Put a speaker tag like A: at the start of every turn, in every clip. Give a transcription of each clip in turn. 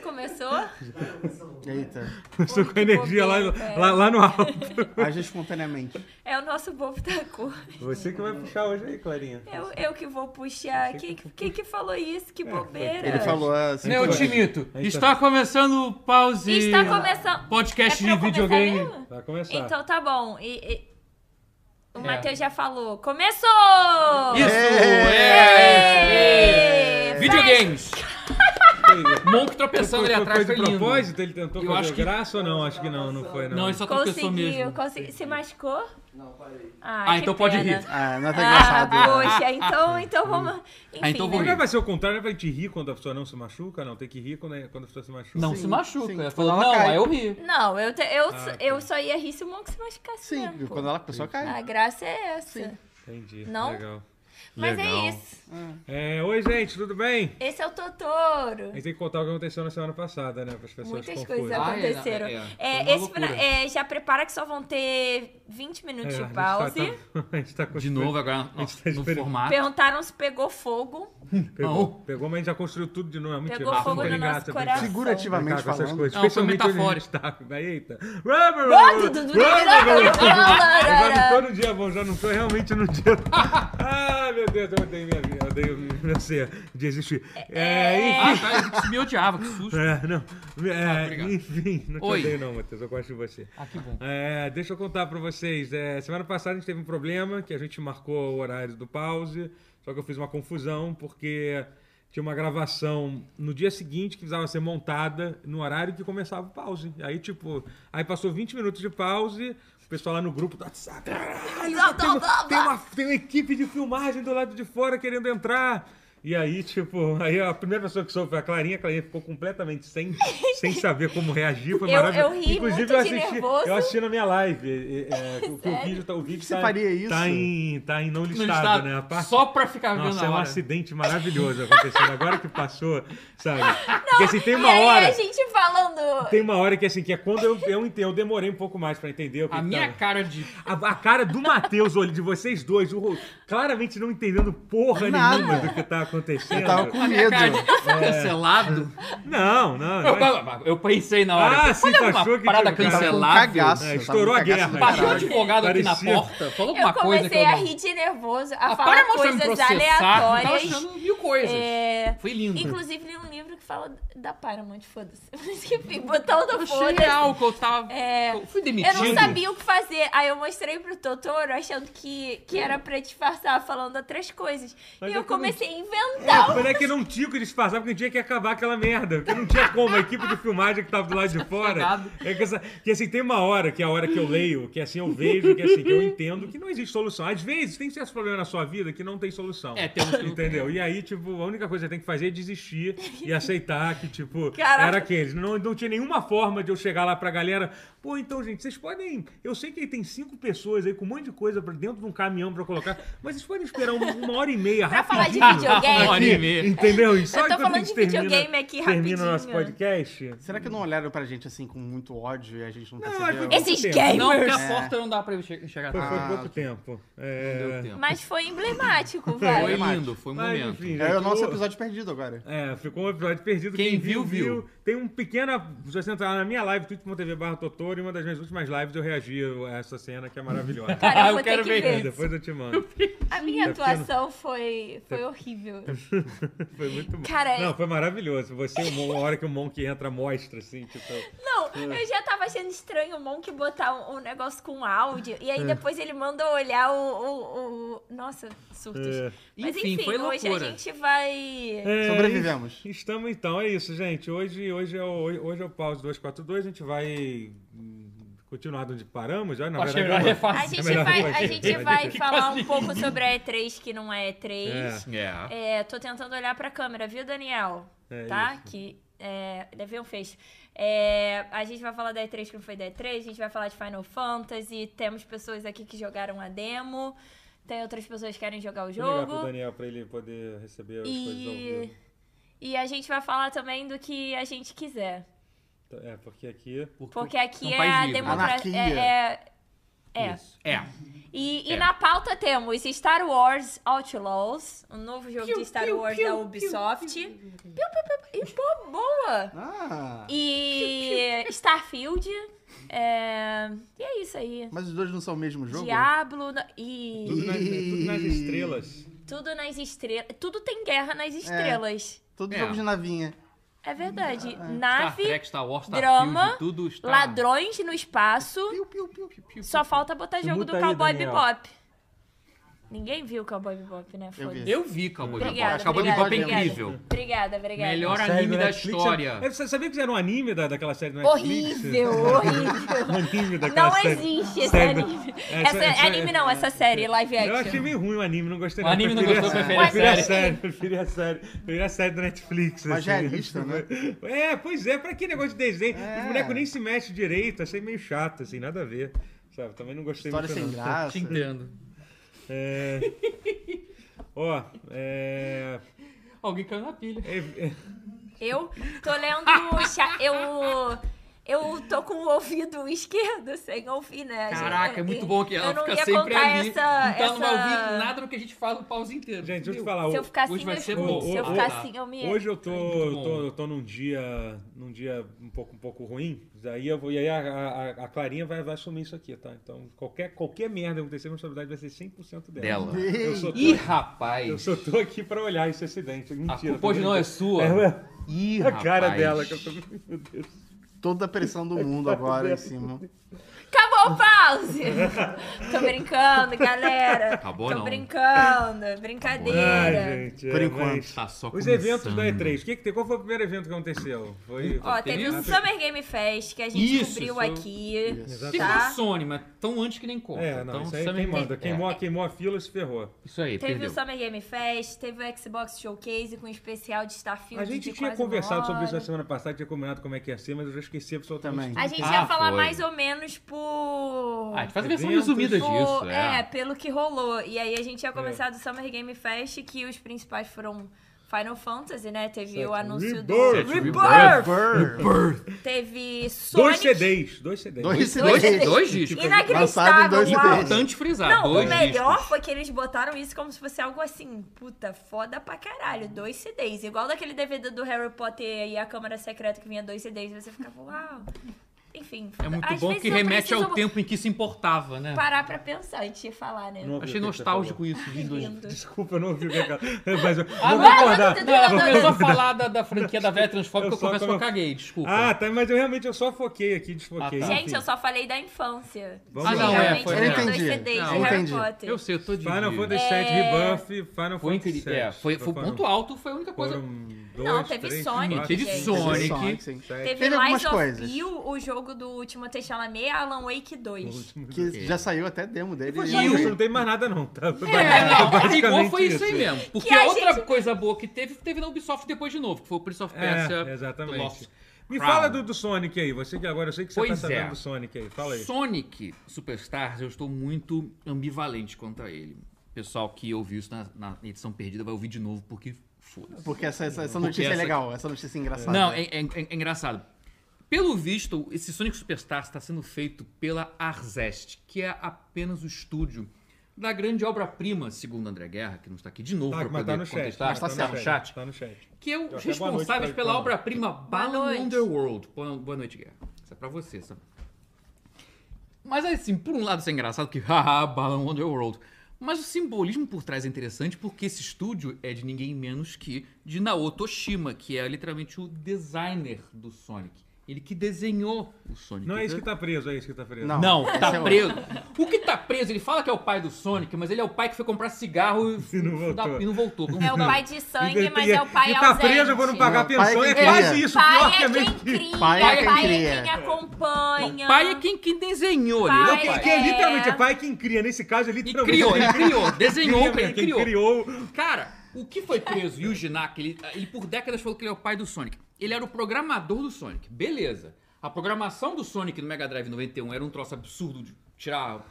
A: começou?
B: Eita.
C: Estou com a energia lá,
A: bobeira,
C: lá, lá no alto.
B: Haja espontaneamente.
A: É o nosso bobo da cor.
C: Você que vai puxar hoje aí, Clarinha.
A: Eu, eu que vou puxar.
C: Eu sei
A: Quem,
C: que-
A: quem que falou isso?
D: É,
A: Que bobeira.
B: Ele falou assim.
E: é
D: Né, eu te minto.
C: Aí tá.
D: Está começando o pause.
A: Está começando.
D: Podcast
A: É pra
D: de
A: eu começar
D: videogame.
A: mesmo?
C: Vai começar.
A: Então tá bom. E- e- O
D: É.
A: Matheus já falou. Começou!
D: Isso! É! é, é.
A: Ê!
D: Videogames! Monk tropeçando ali
C: foi,
D: Então, atrás
C: foi
D: foi
C: de
D: lindo.
C: propósito? Ele tentou
D: Eu
C: fazer
D: acho
C: o
D: que-
C: graça ou não? Acho que não, não foi não.
D: Não, ele só tropeçou
A: Conseguiu,
D: mesmo.
A: consegui. Se machucou?
E: Não, parei.
A: Ah,
D: Ah,
A: que
D: então pode
A: pena.
D: rir.
B: Ah, não é tão
A: Ah,
B: engraçado.
A: poxa, então, então vamos. Enfim,
D: Ah, então vou
A: né?
C: Mas vai é ser o contrário, vai te rir quando a pessoa não se machuca? Não, tem que rir quando a quando a pessoa se machuca.
D: Não
B: Sim,
D: se machuca.
B: sim.
D: Ela falou,
B: Quando
D: não,
B: ela cai.
D: aí eu ri.
A: Não, eu, te- eu,
C: Ah,
D: tá.
A: eu só ia rir se o Monk se machucasse.
B: Sim,
A: mesmo, pô.
B: quando ela, a pessoa cai.
A: A graça é essa.
C: Entendi.
A: Não?
C: Legal.
A: Mas
D: Legal.
A: é isso.
C: É, Oi, gente, tudo bem?
A: Esse é o Totoro.
C: A gente tem que contar o que aconteceu na semana passada, né? Para as pessoas
A: Muitas
C: confusas.
A: coisas
D: Ah, é,
A: aconteceram.
D: é, é.
A: É,
D: Foi uma
A: esse
D: loucura.
A: fina- é, já prepara que só vão ter 20
C: É, a
A: minutos
C: gente
A: de
C: tá-
A: pause.
C: tá- a gente tá com
D: De novo agora nossa, no
C: esperando.
E: Ah.
D: formato.
A: Perguntaram se pegou fogo.
C: Pegou,
D: Não.
C: pegou, mas a gente já construiu tudo de novo. É mentira.
A: Pegou
C: Não
A: fogo
C: tem
A: no
C: graça
A: nosso
C: brincar-
A: coração.
B: Figurativamente
C: brincar com essas
B: falando.
C: coisas.
D: Não, foi
C: Especialmente onde a gente
D: metafórico.
C: está. Daí, Tá, eita.
A: Não,
C: Eu já vi todo dia, bom, já não tô realmente no dia. Ah, meu Deus, eu odeio minha vida, eu odeio minha ceia de existir. É, enfim.
D: Ah, tá, ele me odiava, que susto. Ah,
C: É, não. É,
D: obrigado.
C: enfim, não te
D: Oi.
C: odeio não, Matheus, eu gosto de você.
D: Ah, que bom.
C: É, deixa eu contar pra vocês. É, semana passada a gente teve um problema que a gente marcou o horário do pause, só que eu fiz uma confusão porque tinha uma gravação no dia seguinte que precisava ser montada no horário que começava o pause. Aí, tipo, aí passou 20 minutos de pause, o pessoal lá no grupo tá do WhatsApp. "Caralho, tem, uma, tem uma- tem uma equipe de filmagem do lado de fora querendo entrar. E aí, tipo, aí a primeira pessoa que soube foi a Clarinha, a Clarinha ficou completamente sem, sem saber como reagir. Foi
A: Eu- eu
C: maravilhoso.
A: ri
C: Inclusive,
A: muito
C: eu
A: de
C: assisti,
A: nervoso.
C: eu assisti na minha live. e- e- é, o, que o vídeo tá, o vídeo
B: você
C: tá-
B: faria isso?
C: Tá em, tá em não
D: No
C: listado,
D: estado,
C: né? A parte-
D: Só pra ficar vendo
C: Nossa,
D: a
C: é um
D: hora.
C: acidente maravilhoso acontecendo. Agora que passou, sabe? Porque assim, tem
A: e
C: uma
A: aí
C: hora.
A: a gente falando.
C: Tem uma hora que assim, que é quando eu, eu entendo, eu demorei um pouco mais pra entender o que
D: A
C: que
D: minha
C: tava.
D: cara de...
C: A, a cara do Matheus, olho de vocês dois, o Ro- claramente não entendendo porra
B: Nada.
C: nenhuma do que tá acontecendo.
B: Eu
E: Então,
B: tava com
D: A
B: medo.
D: minha cara de... Eu fui cancelado.
C: Não, não.
D: Eu,
C: não é-
D: eu- eu pensei na hora.
C: Ah,
D: eu
C: sim,
D: falei
C: tu
D: alguma
C: achou que tá tinha-
D: parada
C: Tava
B: Tava com
D: cancelável.
B: cagaço.
C: É,
B: tava
C: estourou
B: com
C: a guerra.
B: cagaço.
D: Bateu um
C: Caralho.
D: advogado aqui na
C: Parecia.
D: porta. Falou
A: Eu
D: alguma coisa que
A: comecei
D: eu
A: a
D: não...
A: rir de nervoso, a falar
D: Ah, para mostrar me
A: coisas
D: processar, eu tava
A: aleatórias.
D: achando mil coisas.
A: É,
D: Foi lindo.
A: Inclusive, li um livro que fala da Paramount, foda-se. Mas enfim, botão
D: eu
A: do
D: achei
A: foda-se.
D: real que eu tava...
A: É,
D: Eu fui
A: Eu
D: demitido.
A: não sabia o que fazer. Aí eu mostrei pro Totoro achando que, que era pra disfarçar falando outras coisas.
C: Mas
A: e
C: eu
A: eu comecei a inventar.
C: Mas é que não tinha o que disfarçar, porque tinha que acabar aquela merda. Porque não tinha como, a equipe de filmagem que tava do lado de fora.
D: Cagado.
C: É que, essa- que assim, tem uma hora, que é a hora que eu leio, que assim eu vejo, que assim, que eu entendo que não existe solução. Às vezes tem certos problemas na sua vida que não tem solução.
D: É, temos que-
C: Entendeu? E aí, tipo, a única coisa que você tem que fazer é desistir e aceitar que, tipo,
A: Caraca.
C: era aqueles. Não, não tinha nenhuma forma de eu chegar lá pra galera. Pô, então, gente, vocês podem. Eu sei que aí tem cinco pessoas aí com um monte de coisa pra dentro de um caminhão pra colocar, mas vocês podem esperar uma, uma hora e meia
A: Pra falar
D: Ah,
A: de
D: tá.
C: rapidinho.
A: videogame.
D: Uma hora e meia.
C: Entendeu? E só
A: Eu tô
C: enquanto a
A: falando
C: gente
A: de
C: termina-
A: videogame aqui
C: Termina o nosso
A: rapidinho.
C: podcast.
B: Será que não olharam pra gente assim com muito ódio e a gente não
D: Ah,
C: mas
B: percebeu?
C: foi-
A: Esses
C: Não, é
A: gamers.
D: Não, porque a porta não dá pra eu che- chegar
C: Foi,
D: atrás.
C: foi
B: Ah,
C: pouco
B: ok.
C: tempo. É...
D: Não deu tempo.
A: Mas foi emblemático, vai.
D: Foi
B: Mas-
D: lindo, foi um
C: Mas,
D: momento.
C: enfim,
B: É
C: gente,
B: o nosso episódio perdido agora.
C: É, ficou um episódio perdido.
D: Quem viu, viu.
C: Tem um pequeno. Se você entrar na minha live, twitch.tv barra Totoro, e uma das minhas últimas lives eu reagi a essa cena que é maravilhosa.
A: Cara, eu,
D: Ah, eu
A: vou ter
D: quero
A: que
D: ver.
C: É,
A: ver.
C: depois eu te mando.
A: A minha
C: Tá ficando-
A: atuação foi, foi horrível.
C: Foi muito bom.
A: Cara, é,
C: Não, foi maravilhoso. Você, uma hora que o Monk entra, mostra, assim, tipo.
A: Não,
D: É.
A: eu já tava achando estranho o Monk botar um, um negócio com áudio. E
D: É.
A: aí depois ele manda olhar o. o- o- Nossa, surtos.
C: É.
A: Mas
D: Enfim,
A: enfim,
D: foi
A: hoje a
D: loucura.
A: gente vai.
C: É,
B: Sobrevivemos.
C: Estamos então, é isso, gente. Hoje, hoje, é, o, hoje é o pause 242, a gente vai hum, continuar de onde paramos. Já, na
D: Acho
C: verdade,
D: melhor
C: não.
A: A
D: Tá refazer.
C: É
A: gente
C: melhor
A: vai,
C: não
A: a
C: fazer.
A: gente vai
D: Que
A: falar um
D: quase-
A: pouco sobre a E3 que não é E3.
D: É.
A: É, tô tentando olhar pra câmera, viu, Daniel?
C: É
A: tá?
C: isso.
A: Que é, deve um fecho. É, a gente vai falar da E3 que não foi da E3, a gente vai falar de Final Fantasy, temos pessoas aqui que jogaram a demo, tem outras pessoas que querem jogar o
C: Deixa eu ligar pro
A: jogo.
C: Daniel pra ele poder receber as coisas ao
A: E,
C: vivo.
A: e a gente vai falar também do que a gente quiser.
C: É, porque aqui.
A: Porque aqui
D: É um
A: é
D: país
A: a
D: livre.
A: democracia.
B: Anarquia.
A: É, é- É.
E: Isso.
C: É.
A: E, e
C: É.
A: na pauta temos Star Wars Outlaws, um novo jogo
C: Piu,
A: de Star
C: piu,
A: Wars
C: piu,
A: da
C: piu,
A: Ubisoft. Piu, piu, piu. E pô, boa!
B: Ah!
A: E Starfield. É... E é isso aí.
B: Mas os dois não são o mesmo jogo?
A: Diablo na- e
C: Tudo nas, é, tudo nas
B: Ih.
C: estrelas.
A: tudo nas estrelas. Tudo tem guerra nas estrelas.
B: Todo
E: É.
B: jogo de navinha.
A: É, verdade.
E: Star
A: Nave,
E: Trek, tá Star Wars,
A: drama,
E: Starfield, tudo está...
A: ladrões no espaço.
B: Piu, piu, piu, piu, piu.
A: Só falta botar
E: Se
A: jogo do
E: muta aí,
A: Cowboy
E: Daniel.
A: Bebop. Ninguém viu o Cowboy Bebop, né?
B: Eu vi.
A: Foda-se.
E: Eu vi Cowboy
A: Obrigada,
E: Bebop. Cowboy
A: obrigada,
E: Bebop é
A: obrigada.
E: incrível.
A: Obrigada, obrigada.
E: Melhor
C: Série
E: anime
C: do
E: da
C: Netflix,
E: história.
C: é- é, Você sabia que fizeram um anime da, daquela série do Netflix?
A: Horrível, horrível.
C: Um anime daquela
A: Não
C: série.
A: existe esse
C: Série-
A: anime.
C: essa-
E: é
A: Essa, é
C: essa-
A: anime não, essa série, live
C: Eu achei
A: action.
C: meio ruim o anime, não gostei
D: O
C: não.
D: anime não
C: Preferi
D: gostou,
C: a-
D: prefere a
C: preferi a
A: série.
C: série. Preferi a série. Preferi a série do Netflix.
B: Mas
C: assim.
B: realista, né?
C: É, pois é, pra que negócio de desenho?
B: É.
C: Os bonecos nem se mexem direito, achei meio chato, assim, nada a ver. Sabe, também não gostei
B: História
C: muito
B: sem
C: não.
B: graça.
D: Te entendo.
C: É. Ó, é...
D: Alguém caiu na pilha.
C: é- é-
A: Eu tô lendo. o cha- Eu. Eu tô com o ouvido esquerdo sem ouvir, né?
E: Caraca, é muito bom que ela
A: eu não
E: fica
A: ia
E: sempre
A: contar
E: ali. tá,
A: Essa,
D: então não vai
A: essa-
D: ouvir nada do que a gente fala o pause inteiro.
C: Gente, deixa eu te
D: Meu.
C: falar.
A: Se eu
C: o-
A: ficar
E: Hoje
A: assim, eu
E: vai ser
A: escuto.
C: bom.
A: Se eu
C: Ah,
A: ficar
E: tá.
A: assim, eu me.
C: Hoje eu tô,
E: Muito bom.
C: tô, tô num dia, num dia um pouco, um pouco ruim. Daí eu vou, e aí a, a- a Clarinha vai, vai assumir isso aqui, tá? Então qualquer, qualquer merda que acontecer, a responsabilidade vai ser 100% dela.
E: Dela.
C: Eu só, tô,
E: Ih,
C: eu
E: rapaz.
C: só tô aqui pra olhar esse acidente.
E: A
C: Mentira.
E: culpa hoje não é sua.
C: Ela-
E: Ih,
C: a cara
E: rapaz.
C: dela que eu tô. Meu Deus.
B: Toda a pressão do mundo agora em cima.
A: Acabou o pause! tô brincando, galera.
E: Acabou
A: tô
E: não.
A: brincando. Brincadeira.
C: Ai, gente.
B: Por
C: é,
B: enquanto.
C: mas-
E: Tá só
C: Os eventos é
E: começando.
C: da E3. O que que tem? Qual foi o primeiro evento que aconteceu? Foi.
A: Ó, teve o
E: Teve-
A: Summer Game Fest que a gente
E: Isso, um
A: descobriu
E: isso.
A: aqui.
E: Teve
A: Tá?
E: da Tipo Sony, mas tão antes que nem conta.
C: né? É, não,
E: então,
C: isso aí
E: Summer
C: quem
E: Game-
C: manda.
E: É,
C: Queimou, queimou a fila se ferrou.
E: Isso aí,
A: Teve
E: perdeu.
A: o Summer Game Fest, teve o Xbox Showcase com um especial de Starfield.
C: A gente
A: um de
C: tinha
A: quase uma
C: conversado sobre isso na
A: hora.
C: semana passada, tinha combinado como é que ia ser, mas eu já esqueci absolutamente.
B: Também.
A: A gente
E: Ah,
A: ia falar
E: foi.
A: mais ou menos por.
E: Ah, a gente faz a versão
C: Eventos.
E: resumida
A: por-
E: disso.
A: é.
E: É.
A: pelo que rolou. E aí a gente tinha começado o Summer Game Fest, que os principais foram Final Fantasy, né? Teve o anúncio
C: Rebirth.
A: do.
E: Rebirth.
B: Burr.
A: Teve
C: Dois tipo,
A: Sonic.
C: CDs, dois CDs.
B: Dois,
A: Dois
B: CDs.
A: CDs.
E: Dois discos. É
A: Inacreditável,
B: Lançado em dois
A: uau.
B: CDs.
E: Importante frisar.
A: Não,
E: Tá, dois
A: o melhor
E: discos.
A: foi que eles botaram isso como se fosse algo assim, puta, foda pra caralho, dois CDs. Igual daquele DVD do Harry Potter e a Câmara Secreta que vinha dois CDs, você ficava, uau. Enfim,
E: É muito
A: às
E: bom
A: vezes
E: que
A: eu
E: remete ao
A: preciso
E: tempo em que se importava, né?
A: Parar pra pensar e te falar, né?
C: Não ouvi
E: Achei
C: o que você
E: nostálgico
C: falou.
E: isso.
A: Que
E: de dois-
A: lindo.
C: Desculpa, eu não ouvi o que é que ela- mas eu-
D: Ah,
C: vou
D: não,
C: concordar.
A: não,
D: Não, ela
A: Não,
D: começou
A: não.
D: a falar da, da franquia da velha transfóbica,
C: Eu
D: eu
C: só
D: confesso que eu
C: come-
D: caguei, desculpa.
C: Ah, tá, mas eu realmente eu só foquei aqui, desfoquei.
E: Ah, tá.
A: Gente, eu só falei da infância.
C: Vamos
E: Ah,
C: lá.
E: não, é,
A: Realmente
E: foi
A: eram
E: mesmo.
A: dois
B: Entendi.
A: CDs
E: Não,
A: de Harry
B: entendi.
A: Potter.
E: Eu sei, eu tô de.
C: Final Fantasy VII
A: É.
C: Rebirth, Final
E: Foi
C: Fantasy
E: incrível.
C: VII.
E: É, foi, foi o
C: Foram-
E: ponto alto, foi a única coisa.
C: Foram dois,
A: Não, teve
C: três,
A: Sonic,
C: quatro,
E: Teve
A: gente.
E: Sonic.
B: sim.
C: sete.
A: Teve,
B: Teve
A: mais
B: algumas
A: of
B: coisas.
A: Bill, o jogo do último Teixalamet, Alan Wake 2.
B: Que já saiu até demo dele. Né?
C: Foi
B: E
C: só
E: E
C: isso,
E: o-
C: não tem mais nada não, tá?
E: É, não, a rigor
C: Basicamente
E: foi isso aí mesmo. Porque
A: Que a
E: outra
A: gente-
E: coisa boa que teve, teve na Ubisoft depois de novo, que foi o Prince of Persia.
C: É,
E: The Lost
C: exatamente. Me
E: Crown.
C: fala do, do Sonic aí, você que agora eu sei que você tá
E: Pois
C: sabendo
E: é.
C: do Sonic aí, fala aí.
E: Sonic Superstars, eu estou muito ambivalente quanto a ele. Pessoal que ouviu isso na, na edição perdida vai ouvir de novo, porque foda-se.
B: Porque essa, essa, essa
E: Porque
B: notícia é
E: essa-
B: legal, essa notícia é engraçada.
E: Não, é, é- é- é engraçado. Pelo visto, esse Sonic Superstars está sendo feito pela Arzest, que é apenas o estúdio da grande obra-prima, segundo André Guerra, que não está aqui de novo
C: Tá,
E: para
C: mas
E: poder
C: tá no chat.
E: contestar,
C: mas tá
E: um está no chat,
C: Tá no chat.
E: que é o
C: até boa noite
E: responsável
C: pra-
E: pela
C: pra-
E: obra-prima Balan
A: noite.
E: Underworld. Boa, boa noite, Guerra. Isso é pra você, sabe? Mas assim, por um lado isso é engraçado, que haha, Balan Underworld. Mas o simbolismo por trás é interessante porque esse estúdio é de ninguém menos que de Naoto Toshima, que é literalmente o designer do Sonic. Ele que desenhou o Sonic.
C: Não é isso que tá preso, é isso que tá preso.
B: Não.
E: Não,
B: Esse é
E: tá
B: outro.
E: preso. O que tá preso, ele fala que é o pai do Sonic, mas ele é o pai que foi comprar cigarro e,
C: E não
E: da-
C: voltou.
E: e não voltou.
A: É o
E: Não.
A: pai de sangue,
C: E-
A: mas
C: e-
A: é o pai
C: E tá
A: ausente.
C: preso por não pagar
B: Não, o pai
C: pensão,
B: é
C: é
B: quem
C: quase
B: cria.
C: isso, pior
A: Pai é
C: que é
A: quem
C: meio que...
A: cria,
B: Pai
A: pai
B: é
A: é
B: quem cria.
A: quem acompanha.
E: O pai é quem, quem desenhou
A: Pai
E: ali. ele é o
A: é
E: pai.
C: Que é literalmente, é pai quem cria, nesse caso é
E: E
C: literalmente...
E: criou,
C: quem
E: ele
C: cria.
E: criou, desenhou,
C: Cria,
E: ele
C: quem
E: criou.
C: criou.
E: Cara, o que foi preso, Yuji Naka, ele, ele por décadas falou que ele é o pai do Sonic. Ele era o programador do Sonic, beleza. A programação do Sonic no Mega Drive 91 era um troço absurdo de tirar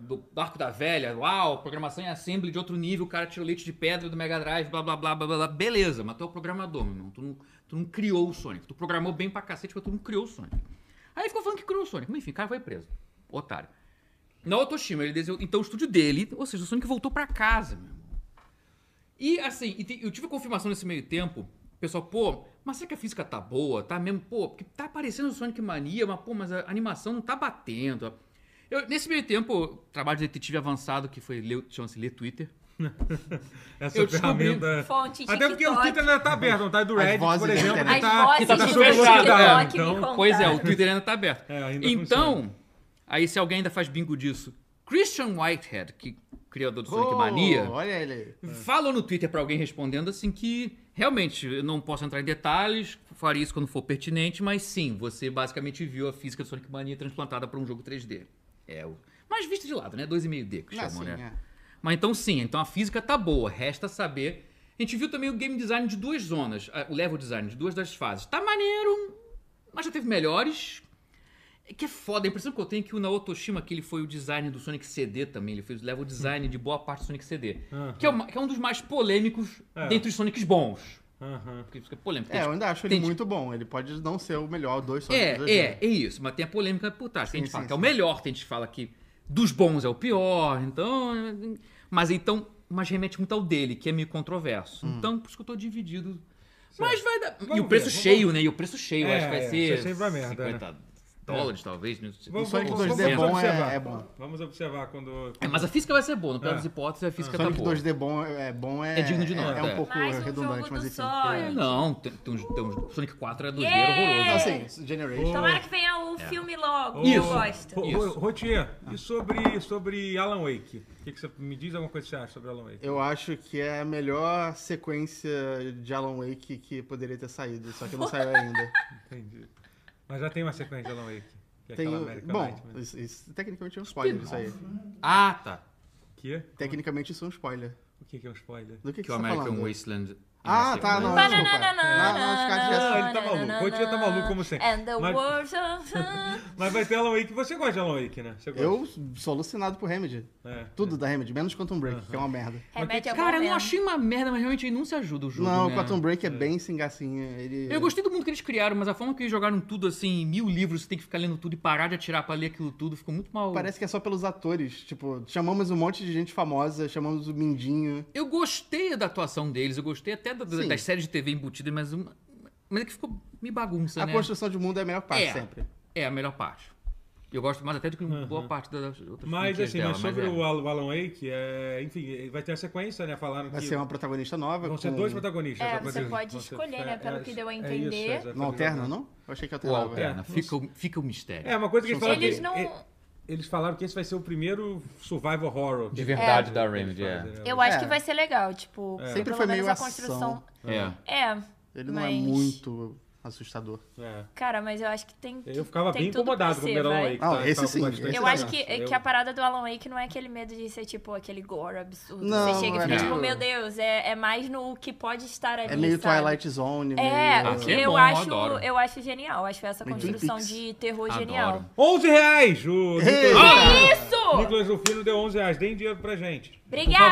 E: do barco da velha, uau, programação em assembly de outro nível, o cara tirou leite de pedra do Mega Drive, blá blá blá blá blá, blá. beleza, mas tu é o programador, meu irmão, tu não, tu não criou o Sonic, tu programou bem pra cacete, mas tu não criou o Sonic. Aí ele ficou falando que criou o Sonic, mas enfim, o cara foi preso, otário. Não Otoshima, ele desenhou. Então o estúdio dele, ou seja, o Sonic voltou pra casa, meu irmão. E assim, e te- eu tive confirmação nesse meio tempo. O Pessoal, pô, mas será que a física tá boa? Tá mesmo, pô, porque tá aparecendo o Sonic Mania, mas pô, mas a animação não tá batendo. Eu, nesse meio tempo, eu trabalho de detetive avançado, que foi ler, chama-se ler Twitter.
C: Essa
E: Eu descobri
C: ferramenta.
A: Fonte
C: Até porque o
A: TikTok.
C: Twitter ainda tá aberto, não tá? E Do
B: As
C: Reddit,
B: vozes
C: por
B: da
C: exemplo,
B: internet.
C: ele
A: As
C: tá,
A: vozes
C: tá
A: do
C: sob
E: TikTok
C: bloqueio,
A: me
C: então.
A: contam.
E: Pois é, o Twitter ainda tá aberto.
C: É, ainda
E: então, aí se alguém ainda faz bingo disso, Christian Whitehead, que criador do Sonic
B: Oh,
E: Mania,
B: Olha ele.
E: falou É. no Twitter pra alguém respondendo assim que realmente eu não posso entrar em detalhes, faria isso quando for pertinente, mas sim, você basicamente viu a física do Sonic Mania transplantada pra um jogo 3D. É o mas visto de lado, né? 2,5D que
B: Ah,
E: chamam,
B: sim,
E: né?
B: é.
E: Mas então sim, então a física tá boa, resta saber. A gente viu também o game design de duas zonas, ah, o level design de duas das fases. Tá maneiro, mas já teve melhores. É que é foda, a impressão que eu tenho é que o Naotoshima, que ele foi o design do Sonic CD também, ele fez o level design de boa parte do Sonic CD.
C: Aham.
E: Que, é uma- que é um dos mais polêmicos
C: É.
E: dentre os Sonics bons.
C: Aham.
E: Porque fica polêmico.
B: É, eu ainda acho ele
E: Entendi.
B: muito bom. Ele pode não ser o melhor dos Sonic
E: É,
B: 2D.
E: é, é isso, mas tem a polêmica por trás. Tem
B: Sim,
E: gente que fala
B: sim,
E: que é o
B: sim.
E: melhor, tem gente que fala que dos bons é o pior, então. é, Mas então. Mas remete muito ao dele, que é meio controverso. Então, por isso que eu tô dividido. Mas vai dar. e
C: Vamos
E: o preço
C: ver, vamos-
E: cheio, né? E o preço cheio,
C: É,
E: acho que vai
C: é,
E: ser.
C: isso é sempre uma merda, né?
E: 50 dólares, talvez. Não sei.
B: O Sonic
C: Vamos-
B: 2D
C: vamos
B: bom
C: observar.
B: é, é bom.
C: Vamos observar quando.
E: É, mas a física vai ser boa, no pior
C: É.
E: das hipóteses, a física tá
B: Sonic
E: boa.
B: 2D bom é, é bom é.
E: É digno de nota,
B: É, um
E: é.
B: pouco
A: Mais um
B: redundante,
A: jogo
B: mas
A: do
B: enfim.
A: Sonic.
E: É, não, tem, tem, uns- tem uns- Sonic 4 é 2D
A: Yeah!
E: horroroso.
B: Assim, Generation.
E: Tá.
A: Tomara que venha o filme logo,
C: Ô,
A: eu gosto.
C: Ro-
E: Isso.
C: Ro- Rotier,
B: Ah.
C: e sobre, sobre Alan Wake? O que, que você me diz alguma coisa que você acha sobre Alan Wake?
B: Eu acho que é a melhor sequência de Alan Wake que poderia ter saído, só que não saiu ainda.
C: Entendi. Mas já tem uma sequência de Alan Wake. Que é
B: Tem,
C: aquela American
B: bom,
C: Nightmare.
B: isso, isso tecnicamente é um spoiler isso aí.
E: Ah, tá.
C: Que?
B: Tecnicamente isso é um spoiler.
C: O que, que é um spoiler?
B: Do que,
E: Que
B: que
E: o
B: você tá
E: American
B: falando?
E: Wasteland.
B: Ah, tá, não,
A: Banana,
B: desculpa.
A: banana,
B: Não, não, os caras já-
C: Não, ele tá maluco. O Rotier tá maluco, como sempre.
A: And the
C: Mas-
A: world uh, of-
C: Mas vai ter Alan Wake. Você gosta de Alan Wake, né? Você gosta?
B: Eu sou alucinado por Remedy.
C: É.
B: Tudo da Remedy, menos Quantum Break, que é uma merda.
A: Remédio é bom
E: Cara, eu não
A: mesmo.
E: achei uma merda, mas realmente não se ajuda o jogo.
B: não,
E: né?
B: o Quantum Break é, bem sem gracinha. Ele...
E: Eu gostei do mundo que eles criaram, mas a forma que eles jogaram tudo assim, mil livros, você tem que ficar lendo tudo e parar de atirar pra ler aquilo tudo, ficou muito mal.
B: Parece que é só pelos atores. Tipo, chamamos um monte de gente famosa, chamamos o Mindinho.
E: Eu gostei da atuação deles, eu gostei até da-
B: Sim.
E: das séries de TV embutidas, mas, uma- mas é que ficou me bagunça,
B: a
E: né?
B: construção de mundo é a melhor parte,
E: É.
B: sempre.
E: É a melhor parte. Eu gosto mais até do que boa parte das outras
C: Mas
E: franquias
C: assim,
E: dela,
C: mas sobre
E: é.
C: o Al- o Alan Wake, é, enfim, vai ter a sequência, né? Falaram
B: Vai
C: que
B: ser uma protagonista nova.
C: vão ser
B: com-
C: dois protagonistas.
A: É,
C: só
A: você
C: dizer-
A: pode
C: vão ser-
A: escolher, né, pelo que deu a
C: é
A: entender.
C: isso, exatamente.
B: Não alterna, não? Eu achei que
E: Ou
B: alternava.
E: alterna,
C: É,
E: fica, o- fica o mistério.
C: É, uma coisa que É. eles falaram
A: Eles
C: que-
A: não.
C: e- Eles falaram que esse vai ser o primeiro survival horror.
E: De verdade da Remedy, é.
A: Eu acho que
B: É.
A: vai ser legal, tipo,
C: É.
A: porque
B: Sempre
A: pelo
B: foi
A: menos
B: meio
A: a construção.
B: ação.
E: É.
A: É,
B: Ele não é
A: Mas-
B: muito assustador.
C: É.
A: cara, mas eu acho que tem.
C: Eu ficava
A: tem
C: bem
A: tudo pra
C: incomodado com o
A: ser,
C: primeiro Alan
A: vai.
C: Wake.
B: Não,
C: tá?
B: esse
C: Tava com
B: sim,
C: bastante
B: esse
A: Eu
B: Sei
A: acho
B: lá.
A: que, é
C: Eu-
A: que a parada do Alan Wake não é aquele medo de ser, tipo, aquele gore absurdo.
B: Não,
A: Você chega e
B: é
A: fica,
E: meio-
A: tipo, meu Deus, é, é mais no que pode estar ali,
B: É meio
A: sabe?
B: Twilight Zone.
A: É,
E: Ah,
B: meio...
A: o que
E: que é
A: eu,
E: bom, eu
A: acho,
E: adoro.
A: eu acho genial. Acho essa
B: Meio
A: construção
B: Twin Peaks.
A: de terror
E: Adoro.
A: genial.
C: 11 reais! O
B: Ei!
C: Nicolas,
A: Isso!
C: Nicolas Rufino deu 11 reais. Deem dinheiro pra gente.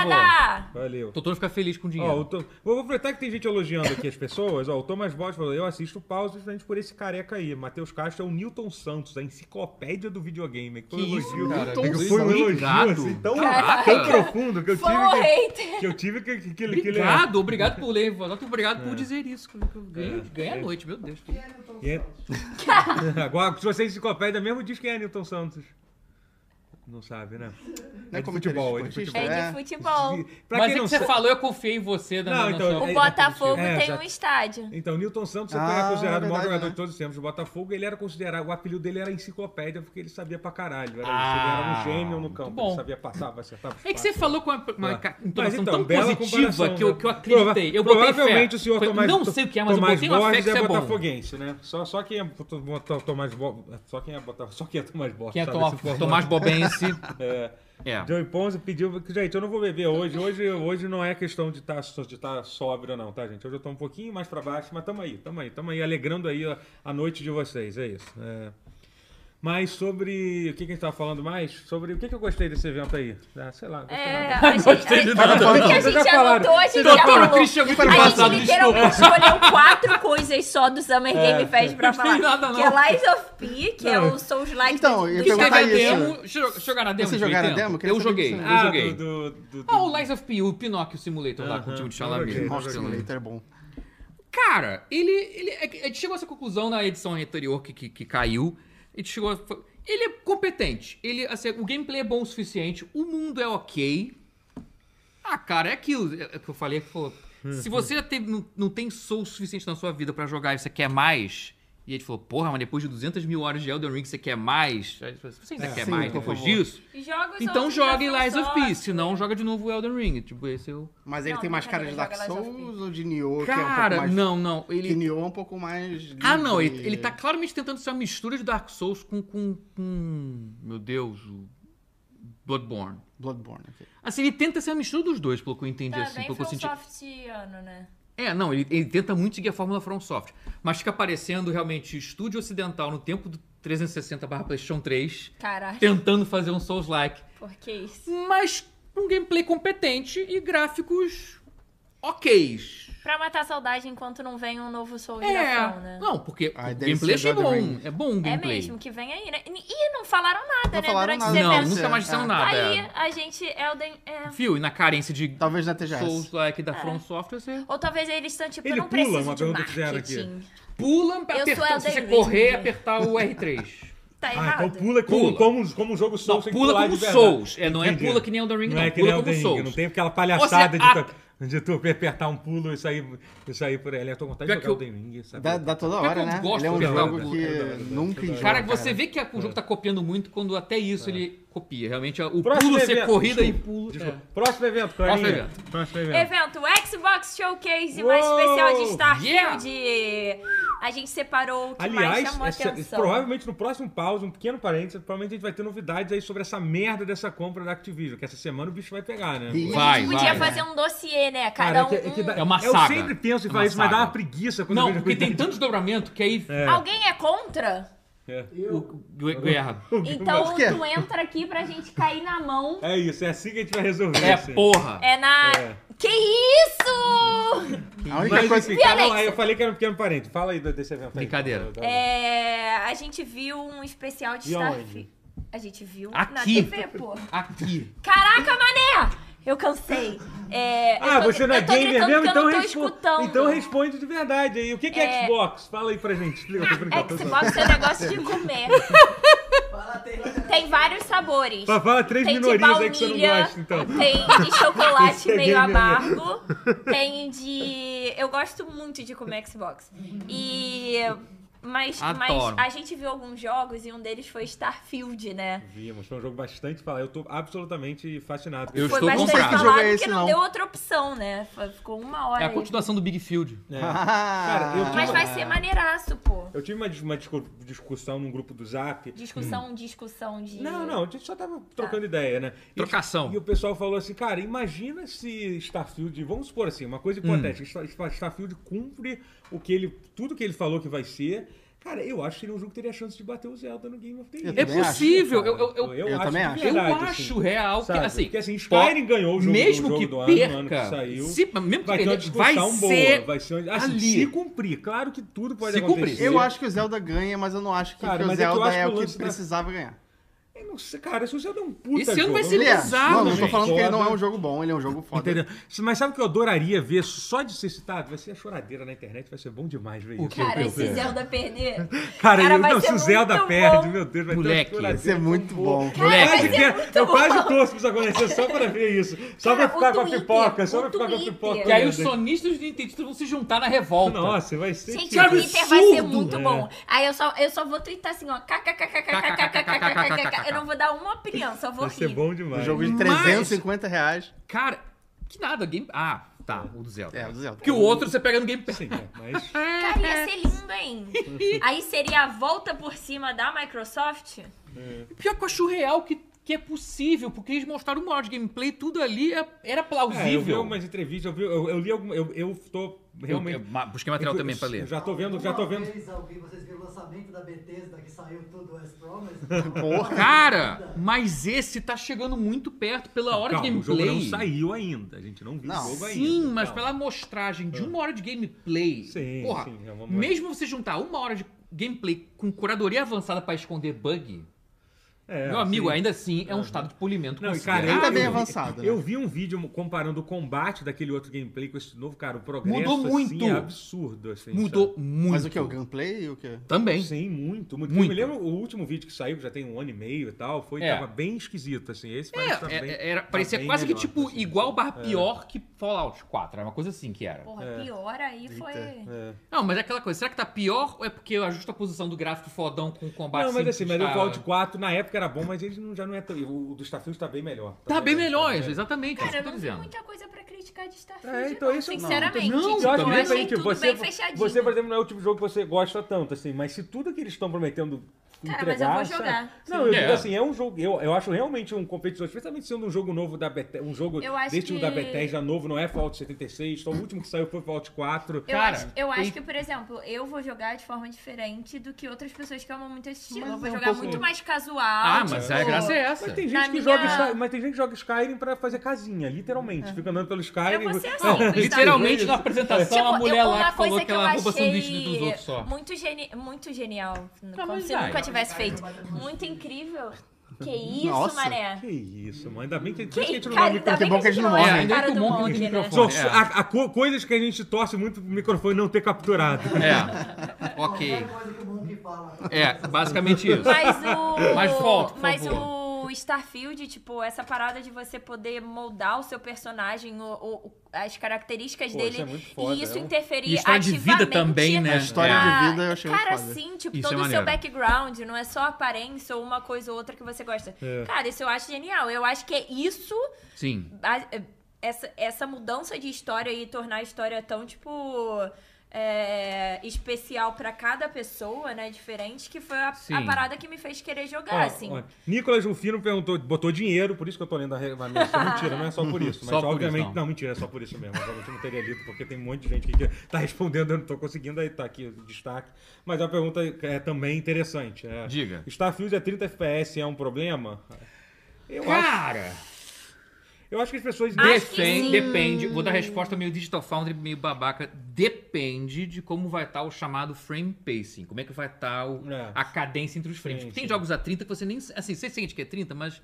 A: Obrigada!
C: Valeu.
E: Tô todo ficar feliz com o dinheiro.
C: Ó, o Tom- Vou aproveitar que tem gente elogiando aqui as pessoas. Ó, o Thomas Bosch falou: eu assisto pausa justamente por esse careca aí. Matheus Castro é o Newton Santos, a enciclopédia do videogame. Que foi um
E: Que isso,
C: elogio.
E: cara?
C: Foi
B: Newton
C: um
B: Santos.
C: elogio
E: Obrigado.
C: assim, tão,
E: Caraca.
C: tão profundo que eu tive
A: Foi um o
C: que,
A: hater!
C: que eu tive que, que, que, que ler.
E: Obrigado, obrigado por ler, Vozoto, obrigado
C: É.
E: por dizer isso. né? que eu Ganhei, ganhei a noite, meu Deus.
C: E é- Agora, se você é enciclopédia mesmo, diz quem é Newton Santos. Não sabe, né?
B: Não é
C: É de
B: como
C: futebol, é de
B: esportista,
C: futebol.
A: É de futebol.
C: Pra
E: Mas
C: quem
E: é
C: não
E: que você
C: sabe-
E: falou, eu confiei em você. Na,
C: Não,
E: na
C: então,
E: sua-
A: O
C: É,
A: Botafogo
C: é,
A: tem
C: já-
A: um estádio.
C: Então, Newton Santos foi
B: Ah,
C: considerado o maior
B: verdade,
C: jogador
B: né?
C: de todos os tempos do Botafogo. Ele era considerado, o apelido dele era enciclopédia, porque ele sabia pra caralho. Era,
E: Ah,
C: isso, ele era um gênio no campo.
E: bom.
C: Ele sabia passar, pra acertar. pros
E: É que você
C: passes.
E: falou com uma, uma
C: Ah.
E: ca- um
C: Mas
E: entonação
C: então,
E: tão
C: bela
E: positiva
C: comparação,
E: que eu,
C: né?
E: que eu acreditei. Eu botei
C: Provavelmente
E: fé.
C: o senhor
E: Foi-
C: Tomás
E: Não sei o que é, mas
C: Tomás
E: eu botei uma fé
C: Borges
E: que isso
C: é
E: é bom.
C: botafoguense, né? Só, só quem é Tom- Tom- Tomás Bo- só quem é Bota- só quem é Tomás Borges.
E: Quem é
C: sabe
E: Tomás,
C: esse formato.
E: Tomás Bobense?
C: É.
E: É.
C: Joey Ponzi pediu. Gente, eu não vou beber hoje. Hoje, hoje não é questão de estar de tá sóbrio, não, tá, gente? Hoje eu tô um pouquinho mais pra baixo, mas tamo aí, tamo aí, tamo aí, alegrando aí a, a noite de vocês. É isso. É. Mas sobre. O que, que a gente tava falando mais? Sobre o que, que eu gostei desse evento aí? Ah, sei lá. não gostei
A: É,
C: nada.
A: a gente,
C: gostei de nada.
A: a- o que a
C: Vocês já
A: gente
C: falaram.
A: anotou, a gente
E: Doutor,
A: já falou.
E: o Christian é muito
A: a
E: engraçado,
A: gente literalmente escolheu quatro coisas só do Summer Game Fest pra
D: não
A: falar.
D: tem nada,
A: Que é
D: não.
A: Lies of P, que é o Souls Like
B: Então, eu ia perguntar
E: Teve a
B: isso.
E: demo. jo- Jogaram a demo?
B: Vocês
E: de
B: jogaram a
E: 80?
B: demo? Queria
E: Eu
B: saber
E: joguei.
B: disso.
E: Eu
C: Ah,
E: joguei.
C: do- do- do-
E: Ah, o Lies of P, o Pinóquio Simulator lá com o
C: Aham,
E: time de
C: eu
E: Chalamet.
C: joguei.
B: Nossa, Simulator é bom.
E: Cara, ele, ele. é que A gente chegou a essa conclusão na edição anterior que, que, que caiu. A gente chegou a, foi- Ele é competente. Ele, assim, o gameplay é bom o suficiente. O mundo é ok. Ah, cara, é aquilo. É o que eu falei que falou.
B: Hum,
E: Se você já teve- não, não tem soul suficiente na sua vida pra jogar e você quer mais. E ele falou, porra, mas depois de 200 mil horas de Elden Ring você quer mais? Aí ele falou, Se você ainda
B: É,
E: quer
B: sim,
E: mais
B: por
E: depois
B: favor.
E: disso,
A: Jogos
E: então
A: outros
E: joga em
A: já são
E: Lies
A: é só-
E: of Peace. Senão joga de novo o Elden Ring. Tipo, esse é o.
B: Mas ele
A: Não,
B: tem mais
A: nunca
B: cara de
A: joguei
B: Dark
A: Lies of P.
B: Souls ou de Nioh, que é um pouco
E: Cara,
B: mais...
E: não, não. Ele,
B: Que Nioh é um pouco mais...
E: Ah, não, ele,
B: livre.
E: ele tá claramente tentando ser uma mistura de Dark Souls com. com, com meu Deus, o Bloodborne.
B: Bloodborne, ok.
E: Assim, ele tenta ser uma mistura dos dois, pelo que eu entendi, assim,
A: Também
E: pelo que
A: foi
E: eu
A: um
E: senti.
A: softiano, né?
E: É, não, ele, ele tenta muito seguir a fórmula From Soft, mas fica parecendo realmente estúdio ocidental no tempo do 360 barra PlayStation 3,
A: Caralho,
E: tentando fazer um Souls-like,
A: por que isso?
E: mas com um gameplay competente e gráficos ok's.
A: Pra matar a saudade enquanto não vem um novo Soul
E: É,
A: geração, né?
E: não, porque
B: Ah,
E: o
B: deve
E: gameplay
B: ser
E: achei
B: do
E: bom,
B: Elden Ring.
E: é bom o
A: É
E: gameplay.
A: mesmo, que vem aí, né? E não falaram nada,
B: Não
A: né?
B: falaram
A: Durante
B: nada.
A: esse
E: Não,
A: evento.
E: nunca mais disseram
B: É.
E: nada.
A: Tá Aí
E: é.
A: a gente, Elden. É...
E: Fio, e na carência de
B: Talvez na TGS.
E: Souls like da From Software, você
A: Ou talvez eles estão tipo,
C: Ele
A: eu não
C: pula,
A: preciso
C: uma
A: de
C: pergunta que fizeram aqui.
A: marketing.
E: pula,
A: sou
E: aperta, se
A: Elden
E: você
A: Ring.
E: correr, apertar o R3.
A: Tá
C: Ah,
A: errado.
C: então pula, Como,
E: Pula.
C: como, como um jogo
E: Não,
C: Souls. tem que
E: pula
C: pular
E: como
C: de verdade.
E: Souls. É, não é
C: Entendi.
E: pula que nem Elden Ring,
C: Não
E: não.
C: é que nem
E: pula como
C: Elden Ring,
E: Souls.
C: não tem aquela palhaçada
E: Ou
C: de,
E: você
C: tu, de tu apertar um pulo e sair, e sair por aí. Eu tô com vontade de
E: Pior
C: jogar
E: que
C: Elden Ring. sabe?
B: Dá, dá toda
E: Pior que
B: hora,
E: eu
B: né?
E: gosto
B: Ele é um
E: dele,
B: jogo
E: cara.
B: que
C: Toda hora, toda
B: nunca
C: hora.
B: enjoa,
E: Cara, você vê que o jogo tá copiando muito quando até isso ele copia. Realmente, o
C: Próximo
E: pulo ser
C: evento.
E: corrida e
C: Desculpa,
E: pulo.
C: desculpa.
E: é.
C: Próximo evento, Clarinha.
E: Próximo evento.
C: Próximo evento.
A: Evento Xbox Showcase mais
C: Uou!
A: especial de Starfield.
E: Yeah!
A: A gente separou o que mais
C: Aliás,
A: chamou
C: essa-
A: atenção.
C: provavelmente no próximo pause, um pequeno parênteses, provavelmente a gente vai ter novidades aí sobre essa merda dessa compra da Activision, que essa semana o bicho vai pegar, né?
B: Ih,
E: Vai,
A: a gente podia
E: vai.
A: fazer um dossiê, né?
C: Cara,
A: Cada um.
C: é que- é que dá-
E: É uma
C: Eu
E: saga.
C: sempre penso em
E: É
C: falar
E: uma
C: isso, mas dá uma
E: saga.
C: preguiça quando eu
E: Não,
C: vejo
E: porque tem
C: coisa-
E: tanto desdobramento que aí
A: um- Alguém é contra?
C: É.
E: o o- erra.
A: Então
B: quê?
A: tu entra aqui pra gente cair na mão.
C: É isso, é assim que a gente vai resolver.
E: É
C: assim.
E: porra.
A: É na.
C: É.
A: Que isso!
B: A única
C: Mas,
B: coisa
C: enfim,
B: que...
C: cara,
A: Alex?
C: lá, eu falei que era um pequeno parênteses. Fala aí do- desse evento aí.
E: Brincadeira.
A: É, a gente viu um especial de
B: E aonde?
A: Starfield. A gente viu na
E: Aqui.
A: TV, pô.
E: Aqui. É
A: Caraca, mané! Eu cansei. É,
C: Ah,
A: eu tô-
C: você não é
A: eu tô
C: gamer
A: gritando
C: mesmo?
A: que
C: Então,
A: eu não tô
C: respo-
A: escutando.
C: então responde de verdade aí. O que, que é,
A: É. Ah,
C: Xbox? Fala aí pra gente. Explica, eu tô brincando. tô zoando.
A: Xbox é negócio de comer. Tem vários sabores.
C: Fala- Fala três
A: Tem de
C: minorias aí que você não
A: baunilha,
C: gosta, então.
A: tem de chocolate
C: Isso é
A: meio
C: gamer
A: amargo, tem de... Eu gosto muito de comer Xbox. E... Mas, mas
E: Adoro.
A: a gente viu alguns jogos e um deles foi Starfield, né?
C: Vimos, foi um jogo bastante falado. Eu tô absolutamente fascinado.
E: Eu
A: Foi
E: estou
A: bastante
E: comprado.
B: Que
A: falado
B: jogo é
A: que
B: esse,
A: não,
B: não?
A: deu outra opção, né? Foi- Ficou uma hora
E: É a
A: aí.
E: continuação do Big Field.
C: É.
B: Cara,
C: eu tive-
A: Mas vai ser maneiraço, pô.
C: Eu tive uma, dis- uma discu- discussão num grupo do Zap.
A: Discussão, discussão de...
C: Hum. Não, não, a gente só tava trocando
A: Tá.
C: ideia, né? E-
E: Trocação.
C: E o pessoal falou assim, cara, imagina se Starfield, vamos supor assim, uma
E: Hum.
C: coisa hipotética, Star- Starfield cumpre o que ele, tudo que ele falou que vai ser. Cara, eu acho que seria um jogo que teria chance de bater o Zelda no Game of the Year.
E: É
B: Eu também acho,
E: possível. Eu, eu, eu,
B: Eu também
C: de
B: acho.
E: eu
C: verdade,
E: acho
C: assim.
E: real que,
C: Sabe?
E: assim,
C: Porque assim, Skyrim ganhou o jogo,
E: mesmo
C: o jogo
E: que
C: do ano,
E: perca,
C: ano que saiu.
E: se- mesmo que
C: vai ter uma
E: perca, vai
C: discussão
E: ser
C: boa, vai ser assim,
E: ali.
C: se cumprir, claro que tudo pode
E: Se cumprir.
C: acontecer.
B: Eu acho que o Zelda ganha, mas eu não acho que,
C: Cara,
B: que o
C: mas é que eu
B: Zelda
C: acho
B: é
C: que o
B: o que
C: lance da-
B: precisava ganhar.
C: Eu não sei, cara, se o Zelda é um puta
E: Esse ano
C: jogo,
E: vai
C: eu
E: ser
C: não-
B: Ele é.
E: bizarro,
B: não, não tô
E: gente.
B: falando que ele não é
C: Foda.
B: um jogo bom, ele é um jogo foda.
C: Entendeu? Mas sabe o que eu adoraria ver? Só de ser citado, vai ser a choradeira na internet, vai ser bom demais ver isso.
E: quê?
A: Cara,
E: Eu-
A: esse
E: eu-
A: Zelda perder...
C: Cara,
A: Cara,
C: eu,
A: vai
C: não,
A: ser
C: se o Zelda
A: muito
C: perde,
A: bom.
C: meu Deus, vai
E: Moleque,
C: ter uma
B: Vai
C: choradeira
B: ser é muito
C: tão
B: bom.
C: boa. Eu
A: vai
C: quase
A: ser
C: quero-
A: muito
C: eu
A: bom.
C: quase torço pra isso acontecer só pra ver isso. Só
A: Cara,
C: pra ficar
A: o
C: com a
A: Twitter,
C: pipoca, só
A: o
C: pra ficar com a
A: Twitter.
C: pipoca.
A: Que
E: E aí os
C: olhando.
E: sonistas do Nintendo vão se juntar na revolta.
C: Nossa, vai ser
A: Gente,
C: que-
A: o
E: Que
A: Twitter vai ser
E: absurdo!
A: muito
C: É.
A: bom. Aí eu só, eu só vou twittar assim, ó. kkkkkkkkkkkk. Eu não vou dar uma opinião, só vou
C: É, Vai ser
A: rir.
C: bom
B: Um
C: demais.
B: jogo de
E: Mas-
B: 350 reais.
E: Cara, que nada. Game... Ah, tá. O do Zelda.
B: É, o do Zelda.
E: Porque o outro você pega no Game Pass.
C: Sim, é, mas...
A: Cara, ia ser lindo, hein? Aí seria a volta por cima da Microsoft?
E: Pior que eu acho real que que é possível, porque eles mostraram uma hora de gameplay, tudo ali é-
C: É,
E: era
C: eu vi
E: plausível.
C: algumas entrevistas, eu, vi, eu, eu li alguma. Eu, eu tô realmente.
E: Eu- eu ma- busquei material
C: eu-
E: também pra ler.
C: eu Já tô vendo, já tô
F: Uma
C: vendo.
F: Vez alguém, vocês viram o lançamento da Bethesda que saiu tudo West Promise?
E: Cara, mas esse tá chegando muito perto pela hora de
C: Calma, o jogo
E: gameplay.
C: não saiu ainda. A gente não viu
B: Não.
C: o jogo ainda.
E: Sim, mas
C: Calma.
E: pela amostragem de uma hora de gameplay.
C: Sim,
E: porra,
C: sim, é uma-
E: mesmo você juntar uma hora de gameplay com curadoria avançada pra esconder bug,
C: É,
E: meu amigo,
C: sim.
E: ainda assim é um estado de polimento
C: Não, e, cara,
E: considerável.
B: Ele tá bem
C: eu-
B: avançado, né?
C: Eu vi um vídeo comparando o combate daquele outro gameplay com esse novo, cara. O progresso
E: Mudou
C: assim,
E: muito.
C: é absurdo. Assim,
E: Mudou muito.
B: Mas o que? O gameplay e o que?
E: Também.
C: sabe? Sim, muito, muito.
E: Muito.
C: Eu me lembro o último vídeo que saiu, que já tem um ano e meio e tal, foi
E: É.
C: tava bem esquisito, assim. Esse
E: É,
C: parece que tá
E: é,
C: bem-
E: é, era,
C: tá
E: parecia
C: bem
E: quase
C: melhor,
E: que tipo
C: assim.
E: igual barra pior que Fallout 4. Era uma coisa assim que era.
A: Porra, pior aí foi.
C: É.
E: Não, mas é aquela coisa. Será que tá pior ou é porque eu ajusto a posição do gráfico fodão com o combate
C: Não, mas assim, mas
E: tá...
C: o Fallout 4 na época era bom, mas ele não- já não é tão. O do Starfield tá bem melhor.
E: Tá bem melhor,
C: é.
E: exatamente. é isso
A: Cara,
E: que eu
A: eu
E: tô
A: não vi
E: dizendo.
A: muita coisa pra criticar de Starfield,
C: É, então
A: não,
C: isso eu-
A: sinceramente.
E: Não,
A: Tipo,
E: eu
A: eu
E: acho
A: achei
C: também, tipo,
A: tudo
C: você,
A: bem fechadinho.
C: você, por exemplo, não é o tipo de jogo que você gosta tanto, assim, mas se tudo que eles estão prometendo
A: Cara, mas
C: entregar,
A: eu vou
C: sabe?
A: jogar.
C: Não, eu
E: Sim.
C: digo
E: É.
C: assim, é um jogo, eu, eu acho realmente um competidor, especialmente sendo um jogo novo da Bethesda, um jogo
A: Eu acho
C: desse tipo da
A: que-
C: Bethesda novo, não é Fallout 76, só o último que saiu foi Fallout 4.
A: Eu,
E: Cara,
A: acho, eu acho
E: tem-
A: que, por exemplo, eu vou jogar de forma diferente do que outras pessoas que amam muito esse estilo.
B: Mas
A: eu vou
B: é um
A: jogar
B: pouco-
A: muito mais casual.
E: Ah, mas a
A: tipo,
E: graça é essa.
C: Mas tem,
A: Na
C: gente que
A: minha-
C: joga Sky- mas tem gente que joga Skyrim pra fazer casinha, literalmente. Fica andando pelo Skyrim.
A: Ah. Eu vou ser assim,
E: Não,
A: Sabe?
E: literalmente na apresentação
A: Tipo,
E: a mulher
A: eu-
E: lá
A: uma
E: que falou
A: coisa
E: que,
A: que eu
E: ela rouba
A: achei
E: sanduíche dos outros só.
A: Muito, geni muito genial. como
E: mas
A: se
E: vai.
A: nunca tivesse feito. Muito incrível. Que isso,
B: Nossa,
A: mané.
C: Que isso, mano. Ainda bem que, que
A: Que,
C: a gente não
A: cara, tá
C: dá
A: ainda
C: micro-
B: que
A: bem
B: bom
A: que a gente
B: não
A: não
B: morre.
A: é
E: Ainda
A: cara
E: bem que
A: do
E: o Monk tem
A: Monk, né?
E: microfone.
C: Só- só- a- a co- coisas que a gente torce muito pro microfone não ter capturado.
E: É, ok.
F: Qualquer coisa que o Monk fala.
E: É, basicamente isso.
A: Mas o.
E: Mas volta, por
A: mas
E: favor.
A: o Starfield, tipo, essa parada de você poder moldar o seu personagem, o- o- as características
C: Pô,
A: dele.
C: isso é muito foda,
A: e isso
C: é um-
A: interferir
E: E história de vida
A: ativamente
E: também, né? A
B: história
A: na-
B: de vida eu achei muito
A: Cara,
B: foda.
A: sim, tipo,
E: Isso é
A: todo o seu
E: maneiro.
A: background, não é só a aparência ou uma coisa ou outra que você gosta.
C: É.
A: Cara, isso eu acho genial. Eu acho que é isso
E: Sim.
A: a- é, essa, essa mudança de história e tornar a história tão, tipo, é, especial pra cada pessoa, né? Diferente, que foi a,
E: Sim.
A: a parada que me fez querer jogar,
C: Ó,
A: assim.
C: ó, Nicolas Rufino perguntou, botou dinheiro, por isso que eu tô lendo a re- a mensagem. mentira, não é só por isso. Mas
E: Só por
C: obviamente.
E: isso, não.
C: não. mentira, é só por isso mesmo. Obviamente eu não teria lido, porque tem um monte de gente aqui que tá respondendo, eu não tô conseguindo, aí tá aqui o destaque. Mas é uma pergunta é também interessante. é,
E: Diga.
C: Starfield a 30 FPS é um problema? Eu, acho,
E: Cara,
C: eu acho que as pessoas.
A: Acho que
E: depende,
A: sim.
E: depende. Vou dar resposta meio Digital Foundry, meio babaca. Depende de como vai estar o chamado frame pacing. Como é que vai estar o-
C: É.
E: a cadência entre os frames.
C: Sim,
E: Porque tem
C: sim.
E: jogos a 30 que você nem. Assim, você sente que é 30, mas.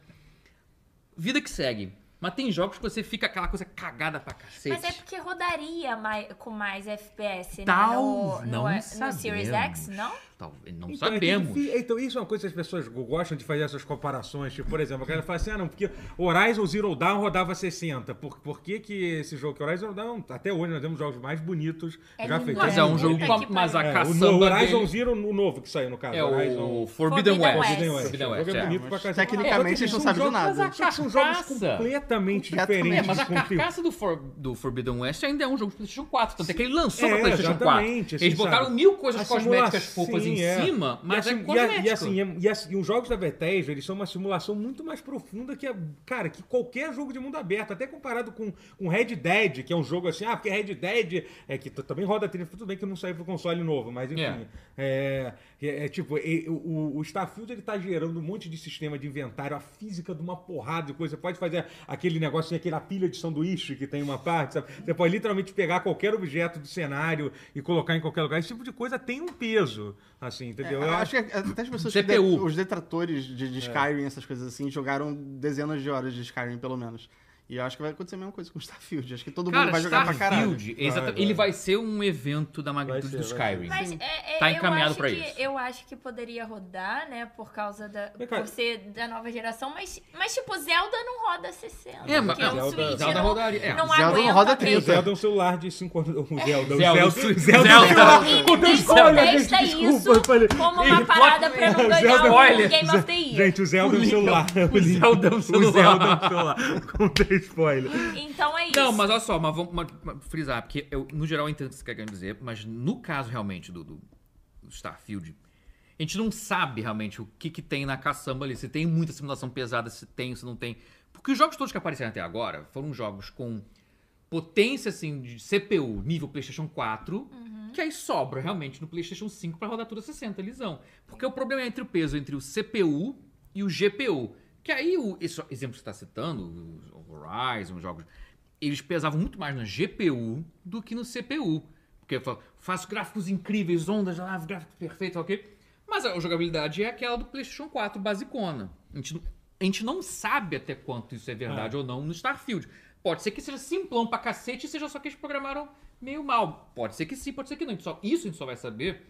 E: Vida que segue. Mas tem jogos que você fica aquela coisa cagada pra cacete.
A: Mas é porque rodaria mai- com mais FPS, né?
E: Tal,
A: no, no-
E: não
A: no
E: sabemos.
A: Series X, não?
E: Talvez, não
C: Então, é que
E: sabemos.
C: difi- então, isso é uma coisa que as pessoas go- gostam de fazer essas comparações. Tipo, por exemplo, a galera fala assim: ah, não, porque Horizon Zero Dawn rodava 60. Por, por que, que esse jogo que Horizon Zero Dawn, até hoje, nós temos jogos mais bonitos
A: É
C: já
A: lindo,
C: feitos?
E: Mas é um
A: Puta
E: jogo
A: que
E: com a,
A: pariu.
E: mas a
C: É, o no-
E: caçamba
C: Horizon
E: dele-
C: Zero, o novo que saiu, no caso.
E: é
C: Horizon
E: o Forbidden,
A: Forbidden
E: West.
A: West.
C: Forbidden West.
E: Forbidden
C: O
E: West,
C: jogo é
E: é.
C: bonito pra
B: Mas
C: caramba.
B: tecnicamente
C: É,
B: eles não
C: são
B: sabem de
C: jogos-
B: nada.
C: Só que são jogos
E: Carcaça.
C: completamente
B: Completamente.
C: diferentes.
E: É, mas a
C: de conteúdo.
E: carcaça do, For- do Forbidden West ainda é um jogo de PlayStation 4. Tanto é que ele lançou
C: É,
E: pra PlayStation 4.
C: exatamente, assim,
E: Eles botaram
C: sabe?
E: mil coisas
C: A
E: cosméticas
C: simulação,
E: fofas em
C: é.
E: cima, mas
C: e a
E: é
C: sim- e a-
E: cosmético.
C: E, assim, é- e assim, e os jogos da Bethesda, eles são uma simulação muito mais profunda que, a- cara, que qualquer jogo de mundo aberto, até comparado com, com Red Dead, que é um jogo assim, ah, porque Red Dead é que t- também roda 30, tudo bem que não saiu pro console novo, mas enfim. É, é- é tipo, e- o, o Starfield ele tá gerando um monte de sistema de inventário, a física de uma porrada de coisa. Você pode fazer aquele negocinho, aquela pilha de sanduíche que tem uma parte, sabe? Você pode literalmente pegar qualquer objeto do cenário e colocar em qualquer lugar. Esse tipo de coisa tem um peso, assim, entendeu?
B: É, Eu acho que até as pessoas que
E: CPU.
B: de- os detratores de, de Skyrim, essas coisas assim, jogaram dezenas de horas de Skyrim, pelo menos. E eu acho que vai acontecer a mesma coisa com Starfield. Acho que todo mundo
E: Cara,
B: vai jogar
E: Starfield,
B: pra caralho.
E: exata-
C: Vai, vai.
E: ele vai ser um evento da
C: ser,
E: magnitude do
C: vai
E: Skyrim.
A: Mas é, é,
E: Tá
A: eu
E: encaminhado
A: acho
E: pra
A: que-
E: isso.
A: Eu acho que poderia rodar, né? Por causa da.
C: Mas, cara-
A: por ser da nova geração, mas, mas tipo, Zelda não roda 60.
E: É, mas
A: porque um
C: Zelda-
A: Switch
E: Zelda
A: não,
E: rodaria, é.
A: não
B: Zelda não
A: aguenta
B: roda
A: aquele-
C: O
B: 30.
C: Zelda é um celular de 5 anos. O Zelda, o
E: Zelda, é um
C: Zelda.
E: Switch,
C: Zelda. é um
E: Zelda.
A: Ninguém contesta isso
C: eu falei-
A: como uma parada pra não
C: O
A: ganhar
C: Zelda-
A: o Game of the Year.
C: Gente, o Zelda é um celular.
E: O Zelda é um
C: O Zelda é
E: celular.
C: um celular. Contei spoiler.
A: Então é isso.
E: Não, mas olha só, mas vamos mas- mas frisar, porque eu, no geral eu entendo o que você quer dizer, mas no caso realmente do, do Starfield, A gente não sabe realmente o que, que tem na caçamba ali, se tem muita simulação pesada, se tem, se não tem. Porque os jogos todos que apareceram até agora foram jogos com potência assim de CPU nível PlayStation 4, que aí sobra realmente no PlayStation 5 pra rodar tudo a 60 lisão. Porque o problema é entre o peso entre o CPU e o GPU, que aí o esse exemplo que você tá citando, o Horizon, os jogos, eles pesavam muito mais na GPU do que no CPU. Porque eu falo, faço gráficos incríveis, ondas, ah, gráfico perfeito, ok. Mas a jogabilidade é aquela do PlayStation 4 basicona. A gente, não- a gente não sabe até quanto isso é verdade ou não no Starfield. Pode ser que seja simplão pra cacete e seja só que eles programaram meio mal. Pode ser que sim, pode ser que não. A gente só- isso a gente só vai saber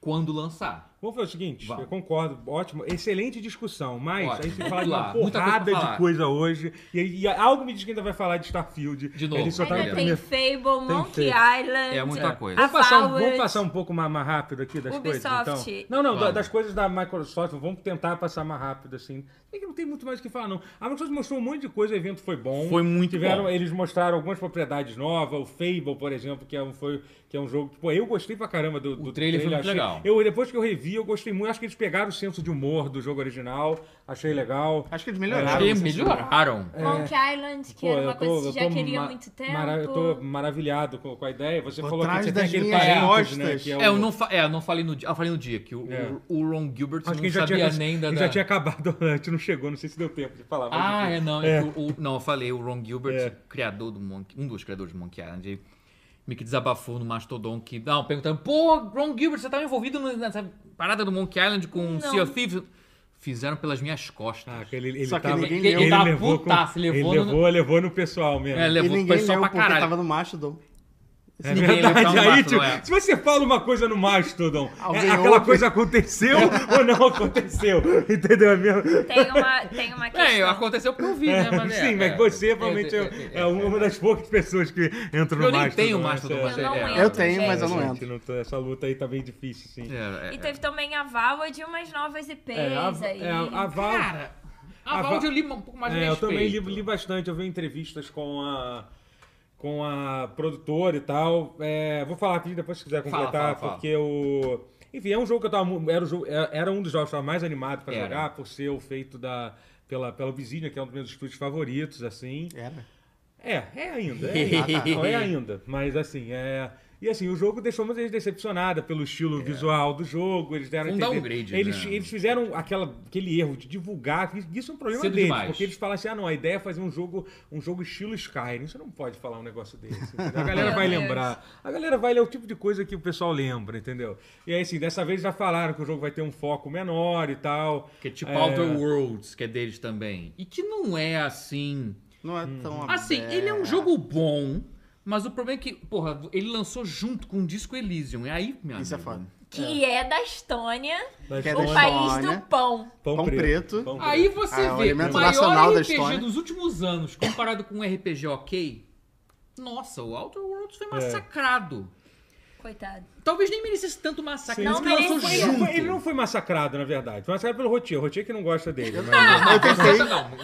E: quando lançar.
C: Vamos fazer o seguinte,
E: Vamos.
C: eu concordo, ótimo, excelente discussão, mas
E: Ótimo.
C: a gente vai falar de uma
E: Vamos lá, muita
C: porrada
E: coisa pra
C: de
E: falar.
C: coisa hoje, e, e algo me diz que ainda vai falar de Starfield.
E: De novo.
C: A gente só tá no
A: Ainda
E: vendo?
A: tem
C: primeiro.
A: Fable, Monkey Island.
E: É muita coisa.
A: A
C: Vamos passar, um, vamos
A: Valorant.
C: passar um pouco mais, mais rápido aqui das coisas,
A: Ubisoft.
C: então. Não, não, da-
E: Vamos.
C: das coisas da Microsoft, vamos tentar passar mais rápido, assim. É que não tem muito mais o que falar, não. A Microsoft mostrou um monte de coisa, o evento foi bom.
E: Foi muito
C: Tiveram,
E: bom.
C: Eles mostraram algumas propriedades novas, o Fable, por exemplo, que é um, foi, que é um jogo... Pô, eu gostei pra caramba do, do
E: trailer foi muito
C: achei-
E: legal.
C: Eu, depois que eu revi, eu gostei muito. Acho que eles pegaram o senso de humor do jogo original, achei legal.
B: Acho que eles
E: Acho
B: melhoraram.
E: que
C: assim,
B: esse
E: melhoraram.
C: né?
A: Monkey Island, que
C: é. Pô,
A: era uma
C: eu tô-
A: coisa
C: eu
A: que já
C: tô
A: queria há
C: ma-
A: muito tempo.
C: mara- eu tô maravilhado com, com a ideia. Você
B: Por
C: falou que
B: trás
C: você tem
B: das
C: aquele
B: minhas
C: parênteses, né?
B: costas.
C: Que é o-
E: É, eu não, fa- é, eu não falei no dia. Ah, eu falei no dia que o,
C: É.
E: o- o Ron Gilbert
C: Acho
E: não
C: que já
E: sabia
C: tinha,
E: nem da.
C: ele
E: da-
C: já tinha acabado antes, não chegou, não sei se deu tempo de falar. mas
E: Ah,
C: enfim.
E: é, não.
C: É.
E: o- o- não, eu falei, o Ron Gilbert,
C: É.
E: criador do Monkey, um dos criadores do Monkey Island, ele meio que desabafou no Mastodon que. Não, perguntando, pô, Ron Gilbert, você tava envolvido no- nessa parada do Monkey Island com o
A: Não.
E: Sea of Thieves? Fizeram pelas minhas costas.
C: Ah, aquele, ele
B: Só que
C: tava,
B: ninguém
C: ele,
B: leu. Ele
E: tava
C: levou,
E: putaço,
C: ele
E: levou
C: levou,
E: no-
C: levou no pessoal mesmo.
E: É,
B: E
E: levou
B: ninguém
E: pessoal
B: leu
E: pra
B: porque
E: caralho.
B: tava no Mastodon.
C: É
E: Ninguém leu,
C: verdade,
E: tava no
C: aí,
E: Mastodon,
C: tio,
E: é.
C: se você fala uma coisa no Mastodon, é,
B: Alguém
C: aquela
B: ouve.
C: coisa aconteceu ou não aconteceu, entendeu? É mesmo?
A: Tem uma, tem uma questão.
E: É, aconteceu porque eu vi, né? Mas é,
C: Sim, mas
E: é.
C: você provavelmente é,
E: Eu- eu-
C: é uma das poucas pessoas que entra no
E: Eu
C: Mastodon.
E: nem tenho o
C: né?
E: Mastodon.
C: Essa-
A: Eu não
E: é,
A: entro,
B: Eu tenho,
A: gente.
B: mas eu não
C: Gente,
B: entro.
C: não tô- essa luta aí tá bem difícil, sim.
E: É, é,
A: E teve também a Valve de umas novas IPs
C: É, a-
A: aí.
C: é, a Val-
E: Cara, a
C: A
E: Valve
C: Va-
E: eu li um pouco mais a
C: É, eu também li,
E: respeito.
C: li bastante, eu vi entrevistas com a, com a produtora e tal. É, vou falar rapidinho depois se quiser
E: Fala,
C: completar,
E: fala, fala.
C: porque o. Enfim, é um jogo que eu tava. mu- Era, o jogo- é- era um dos jogos que eu tava mais animado pra
E: Era.
C: jogar, por ser o feito da. Pela, pela Obsidian, que é um dos meus estúdios favoritos, assim.
B: Era.
C: É, é ainda. É, ainda. Não, é ainda. Mas assim, é. E assim, o jogo deixou muita gente decepcionada pelo estilo visual do jogo. Eles deram a
E: É. Um
C: entender-
E: downgrade,
C: Eles,
E: né?
C: eles fizeram aquela, aquele erro de divulgar. que Isso é um problema
E: Cedo
C: deles,
E: demais.
C: porque eles falam assim: ah, não, a ideia é fazer um jogo, um jogo estilo Skyrim. Você não pode falar um negócio desse. entendeu? A galera
A: Meu
E: É.
C: vai
A: Deus.
C: lembrar. A galera vai ler o tipo de coisa que o pessoal lembra, entendeu? E aí, assim, dessa vez já falaram que o jogo vai ter um foco menor e tal.
E: Que é tipo
C: É.
E: Outer Worlds, que é deles também. E que não é assim.
B: Não é tão
E: Assim,
B: aberto.
E: ele é um jogo bom, mas o problema é que, porra, ele lançou junto com o Disco Elysium. E aí, minha
B: Isso é
E: amiga,
B: foda.
A: Que é da Estônia,
C: Da
B: Que é
A: o
B: da
C: Sony.
A: país
B: Estônia.
A: do pão.
B: Pão preto.
C: um Pão
E: Aí você
B: Ah, o
E: vê o
B: elemento
E: maior
B: nacional da
E: RPG
B: história.
E: dos últimos anos comparado com um RPG ok. Nossa, o Outer Worlds foi massacrado.
A: Coitado.
E: Talvez nem merecesse tanto massacre.
A: Sim.
E: mas
A: Não
E: que lançou
A: merecia.
E: junto.
C: Ele, foi- ele não foi massacrado, na verdade. Foi massacrado pelo Rotier. O Rotier que não gosta dele. né? Mas...
B: Eu tentei.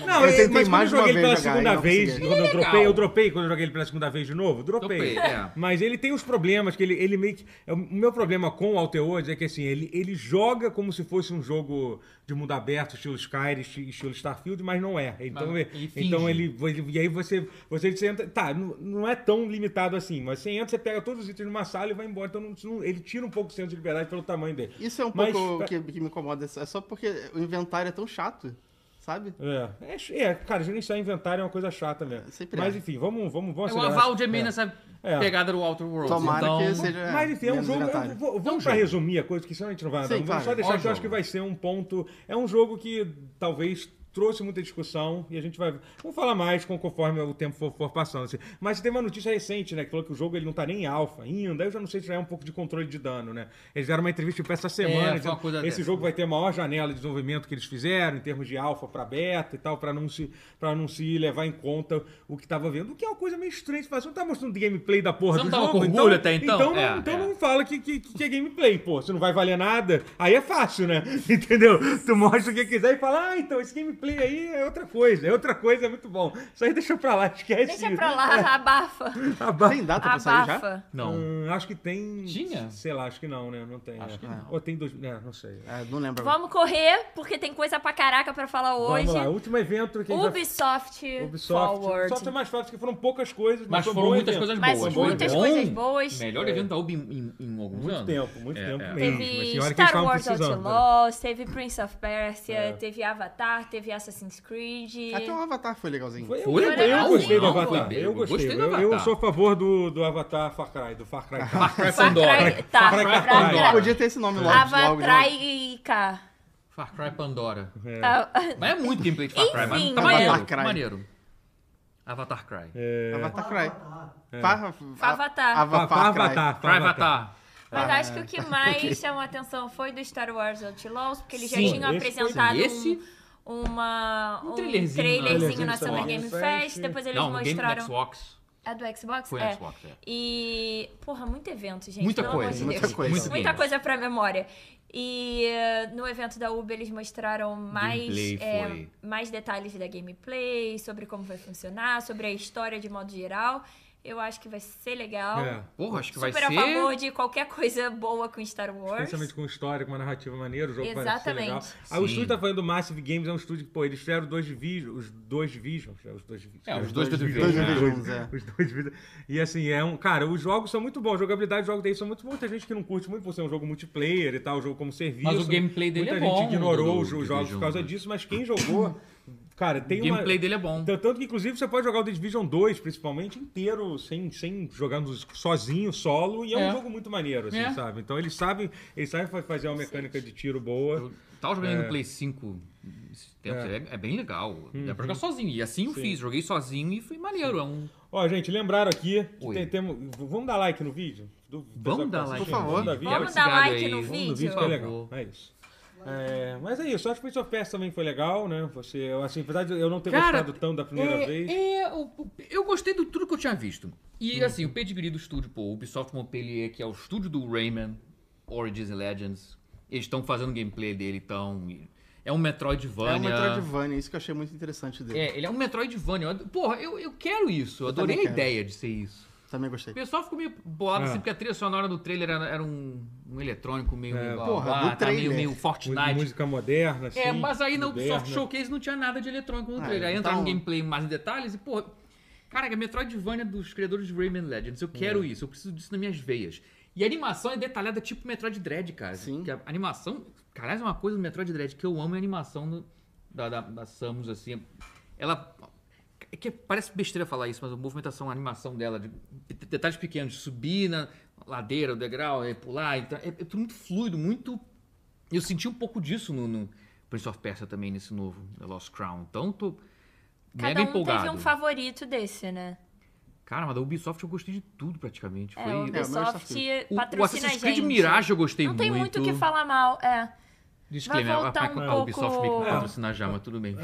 C: Não,
B: Eu
C: eu
B: tentei
C: mas
B: mais
C: quando eu joguei
B: uma
C: ele pela
B: vez jogar
C: segunda
B: e não
C: vez,
B: consegui.
C: quando eu
E: Ele é
C: dropei,
E: legal.
C: eu dropei quando eu joguei ele pela segunda vez de novo, dropei.
E: Dropei, é.
C: Mas ele tem os problemas que ele, ele meio que. é, O meu problema com o Alteodes é que assim, ele, ele joga como se fosse um jogo de mundo aberto, estilo Skyrim, esti- estilo Starfield, mas não é. Então,
E: Mas
C: ele,
E: ele finge.
C: então ele, ele- E aí você, você, você entra. Tá, não, não é tão limitado assim, mas você entra, você pega todos os itens numa sala e vai embora. Então não- não- ele tira um pouco o senso de liberdade pelo tamanho dele.
B: Isso é um
C: Mas-
B: pouco que, que me incomoda. É só porque o inventário é tão chato, sabe?
C: É, é, ch- é cara, gerenciar inventário é uma coisa chata mesmo.
B: Sempre
C: Mas
B: é.
C: enfim, vamos, vamos, vamos
E: O
C: acelerar.
E: Valve é meio
C: É.
E: nessa
C: É.
E: pegada do Outer Worlds.
B: Tomara
E: então...
B: que seja.
C: Mas enfim, é um
B: menos
C: jogo.
B: inventário.
C: eu vou- vamos pra resumir a coisa, que senão a gente não vai andar.
B: Sim,
C: Vamos só
B: claro.
C: deixar
E: Ó o
C: que eu acho
E: jogo.
C: que vai ser um ponto. É um jogo que talvez trouxe muita discussão e a gente vai. Vamos falar mais com- conforme o tempo for, for passando. assim. Mas tem uma notícia recente, né? Que falou que o jogo ele não tá nem em alfa ainda. Eu já não sei se já é um pouco de controle de dano, né? Eles deram uma entrevista tipo, essa semana.
E: foi uma
C: dizendo,
E: coisa
C: esse
E: dessa.
C: jogo vai ter a maior janela de desenvolvimento que eles fizeram, em termos de alfa pra beta e tal, pra não se, pra não se levar em conta o que tava vendo. O que é uma coisa meio estranha. Você fala, você não tá mostrando gameplay da porra
E: Você
C: do
E: não tava
C: jogo?
E: com
C: então,
E: orgulho até então?
C: Então,
E: É,
C: não, então
E: é.
C: não fala que, que, que é gameplay, pô. Se não vai valer nada, aí é fácil, né? Entendeu? Tu mostra o que quiser e fala, ah, então, esse gameplay Play aí é outra coisa. É outra coisa, é muito bom. Isso aí deixa pra lá, esquece.
A: Deixa pra lá, abafa.
C: Abafa.
B: Tem data pra sair já?
A: Abafa.
E: Não.
C: Hum, acho que tem.
D: Tinha?
C: Sei lá, acho que não, né? Não tem.
E: Acho
C: né?
E: que não.
C: Ou tem dois. É, não sei.
B: É, não lembro. agora.
A: Vamos correr, porque tem coisa pra caraca pra falar hoje.
C: Vamos lá, último evento que a gente vai-
A: Ubisoft,
C: Ubisoft. é
A: Forward.
C: Só tem mais fatos que foram poucas coisas, mas,
E: Mas
C: foi um
E: foram
C: bom
E: muitas
C: evento.
E: coisas
A: Mas
E: boas.
A: muitas
E: Foi bom.
A: coisas boas.
E: Melhor evento da Ubi em, em- em alguns
C: Muito
E: anos.
C: tempo, muito
E: É,
C: tempo
E: é.
C: mesmo. Mas
A: Teve
C: tinha hora que eles
A: Star
C: estavam
A: Wars
C: precisando, né?
A: Outlaws, teve Prince of Persia,
C: É.
A: teve Avatar, teve Assassin's Creed.
B: Até o Avatar foi legalzinho.
C: Foi,
E: Foi
C: eu,
A: legal,
C: eu gostei do
A: não,
C: Avatar.
E: foi bem,
C: eu gostei.
E: gostei do
C: Eu- Eu,
E: Avatar.
C: sou a favor do, do Avatar Far Cry, do Far Cry.
E: Far Cry
A: Far
E: Pandora.
A: Cry- tá,
C: Far Cry
A: Far Cry-
C: Pandora.
B: Podia ter esse nome logo. logo de
A: Avatar
B: nome.
A: e K.
E: Far Cry Pandora.
C: É.
A: Tá.
E: Mas é muito gameplay de Far Cry, mas
A: Enfim,
E: tá
A: né?
E: maneiro.
B: Avatar Cry.
E: maneiro. Avatar Cry.
C: É.
E: tá
B: Avatar Cry.
F: Avatar.
B: Far-
A: Avatar.
C: Far-
B: Ava-
C: Far
B: Far Cry.
C: Avatar.
E: Cry
C: Far Avatar.
E: Avatar.
C: Ah,
A: Mas acho que o que mais chamou a atenção foi do Star Wars Outlaws, porque eles já
E: Sim,
A: tinham
C: esse foi-
A: apresentado
E: esse-
A: um, uma,
E: Um
A: um
E: trailerzinho,
A: trailerzinho
C: né?
A: na Summer Game
C: Trailerzinho do
A: Fest.
C: Xbox.
A: Depois eles
E: Não, no Game do
A: mostraram.
E: Xbox.
A: a do Xbox?
E: Foi
A: é.
E: no Xbox, é.
A: E. Porra, muito evento, gente.
E: Muita
A: pelo
E: coisa.
A: Amor de Deus.
B: muita coisa.
E: Muito
A: Muita
E: gamer.
A: coisa pra memória. E eh, no evento da Uber eles mostraram mais,
E: Gameplay
A: eh,
E: foi.
A: mais detalhes da gameplay, sobre como vai funcionar, sobre a história de modo geral. Eu acho que vai ser legal.
C: É.
E: Porra, acho que vai
A: Super
E: ser...
A: a favor de qualquer coisa boa com Star Wars.
C: Principalmente com história, com uma narrativa maneira, o jogo parece ser
A: Exatamente.
C: legal. Aí o
E: Sim.
C: estúdio tá falando do Massive Games, é um estúdio que, pô, eles fizeram dois Division, os dois Division, os dois Division.
E: É, os dois do
B: Dois
E: Division.
B: Division.
E: né?
B: Divisions, é.
C: Os dois Division. E assim, é um. Cara, os jogos são muito bons, a jogabilidade dos jogos deles são muito bons. Muita gente que não curte muito por ser um jogo multiplayer e tal, um jogo como serviço.
E: Mas o gameplay dele
C: Muita
E: é bom,
C: gente ignorou
E: do-
C: os
E: do
C: os jogos por
E: Division,
C: causa
E: né?
C: disso, mas quem jogou, cara, tem
E: O
C: uma.
E: gameplay dele é bom.
C: Então, Tanto que, inclusive, você pode jogar o The Division 2, principalmente, inteiro, sem, sem jogar nos- sozinho, solo, e é, um
E: É.
C: jogo muito maneiro, assim,
E: É.
C: sabe? Então eles sabem, eles sabem fa- fazer uma mecânica de tiro boa.
E: Eu tava jogando
C: É.
E: no Play 5 esses tempos,
C: É. Uhum.
E: é. é bem legal. Dá pra jogar sozinho. E assim eu fiz, joguei sozinho e foi maneiro. É um...
C: Ó, gente, lembraram aqui que
E: Oi.
C: tem- temos- v- Vamos dar like no vídeo? Do-
E: Vamos
C: do-
E: dar
C: do-
E: like.
B: Por favor.
E: no vídeo.
C: Vamos
E: Quebra
A: dar
E: esse galho
A: like
E: aí.
A: no
E: Vamos
C: No vídeo
A: vídeo.
C: que é
E: por
C: legal.
E: favor.
C: É isso. É, mas é isso, acho que o Prince of Persia também foi legal, né? Você, eu, assim, apesar de eu não ter
E: Cara,
C: gostado tanto da primeira
E: é,
C: vez.
E: é, o- o- eu gostei de tudo que eu tinha visto. E assim, o pedigree do estúdio, pô, o Ubisoft Montpellier, que é o estúdio do Rayman, Origins and Legends, eles estão fazendo gameplay dele, então... e- É um
B: É o
E: Metroidvania.
B: Metroidvania, isso que eu achei muito interessante dele.
E: É, ele é um Metroidvania. Eu ad- Porra, eu, eu quero isso. Eu
B: também
E: adorei a
B: quero.
E: ideia de ser isso.
B: Também
E: O
B: gostei.
E: pessoal ficou meio
C: É.
E: bolado assim, porque a trilha sonora do trailer era, era um, um eletrônico meio.
C: É,
E: blá,
B: porra,
E: blá,
B: do
E: tá
B: trailer.
E: meio, meio Fortnite.
C: Música moderna, assim.
E: é, mas aí na Ubisoft
C: moderna.
E: Showcase não tinha nada de eletrônico no
B: Ah,
E: trailer. Aí
B: então-
E: entraram no gameplay mais em detalhes e, porra. Caraca, Metroidvania dos criadores de Rayman Legends. Eu quero isso, eu preciso disso nas minhas veias. E a animação é detalhada tipo Metroid Dread, cara.
B: Sim.
E: Que a animação. Caralho, é uma coisa do Metroid Dread que eu amo é a animação do- da, da, da Samus, assim. Ela. é que parece besteira falar isso, mas a movimentação, a animação dela, de de- detalhes pequenos, de subir na ladeira, o degrau, e pular, então, é, é tudo muito fluido, muito eu senti um pouco disso no, no Prince of Persia também, nesse novo The Lost Crown. Então, tô
A: Cada
E: mega
A: um
E: empolgado.
A: teve um favorito desse, né?
E: Cara, mas da Ubisoft eu gostei de tudo praticamente.
A: É,
E: Foi...
A: o
B: É, o
A: Ubisoft
B: Microsoft.
E: o, o
A: patrocina a
E: Assassin's Creed
A: gente.
E: Mirage eu gostei
A: Não
E: muito.
A: tem muito o que falar mal, é.
E: Disclaimer,
A: Vai voltar
E: a,
A: um
E: a,
A: pouco-
E: Ubisoft meio que não patrocina já, mas tudo bem.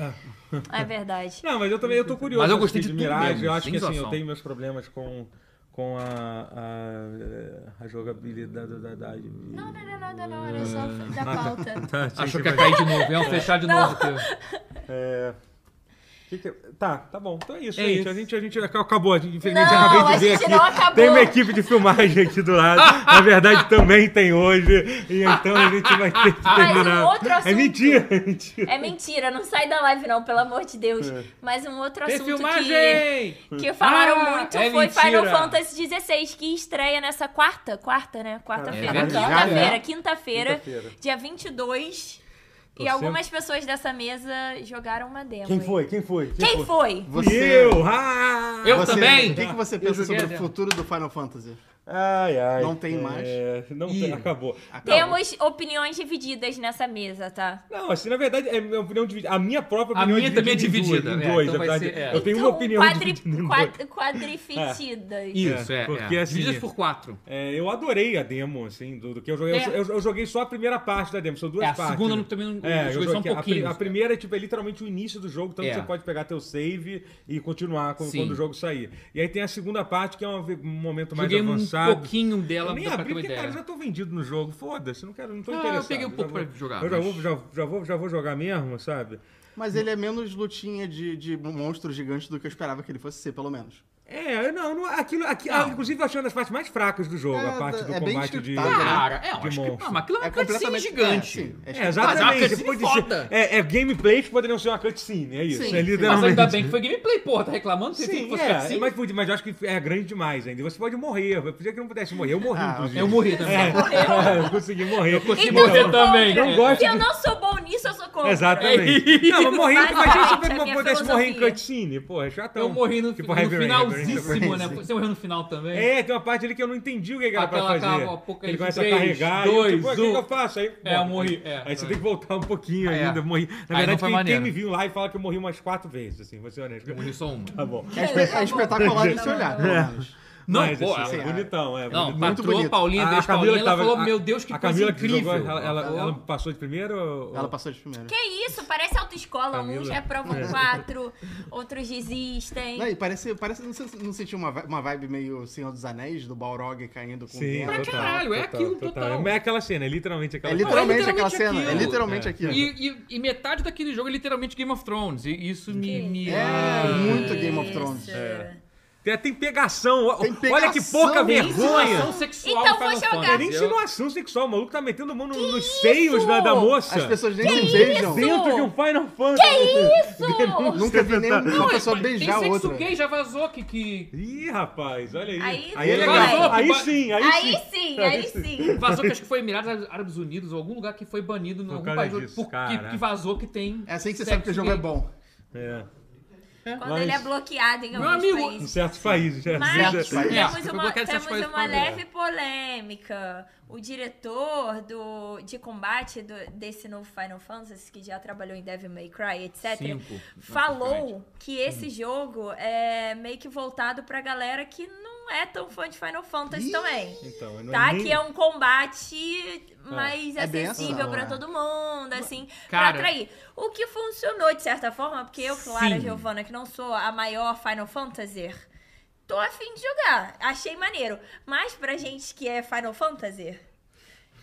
A: É verdade.
C: Não, mas eu também eu tô curioso.
E: Mas eu gostei de
C: Assassin's
E: tudo
C: Creed Mirage,
E: mesmo,
C: eu acho que
E: sem
C: assim, eu
E: zoação.
C: tenho meus problemas com, com a, a, a jogabilidade da, da, Tá,
A: Não, não, não, nada não, era só da
E: Ah.
A: pauta.
E: Achou que é. ia cair de novo,
C: É.
E: iam fechar de novo. aqui.
C: Que que- Tá, tá bom. Então é isso,
E: É
C: gente.
E: isso.
C: A gente. A gente ac- acabou. A gente, infelizmente,
A: Não,
C: acabei de
A: a
C: ver
A: gente
C: aqui.
A: não acabou.
C: Tem uma equipe de filmagem aqui do lado. Na verdade, também tem hoje. E então a gente vai ter que
A: Mas um
C: terminar.
A: outro
C: é
A: assunto.
C: mentira, é mentira.
A: É mentira, não sai da live não, pelo amor de Deus.
C: É.
A: Mas um outro
E: Tem
A: assunto
E: filmagem!
A: que, que falaram
E: Ah,
A: muito
E: é
A: foi Final
E: mentira.
A: Fantasy XVI, que estreia nessa quarta, quarta, né? Quarta-feira,
E: verdade.
A: quinta-feira,
E: Já,
A: quinta-feira,
C: É Quinta-feira.
A: dia 22.
C: Tô
A: e algumas pessoas dessa mesa jogaram uma demo.
C: Quem
A: hein?
C: foi? Quem foi? Quem,
A: Quem foi?
B: Você.
C: Eu! Ah!
E: Eu
B: você-
E: também!
B: O que, que você
E: Eu
B: pensa
E: joguei
B: sobre
E: a
B: o
E: demo.
B: futuro do Final Fantasy?
C: Ai, ai.
B: Não tem mais?
C: É, não tem,
E: Ih.
C: acabou.
A: Temos opiniões divididas nessa mesa, tá?
C: Não, assim, na verdade, é minha opinião dividida. A minha própria
E: A
C: opinião
E: minha também é
C: dividida. em duas,
E: dividida,
C: em
E: é,
C: dois,
E: então
C: na
E: vai
C: verdade.
E: ser- é.
C: Eu tenho
A: então,
C: uma opinião
A: quadri...
C: dividida em dois.
A: quad- quadrificidas.
E: Isso, é.
C: porque
E: é.
C: assim-
E: Divididas por quatro.
C: É, eu adorei a demo, assim, do, do que eu joguei. Eu-
E: É.
C: Eu, eu joguei só a primeira parte da demo, são duas
E: É, a
C: partes.
E: segunda
C: né?
E: eu também não-
C: é,
E: eu joguei só um
C: a pri-
E: pouquinho.
C: A, primeira tipo, é literalmente o início do jogo, tanto
E: É.
C: que você pode pegar teu save e continuar com-
E: Sim.
C: quando o jogo sair. E aí tem a segunda parte, que é um, ve- um momento mais
E: Joguei um
C: avançado. interessado.
E: um pouquinho dela
C: Eu nem
E: pra ter
C: abri,
E: uma
C: porque, cara,
E: ideia.
C: eu já tô vendido no jogo, foda-se, não quero, não tô
E: Ah, eu
C: interessado.
E: peguei um
C: já
E: pouco
C: vou-
E: pra jogar,
C: Eu já,
E: mas-
C: vou, já, já vou, já vou jogar mesmo, sabe?
B: Mas ele é menos lutinha de, de monstro gigante do que eu esperava que ele fosse ser, pelo menos.
C: É, eu não, não aquilo, aqui,
E: Não.
C: ah, inclusive eu achei uma das partes mais fracas do jogo,
B: É,
C: a parte do
B: é bem
C: combate de,
B: scriptado, né?
E: Cara, é, eu
C: de
E: acho que.
C: monstro.
E: Ah, mas aquilo é uma cutscene
B: É,
E: gigante.
B: sim,
C: É,
E: Mas é uma
C: exatamente.
E: cutscene
C: Depois de ser-
E: foda.
C: é, é gameplays que poderiam ser uma cutscene, é isso.
B: Sim,
C: é
B: sim.
E: Mas ainda
C: literalmente.
E: bem que foi gameplay, porra, tá reclamando? Você tem que
C: Sim,
E: fosse
C: é,
E: cutscene?
C: mas, podia- mas eu acho que é grande demais ainda. Você pode morrer. Eu podia que eu não pudesse morrer. Eu morri,
B: Ah,
C: inclusive.
E: Eu morri
C: É,
E: também.
C: eu consegui morrer. Eu
E: consegui
A: Então,
E: morrer
A: eu sou
E: também.
A: contra.
C: Eu gosto
A: Se eu
C: de-
A: não sou bom nisso, eu sou contra. É
C: Exatamente. Não, mas morri,
A: Mas,
C: imagina se
A: gente, a
C: eu
A: minha
C: pudesse morrer em
A: filosofia.
C: cutscene. Porra, é chatão.
E: Eu morri no,
C: Tipo
E: no
C: Heavy Rain, Heavy Rain.
E: finalzíssimo, né?
B: Heavy Rain.
E: Você morreu no final também.
C: É, tem uma parte ali que eu não entendi o que, que era
E: Aquela
C: pra fazer.
E: acaba, pô,
C: ele começa
E: três,
C: a carregar,
E: dois,
C: e eu, tipo, "Ué, o que,
E: um."
C: que eu faço? Aí,
E: É, eu
C: morre.
E: morri, é,
C: aí você
E: é.
C: tem que voltar um pouquinho
E: É.
C: ainda, eu morri. Na
E: Aí não
C: verdade, quem,
E: foi
C: quem
E: maneiro.
C: me viu lá e fala que eu morri umas quatro vezes, assim, vou ser honesto.
E: Morri só uma.
C: Tá bom.
B: É, espe- é espetacular de se olhar, pelo
E: É.
B: menos.
E: Não,
C: Mas,
E: pô,
C: assim,
E: é-
C: é bonitão, é.
E: Não,
C: bonito.
E: patroa
B: bonito.
E: Paulinha,
C: A- a
E: Deus
C: Camila
E: Paulinha,
C: que
E: ela
C: tava-
E: falou,
C: a-
E: meu Deus, que
C: A
E: coisa
C: Camila que
E: incrível.
C: jogou, ela, ela-
E: Falou.
C: ela passou de primeiro ou...
B: Ela passou de primeira.
A: Que isso, parece autoescola.
C: Camila. É.
A: Uns reprovam quatro, outros desistem.
B: Não, e parece, parece não, sei- não sentiu uma, vi- uma vibe meio Senhor dos Anéis, do Balrog caindo com o
C: Sim,
B: vento?
E: Pra caralho, é aquilo, total.
C: Mas é aquela cena, é literalmente
B: É
C: aquela cena.
B: literalmente
E: Não, é
B: aquela cena,
E: literalmente
B: é literalmente
C: aquilo.
B: aquilo.
E: E, e- e metade daquele jogo é literalmente Game of Thrones. E isso me. me-
B: É, muito Game of Thrones.
A: Isso. É.
C: Tem, tem pegação.
B: Tem
C: Olha que
B: pegação,
C: pouca
B: tem
C: vergonha.
E: Insinuação sexual
A: Então
E: no Final
A: vou jogar.
C: Não é
E: Fantasy.
C: nem
E: Eu-
C: insinuação sexual. O maluco tá metendo a mão no- nos seios da, da moça.
B: As pessoas nem se beijam.
C: Dentro de um Final Fantasy.
A: Isso!
B: Nunca vi nenhuma
E: Não,
B: pessoa
E: mas
B: beijar
E: tem sexo
B: outra.
E: gay, já vazou que. que...
C: Ih, rapaz, olha aí.
A: Aí vai.
C: é legal.
E: Vai.
C: Aí sim, aí,
A: Aí
C: sim.
A: sim, aí sim.
E: Vazou que acho que foi Emirados Árabes Unidos, ou algum lugar que foi banido em
C: Por
E: algum
C: causa
E: país
C: disso,
E: porque
C: cara.
E: que vazou que tem.
B: É assim que você
E: sexo
B: sabe que o jogo
E: gay.
B: é bom.
C: É,
A: Quando
C: Mas-
A: ele é bloqueado em
E: Meu
A: alguns
E: amigo,
C: em
A: países.
C: certos países. é.
A: Mas
B: países.
A: temos
E: É,
A: uma,
E: qualquer dessas
A: temos
E: coisas
A: uma
E: pode
A: leve polêmica. O diretor do, de combate do- desse novo Final Fantasy, que já trabalhou em Devil May Cry, etc.,
E: Cinco,
A: falou que esse jogo é meio que voltado pra galera que não é tão fã de Final Fantasy também.
C: Então, não é
A: Tá?
C: nem-
A: Que é um combate mais
B: É bem
A: acessível
B: ação,
A: pra
B: é.
A: todo mundo, assim, pra
E: Cara-
A: atrair. O que funcionou de certa forma, porque eu, Clara
E: Sim.
A: Giovanna, que não sou a maior Final Fantasy, tô afim de jogar. Achei maneiro. Mas pra gente que é Final Fantasy,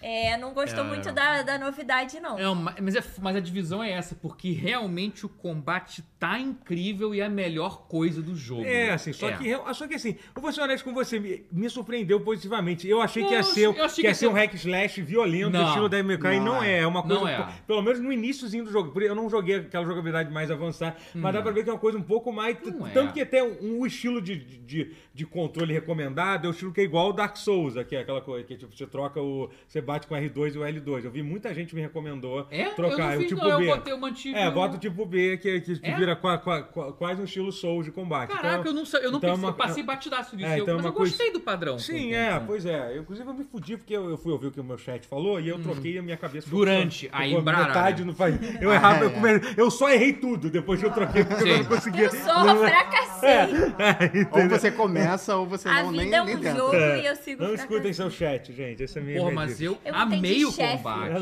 A: é, não gostou
E: É,
A: muito
E: é.
A: Da, da novidade, não.
E: É, uma- mas, é- mas a divisão é essa, porque realmente o combate tá incrível e é a melhor coisa do jogo.
C: É, assim, só,
E: É.
C: Que, eu- só que assim, eu vou ser honesto com você, me, me surpreendeu positivamente. Eu achei que ia
E: Eu
C: ser,
E: achei- eu achei
C: que ia
E: que
C: ser um
E: ia
C: hack slash violento,
E: Não.
C: estilo da MK, e
B: Não
C: não é. É uma coisa,
E: Não é.
C: pô, pelo menos no iníciozinho do jogo. Por- Eu não joguei aquela jogabilidade mais avançada, mas dá pra ver que é uma coisa um pouco mais... t-
E: Não é.
C: Tanto que até um, um estilo de, de, de controle recomendado é o estilo que é igual ao Dark Souls, que é aquela coisa que tipo, você troca o... Você bate com o R2 e o L2. Eu vi muita gente me recomendou
E: É?
C: trocar.
E: eu
C: o
E: não fiz,
C: tipo
E: não.
C: B.
E: Eu botei, eu mantive.
C: É,
E: o-
C: bota o tipo B, que, que, que
E: É?
C: vira qua- qua- qua- quase um estilo Souls de combate. Então,
E: Caraca, eu não sei, eu não
C: então é
E: pensei,
C: uma-
E: eu passei batidaço disso,
C: É,
E: eu-
C: então é
E: mas
C: uma
E: eu gostei
C: coisa-
E: do padrão.
C: Sim, é, pois é. Eu, inclusive, eu me fudi porque eu, eu fui ouvir o que o meu chat falou e eu troquei a minha cabeça. por-
E: Hum. Durante né?" a
C: por
E: Embrara.
C: Metade no país. Eu errava, eu, come- eu só errei tudo depois que eu troquei, porque eu
E: Sim.
C: não é.
A: Eu
C: conseguia.
A: sou uma fracassei.
B: Ou você começa ou você
A: A
B: não, nem,
A: vida é
B: nem
A: um
B: tenta.
A: jogo e eu sigo
C: Não
A: fracassei.
C: escutem seu chat, gente. Essa é a minha.
E: Porra,
C: minha
E: mas
C: dica.
E: eu,
A: Eu entendi
E: amei o
A: chefe.
E: combate.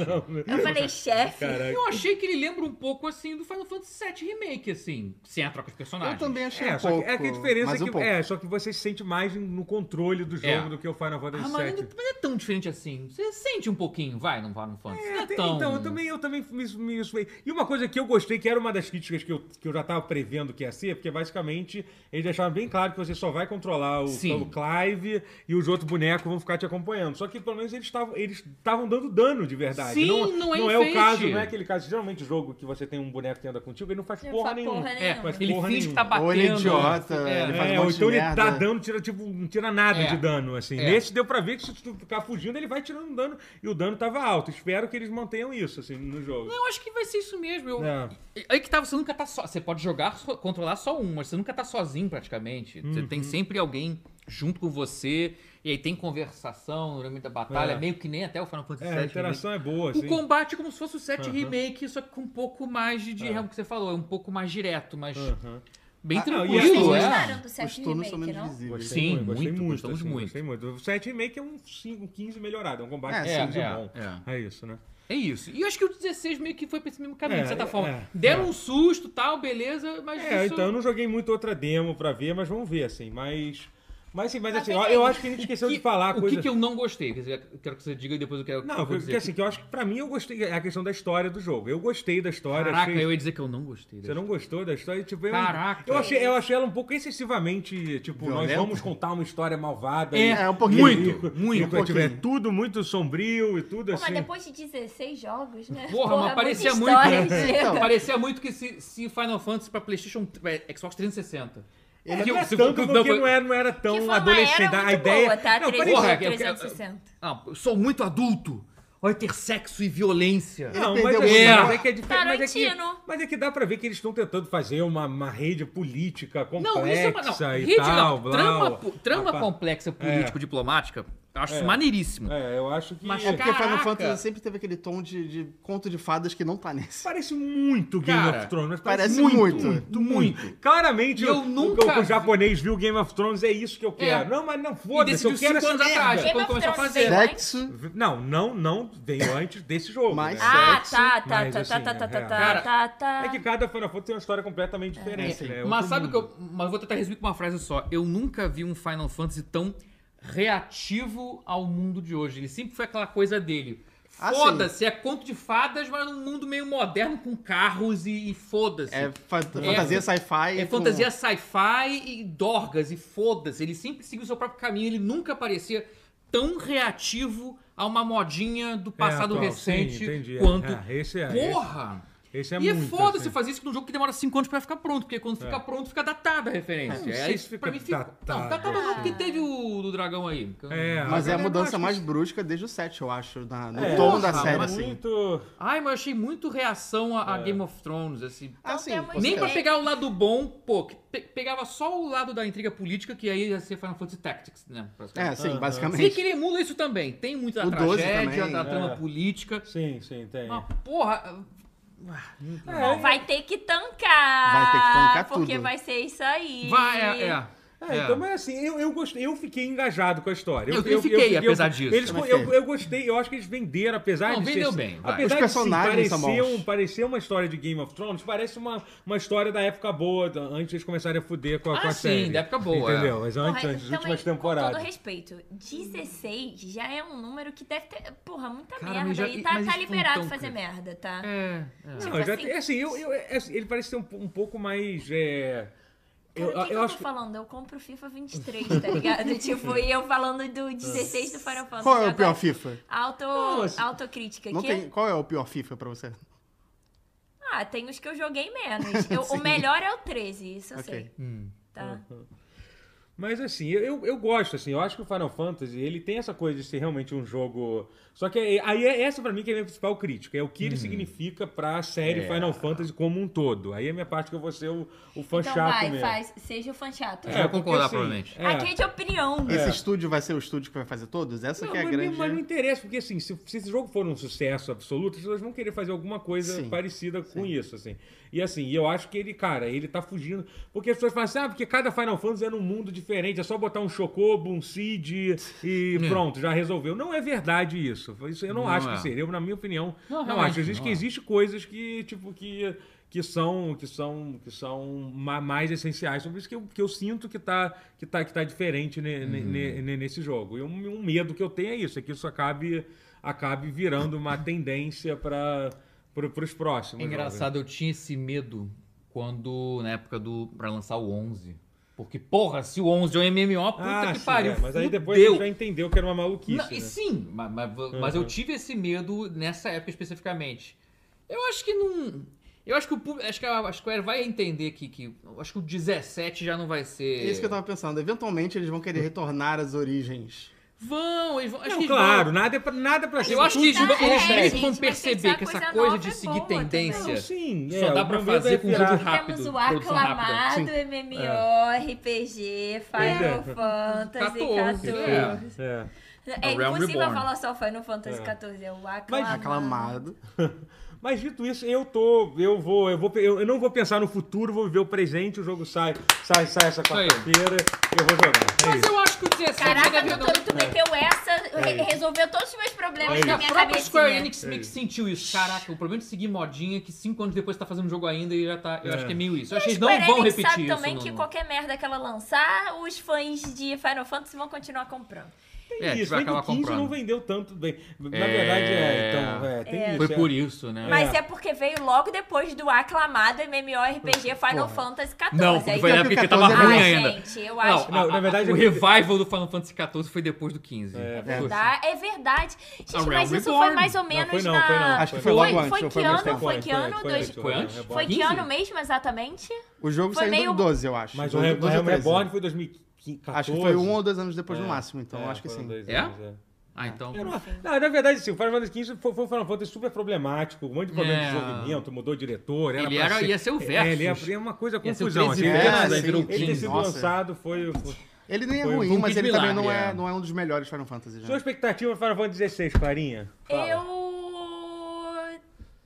A: Eu falei, chefe,
C: Caraca.
E: Eu achei que ele lembra um pouco assim do Final Fantasy VII Remake, assim, sem a troca de personagens.
B: Eu também achei
C: É,
B: um
C: só
B: pouco.
C: que, é que a diferença
B: mas
C: é
B: um
C: que,
B: pouco.
C: é, só que você se sente mais no controle do jogo
E: É.
C: do que o Final Fantasy
E: Ah,
C: VII.
E: mas não é- não é tão diferente assim. Você sente um pouquinho, vai, no Final Fantasy.
C: É,
E: não é
C: tem-
E: tão...
C: Então, eu também, eu também me, me suei. E uma coisa que eu gostei, que era uma das críticas que eu, que eu já tava prevendo que ia ser, porque basicamente eles deixaram bem claro que você só vai controlar o,
E: Sim.
C: o Clive e os outros bonecos vão ficar te acompanhando. Só que pelo menos eles estavam eles estavam dando dano de verdade.
E: Sim,
C: não,
E: não é
C: o
E: enfeite.
C: caso, não é aquele caso. Geralmente jogo que você tem um boneco que anda contigo, ele não faz
A: Não
C: porra
A: faz
C: nenhuma.
A: porra
E: É,
A: nenhuma.
E: ele
C: Porra
E: finge que tá
C: nenhuma.
E: batendo.
B: Ou ele é idiota, ele faz um
C: É, ou
B: monte
C: então
B: de
C: ele
B: merda.
C: tá dando, tira, tipo, não tira nada
E: É.
C: de dano, assim.
E: É.
C: Nesse deu pra ver que se tu ficar fugindo, ele vai tirando dano. E o dano tava alto. Espero que eles mantenham isso, assim, no jogo.
E: Eu acho que vai ser isso mesmo. Eu...
C: É.
E: Aí que tá, você nunca tá só. Você pode jogar, só- controlar só um, mas você nunca tá sozinho praticamente. Você
C: Uhum.
E: tem sempre alguém junto com você, e aí tem conversação no momento da batalha,
C: É.
E: meio que nem até o Final Fantasy
C: É,
E: VII.
C: a interação é boa,
E: remake.
C: assim.
E: O combate é como se fosse o 7
C: Aham.
E: Remake, só que com um pouco mais de, de é. o que você falou, é um pouco mais direto, mas
C: Aham.
E: bem
B: Ah, não, e
E: tranquilo.
B: as
E: é.
B: coisas-
C: né?
A: Gostaram do
B: Os
A: set
B: turnos são
A: remake,
B: menos
A: não?
B: visíveis.
E: Sim,
C: eu gostei
E: muito,
C: muito,
E: gostamos
C: assim,
E: muito.
C: Gostei muito. O 7 Remake é um 5, um 15 melhorado. É um combate
B: É,
C: de
B: sim,
C: 15
E: é,
C: bom. É. isso, né?
E: É isso. E eu acho que o 16 meio que foi pra esse mesmo caminho,
C: É,
E: de certa
C: é,
E: forma.
C: é,
E: Deram
C: é.
E: um susto tal, beleza, mas
C: É,
E: isso...
C: então eu não joguei muito outra demo pra ver, mas vamos ver, assim. Mas Mas sim, mas
A: Mas
C: assim,
A: tem
C: eu,
A: gente.
C: eu acho que a gente esqueceu de falar
E: O
C: coisa.
E: que, que eu não gostei? Quer dizer, eu Quero que você diga e depois eu quero
C: Não,
E: eu vou
C: porque
E: dizer.
C: assim, que eu acho que pra mim eu gostei. É a questão da história do jogo. Eu gostei da história.
E: Caraca,
C: achei-
E: eu ia dizer que eu não gostei.
C: assim Você
E: né?" dessa-
C: não gostou da história? Tipo, eu,
E: Caraca.
C: Eu achei, eu achei ela um pouco excessivamente, tipo, nós
B: Violenta?
C: vamos contar uma história malvada.
E: É,
C: e- Tipo,
B: é um pouquinho.
E: Muito,
C: e-
E: muito,
C: e-
B: um pouquinho.
C: tiver é tudo muito sombrio e tudo
A: Pô,
C: assim.
A: mas depois de 16 jogos, né?
E: Porra, mas parecia muito,
A: história,
E: né?
A: gente.
B: Então,
E: Parecia muito que se, se Final Fantasy pra PlayStation é, Xbox 360.
C: Mas
E: Que
C: não é
E: se-
C: tanto
E: não,
C: porque
E: foi-
C: não era, não era
A: Que foi
C: tão
A: uma
C: Então, adolescente.
A: era
C: A
A: muito
C: ideia.
A: boa, tá?
C: não,
A: 360.
E: porra, eu- eu-
A: 360.
E: Ah, eu sou muito adulto. Vai ter sexo e violência.
C: Não, mas,
B: perdeu
C: assim,
E: muito.
C: mas é que é diferente. Mas é que,
A: Tarantino.
C: mas é que dá pra ver que eles estão tentando fazer uma, uma rede política complexa
E: Não, isso é uma. Não,
C: e
E: rede
C: tal.
E: não.
C: blá,
E: Trama,
C: blá.
E: po- trama
C: Rapaz,
E: complexa político-diplomática, eu acho isso maneiríssimo.
C: É, eu acho que.
E: Mas
B: É porque Final
E: Caraca!
B: Fantasy sempre teve aquele tom de, de conto de fadas que não tá nesse.
C: Parece muito Game
E: Cara,
C: of Thrones. Mas
B: parece muito,
C: muito, muito. Claramente,
E: E eu
C: o-
E: nunca
C: o, o,
E: vi.
C: japonês viu Game of Thrones, é isso que eu quero.
E: É.
C: Não, mas não
E: E
C: foda-se,
E: decidiu
C: eu quero
E: cinco
C: essa
E: anos atrás, né?
A: Game
E: quando
A: of
E: começou a
C: É.
A: Thrones
E: fazer.
A: veio-
B: Sexo.
C: merda. Não, não, não veio antes desse jogo.
B: Mas-
C: né?
A: Ah,
B: sexo,
A: tá, tá,
C: mas,
A: tá, tá,
C: assim,
A: tá, tá,
C: é,
A: tá, tá, tá.
C: É que cada Final Fantasy tem uma história completamente diferente, né?
E: É, Mas sabe o que eu. Mas eu vou tentar resumir com uma frase só. Eu nunca vi um Final Fantasy tão reativo ao mundo de hoje. Ele sempre foi aquela coisa dele.
B: Ah, sim.
E: Foda-se, é conto de fadas, mas num mundo meio moderno com carros e, e foda-se.
B: É
E: É,
B: fa- fantasia
C: É
B: sci-fi. com-
E: fantasia sci-fi e dorgas e foda-se. Ele sempre seguiu o seu próprio caminho, ele nunca parecia tão reativo a uma modinha do passado
C: É, atual,
E: recente
C: sim, entendi. É,
E: quanto.
C: é, esse é-
E: Porra!
C: Esse é
E: e é
C: muito,
E: foda
C: assim.
E: você fazer isso num jogo que demora 5 anos pra ficar pronto, porque quando fica pronto, fica datada a referência.
C: Não, não
E: É,
C: sei
E: aí,
C: se fica
E: pra mim fica.
C: datada,
E: Não, tá datada não, porque teve o do dragão aí. Então,
C: É,
B: Mas é a
C: agora eu
B: mudança
C: acho
B: mais
C: que-
B: brusca desde o 7, eu acho. na- no
C: É,
B: tom da
E: porra,
B: série,
E: mas
B: assim.
C: Muito...
E: Ai, mas eu achei muito reação
C: É.
E: a, a Game of Thrones, assim.
B: Ah, sim,
A: temos
B: com
E: Nem pra
B: certeza.
E: pegar o lado bom, pô, que pe- pegava só o lado da intriga política, que aí ia ser Final Fantasy Tactics, né?
B: É, sim,
E: Se bem
B: basicamente.
E: que ele emula é isso também. Tem muito da
B: O 12
E: tragédia,
B: também,
E: da trama
C: é.
E: política.
C: Sim, sim, tem. É,
E: Mas, porra,
A: Bom, vai ter que tancar.
B: Vai ter que tancar
A: Porque
B: tudo.
A: vai ser isso aí.
E: vai, é. é.
C: É, então, mas assim, eu, eu, gostei, eu fiquei engajado com a história.
E: Eu- eu fiquei, apesar disso.
C: Eles,
B: Também
C: eu,
B: fiquei.
C: eu gostei, eu acho que eles venderam, apesar
E: Não,
C: de
E: vendeu
C: ser, assim,
E: bem, vai.
C: Apesar
B: Os
C: de
B: personagens
C: sim,
B: são
C: parecer,
B: bons.
C: um, parecer uma história de Game of Thrones, parece uma, uma história da época boa, da- antes eles começarem a fuder com a,
E: Ah,
C: com a
E: sim,
C: série.
E: da época boa, é.
C: Entendeu? Mas
A: Porra,
C: antes, antes das
A: então,
C: últimas
A: Com todo
C: temporadas.
A: respeito, 16 já é um número que deve ter. Porra, muita
E: Cara,
A: merda.
E: mas já-
A: e tá,
E: mas
A: tá
E: eles foram
A: liberado
E: tão
A: fazer
E: cri-
A: merda, tá?
E: É, é.
C: Não,
A: Tipo
C: já
A: assim-
C: tem- assim, eu, eu- é, assim, ele parece ser um, po- um pouco mais. é,
A: Cara,
C: eu,
A: o que que eu,
C: eu
A: tô
C: acho que.
A: falando? Eu compro FIFA 23, tá ligado? tipo, e eu falando do 16 do Final Fantasy.
B: Qual é
A: Agora,
B: o pior FIFA?
A: Auto,
C: assim,
A: autocrítica
B: Não
A: aqui.
B: tem... Qual é o pior FIFA pra você?
A: Ah, tem os que eu joguei menos. Eu- o
B: Sim.
A: melhor é o 13, isso eu
B: Ok.
A: sei.
E: Hum,
A: Tá?
C: Mas assim, eu- eu, eu gosto, assim, eu acho que o Final Fantasy, ele tem essa coisa de ser realmente um jogo. Só que aí- aí é essa pra mim que é a minha principal crítica, é o que
E: Uhum.
C: ele significa pra série
E: É.
C: Final Fantasy como um todo. Aí é a minha parte que eu vou ser o, o fã
A: Então
C: chato
A: vai,
C: mesmo.
A: faz. Seja o fã chato.
E: É. Eu vou
C: porque,
E: concordar, provavelmente.
C: é.
A: Aqui é de opinião.
B: Esse estúdio vai ser o estúdio que vai fazer todos? Essa
C: Não,
B: que é a
C: mas,
B: grande...
C: mas não interessa, porque assim, se, se esse jogo for um sucesso absoluto, as pessoas vão querer fazer alguma coisa
B: Sim.
C: parecida com isso, assim. E assim, e eu acho que ele, cara, ele tá fugindo. Porque as pessoas falam assim, ah, porque cada Final Fantasy é num mundo diferente, é só botar um Chocobo, um Seed e
B: É.
C: pronto, já resolveu. Não é verdade isso. Isso eu não,
E: Não
C: acho
E: é.
C: que seria, eu, na minha opinião,
E: Não,
C: não,
E: realmente,
C: acho. Existe
E: não
C: que
E: é.
C: existe coisas que, tipo, que que são que são que são ma- mais essenciais sobre isso que eu, que eu sinto que tá que tá que tá diferente ne- ne-
E: Uhum.
C: ne- ne- nesse jogo e um, um medo que eu tenho é isso é que isso acabe acabe virando uma tendência para para os próximos
E: É engraçado, eu tinha esse medo quando, na época do. pra lançar o 11. Porque, porra, se o 11 é um MMO,
C: jogos.
E: puta
C: ah,
E: que
C: sim,
E: pariu.
C: é, mas aí depois
E: fudeu.
C: a gente já entendeu que era uma maluquice
E: Não,
C: né?
E: e sim, ma- ma- mas, eu tive esse medo nessa época especificamente. Eu acho que não. Eu acho que o público. Acho que a a Square vai entender que. que eu acho que o 17 já não vai ser.
B: É isso que eu tava pensando. Eventualmente eles vão
C: Hum.
B: querer retornar às origens.
E: Vão, eles vão. Acho
C: Não,
E: que eles
C: claro nada é pra, nada para
E: Vão... Eu acho que eles,
A: Tá,
E: vão- eles
A: é,
E: meio que
A: gente,
E: vão
A: mas
E: perceber
A: pensar
E: que essa
A: coisa
E: coisa
A: nova
E: de
A: é
E: seguir
A: boa também.
E: tendência.
A: Não,
C: sim
E: Só
C: é,
E: dá
C: o
E: pra
C: meu medo
E: fazer
C: é
E: com um
C: virar-
E: jogo rápido,
A: Temos o
E: produção rápida.
A: aclamado MMO, RPG, Final
C: É.
A: Fantasy
E: 14,
A: 14.
E: é.
C: É.
A: É
E: Realm
A: impossível
E: Reborn.
A: falar só Final Fantasy
C: É.
A: XIV. É o
C: Mas-
A: aclamado.
B: Aclamado.
C: Mas dito isso, eu tô. Eu vou. Eu, vou, eu, eu não vou pensar no futuro, vou viver o presente, o jogo sai, sai, sai essa
E: aí.
C: quarta-feira, eu vou jogar. É
E: Mas
C: isso.
E: eu acho que o 17
A: Caraca,
E: deve-
A: doutor, tu meteu essa, re-
C: isso.
A: resolveu todos os meus problemas
E: Acho que
A: na
E: É. a
A: minha
E: própria Square
A: cabecinha.
E: Enix meio que sentiu isso. Caraca, o problema de seguir modinha é que cinco anos depois você tá fazendo jogo ainda e já tá. Eu
C: É.
E: acho que é meio isso. Eu acho que
A: A
E: eles não
A: Square
E: vão
A: Enix
E: repetir
A: sabe
E: isso.
A: também
E: no-
A: que qualquer merda que ela lançar, os fãs de Final Fantasy vão continuar comprando.
E: É, que
C: isso,
E: vai
C: bem que o
E: acabar
C: 15 não
E: comprando.
C: vendeu tanto bem. Na
E: É.
C: verdade, é, então, é, tem
A: É.
C: isso.
E: Foi
C: é.
E: por isso, né?
A: Mas é porque veio logo depois do aclamado MMORPG Final Fantasy XIV.
E: Não, porque
A: Aí
E: foi na
A: eu-
E: época que
B: 14
E: tava
B: é
E: ruim
B: bom.
A: Ah,
E: ainda.
A: gente, eu
E: Não,
A: acho.
E: a-
C: Não, na verdade,
E: o
C: é-
E: revival do Final Fantasy XIV foi depois do 15.
C: É,
E: Poxa.
A: Tá, é verdade. Gente,
E: A Realm
A: mas isso
E: Reborn.
A: foi mais ou
C: Não,
A: menos
C: foi não,
A: na...
C: foi não.
B: Acho
A: Foi,
B: que foi logo antes.
A: foi
B: ou
A: que
B: mais
A: ano?
B: tempo
A: Foi
B: antes?
A: que ano? Dois-
E: Foi antes?
A: Foi que
E: 15?
A: ano mesmo, exatamente?
B: O jogo
A: Foi
B: saiu
A: meio-
B: em 2012, eu acho.
C: Mas o
B: 12
C: Re- o
B: 13.
C: Reborn foi 2014.
B: né? Acho que foi um ou dois anos depois,
C: É,
B: no máximo, então
C: é,
B: acho que
C: foram
B: sim.
C: dois
E: É?
C: anos, é.
E: Ah, então.
C: Eu não- não, na verdade, sim, o Final Fantasy XV foi, foi um Final Fantasy super problemático, um monte de problema
E: É.
C: de desenvolvimento, mudou o diretor. Era
E: Ele
C: pra
E: era- ia ser o
C: É, ele
E: Versus.
C: ia, ia uma coisa
E: Ia ser o
C: confusão.
E: 13
C: assim, ele
B: Versus,
C: ter-
B: aí virou
C: ele ter
B: 15,
C: sido
B: nossa.
C: lançado foi. foi...
B: Ele nem é
C: Foi um
B: ruim,
E: Punk
B: mas
E: de
B: ele também não
E: milagre, é.
B: é, não é um dos melhores Final Fantasy já.
C: Sua expectativa para Final Fantasy XVI, Clarinha? Fala.
A: Eu...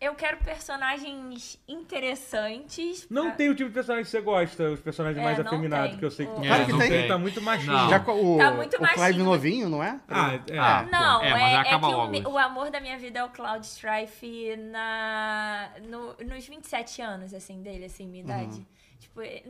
A: Eu quero personagens interessantes.
C: Não
A: pra-
C: tem o tipo de personagem que você gosta, os personagens
A: Ah. É,
C: mais
A: não
C: afeminados,
A: tem.
C: que eu sei que tu
A: É,
B: não
C: Você
E: tem.
C: tá muito machinho.
E: Não.
B: Já co- o,
A: Tá muito
B: o Clive
A: machinho.
B: novinho, não é?
C: Ah, é.
B: Ah,
A: Não,
E: É,
A: é,
E: mas
A: é
E: acaba
A: que o,
E: logo
A: me-
E: isso.
A: o amor da minha vida é o Cloud Strife na, no- nos 27 anos, assim, dele, assim, minha
B: Uhum.
A: idade. Tipo, é-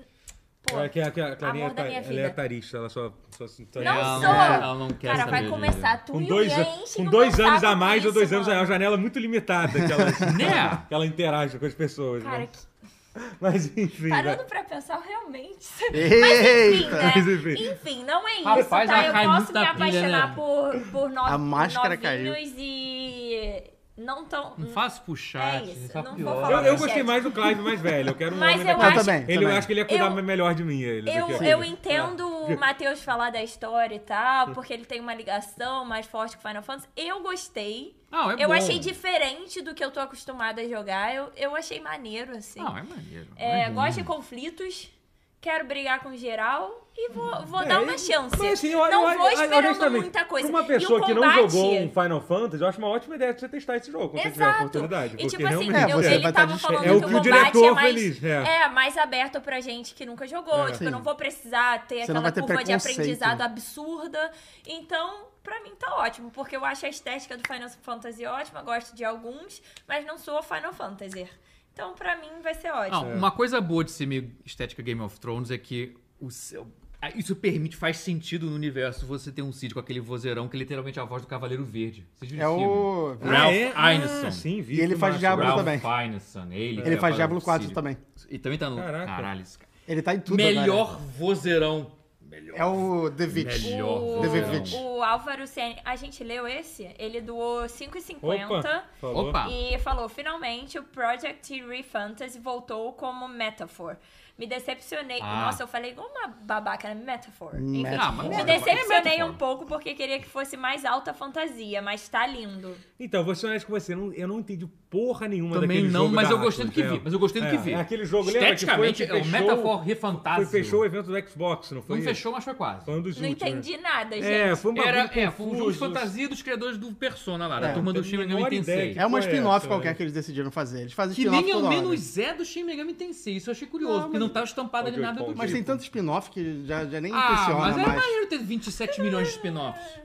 A: pô,
C: É que a, que a Clarinha é,
A: amor da
C: ta-
A: minha
C: ela
A: vida.
C: é tarista, ela só. só, só
A: Não
E: Ela
A: sou.
E: ela não quer
A: cara, vai
E: saber
A: começar assim. tu
C: Com
A: e
C: dois,
A: o Ian enche
C: com
A: no
C: dois
A: meu
C: anos
A: saco
C: a mais
A: com
C: ou dois
A: isso,
C: anos a é uma
A: mano.
C: janela muito limitada que ela,
E: Né?
C: que ela interage com as pessoas.
A: Cara,
C: né?
A: que-
C: Mas enfim.
A: parando
C: né?
A: pra pensar, realmente.
C: é.
A: Enfim,
B: Eita!
A: né?
C: Mas enfim.
A: Enfim, não é isso,
E: Rapaz, ela
A: tá? Eu
E: cai
A: posso
E: muito
A: me
E: na pilha, né?
A: apaixonar por, por no,
B: A máscara
A: novinhos
B: caiu.
A: e não tão...
E: Não faz puxar.
A: É isso,
E: tá
A: não vou
E: pior.
A: falar
C: Eu, eu
A: Chat.
C: gostei mais do Clive mais velho. Eu quero um
A: Mas
C: homem
A: eu
C: da
A: acho-
B: Eu É, também.
C: Ele, eu acho que ele ia cuidar
A: Eu-
C: melhor de mim. Ele, do
A: Eu,
C: que-
A: eu entendo o Matheus falar da história e tal, porque ele tem uma ligação mais forte com Final Fantasy. Eu gostei.
E: Não, é
A: eu
E: bom.
A: achei diferente do que eu tô acostumada a jogar. Eu, eu achei maneiro, assim.
E: Não, é maneiro.
A: É,
E: é ruim.
A: gosto de conflitos, quero brigar com geral e vou, vou
C: É,
A: dar uma
C: e-
A: chance.
C: mas assim, eu-
A: não
C: eu-
A: vou
C: eu-
A: esperando
C: honestamente,
A: muita coisa.
C: Pra uma
A: e
C: pessoa
A: o
C: que não
A: combate-
C: jogou um Final Fantasy, eu acho uma ótima ideia de você testar esse jogo quando você tiver a
A: Exato.
C: oportunidade.
A: E
C: porque
A: tipo assim,
C: realmente-
B: É,
A: eu-
B: você
A: ele
B: vai
A: tava
B: tá
A: falando
B: disposto.
A: que
B: É
A: o
B: o que o
A: combate
C: diretor
A: é, mais,
C: feliz, é.
A: é mais aberto pra gente que nunca jogou.
C: É.
A: tipo, eu não
B: Sim.
A: vou precisar ter
B: Você não
A: aquela
B: vai ter
A: curva de
B: preconceito.
A: aprendizado absurda. Então, pra mim tá ótimo, porque eu acho a estética do Final Fantasy ótima, gosto de alguns, mas não sou Final Fantasy. Então, pra mim, vai ser ótimo.
E: Não, uma coisa boa de ser meio estética Game of Thrones é que o seu- ah, Isso permite, faz sentido no universo você ter um Cid com aquele vozeirão que é literalmente a voz do Cavaleiro Verde. Vocês viram
B: É
E: esse filme?
B: o.
E: Ralph
C: Ah,
E: Ineson.
C: sim, vi,
B: E ele
C: que
B: faz
C: massa.
B: Diablo
E: Ralph
B: também.
E: Ineson, ele.
B: Ele
E: é
B: faz
E: o
B: Diablo
E: Cid.
B: 4 também.
E: E também tá no.
C: Caraca.
E: Caralho, esse cara.
B: Ele tá em tudo.
E: Melhor
B: agora.
E: vozeirão. Melhor.
B: É o The Witch.
E: Melhor
A: O,
B: Devevid.
E: vozeirão.
A: o Álvaro Ceni, a gente leu esse, ele doou 5,50
C: Opa, falou.
E: Opa.
A: e falou: finalmente o Project Re Fantasy voltou como metaphor. Me decepcionei.
E: Ah.
A: Nossa, eu falei igual uma babaca, né? Metaphor. Enfim,
B: Metaphor.
E: Ah, mas
A: me
E: metaphor. É
A: decepcionei
E: metaphor.
A: um pouco porque queria que fosse mais alta fantasia, mas tá lindo.
C: Então, vou ser honesto com você, eu não, eu não entendi porra nenhuma
E: Também
C: daquele
E: não,
C: jogo
E: mas
C: da
E: eu gostei do que
C: Atlas,
E: vi.
C: é.
E: Mas eu gostei do que
C: É,
E: vi.
C: é aquele jogo, lembra que foi
E: Estaticamente,
C: que
E: é o
C: fechou-
E: Metafor
C: Foi,
E: refantástico.
C: fechou o evento do Xbox, não foi?
E: Não fechou, mas foi quase.
C: Foi um dos
A: Não
C: últimos.
A: entendi nada, gente.
C: É, foi um bagulho
E: Era, é, foi um jogo de
C: confuso.
E: fantasia dos criadores do Persona lá, da
B: É,
E: turma
C: não
E: do
C: tenho
E: Shin
C: a
E: Megami
C: menor ideia
E: Tensei.
C: que
B: É uma
C: Qual é
B: spin-off
C: essa,
B: qualquer
C: né?
B: que eles decidiram fazer. Eles fazem
E: Que
B: spin-off
E: nem ao
B: toda hora.
E: menos é do Shin Megami Tensei. Isso eu achei curioso, porque não tava estampado ali
C: Pode-
E: nada do
C: pode-
B: Mas
E: tipo.
B: tem tanto spin-off que já, já nem
E: Ah,
B: impressiona
E: mas era
B: mais.
E: maneiro ter 27 milhões de spin-offs.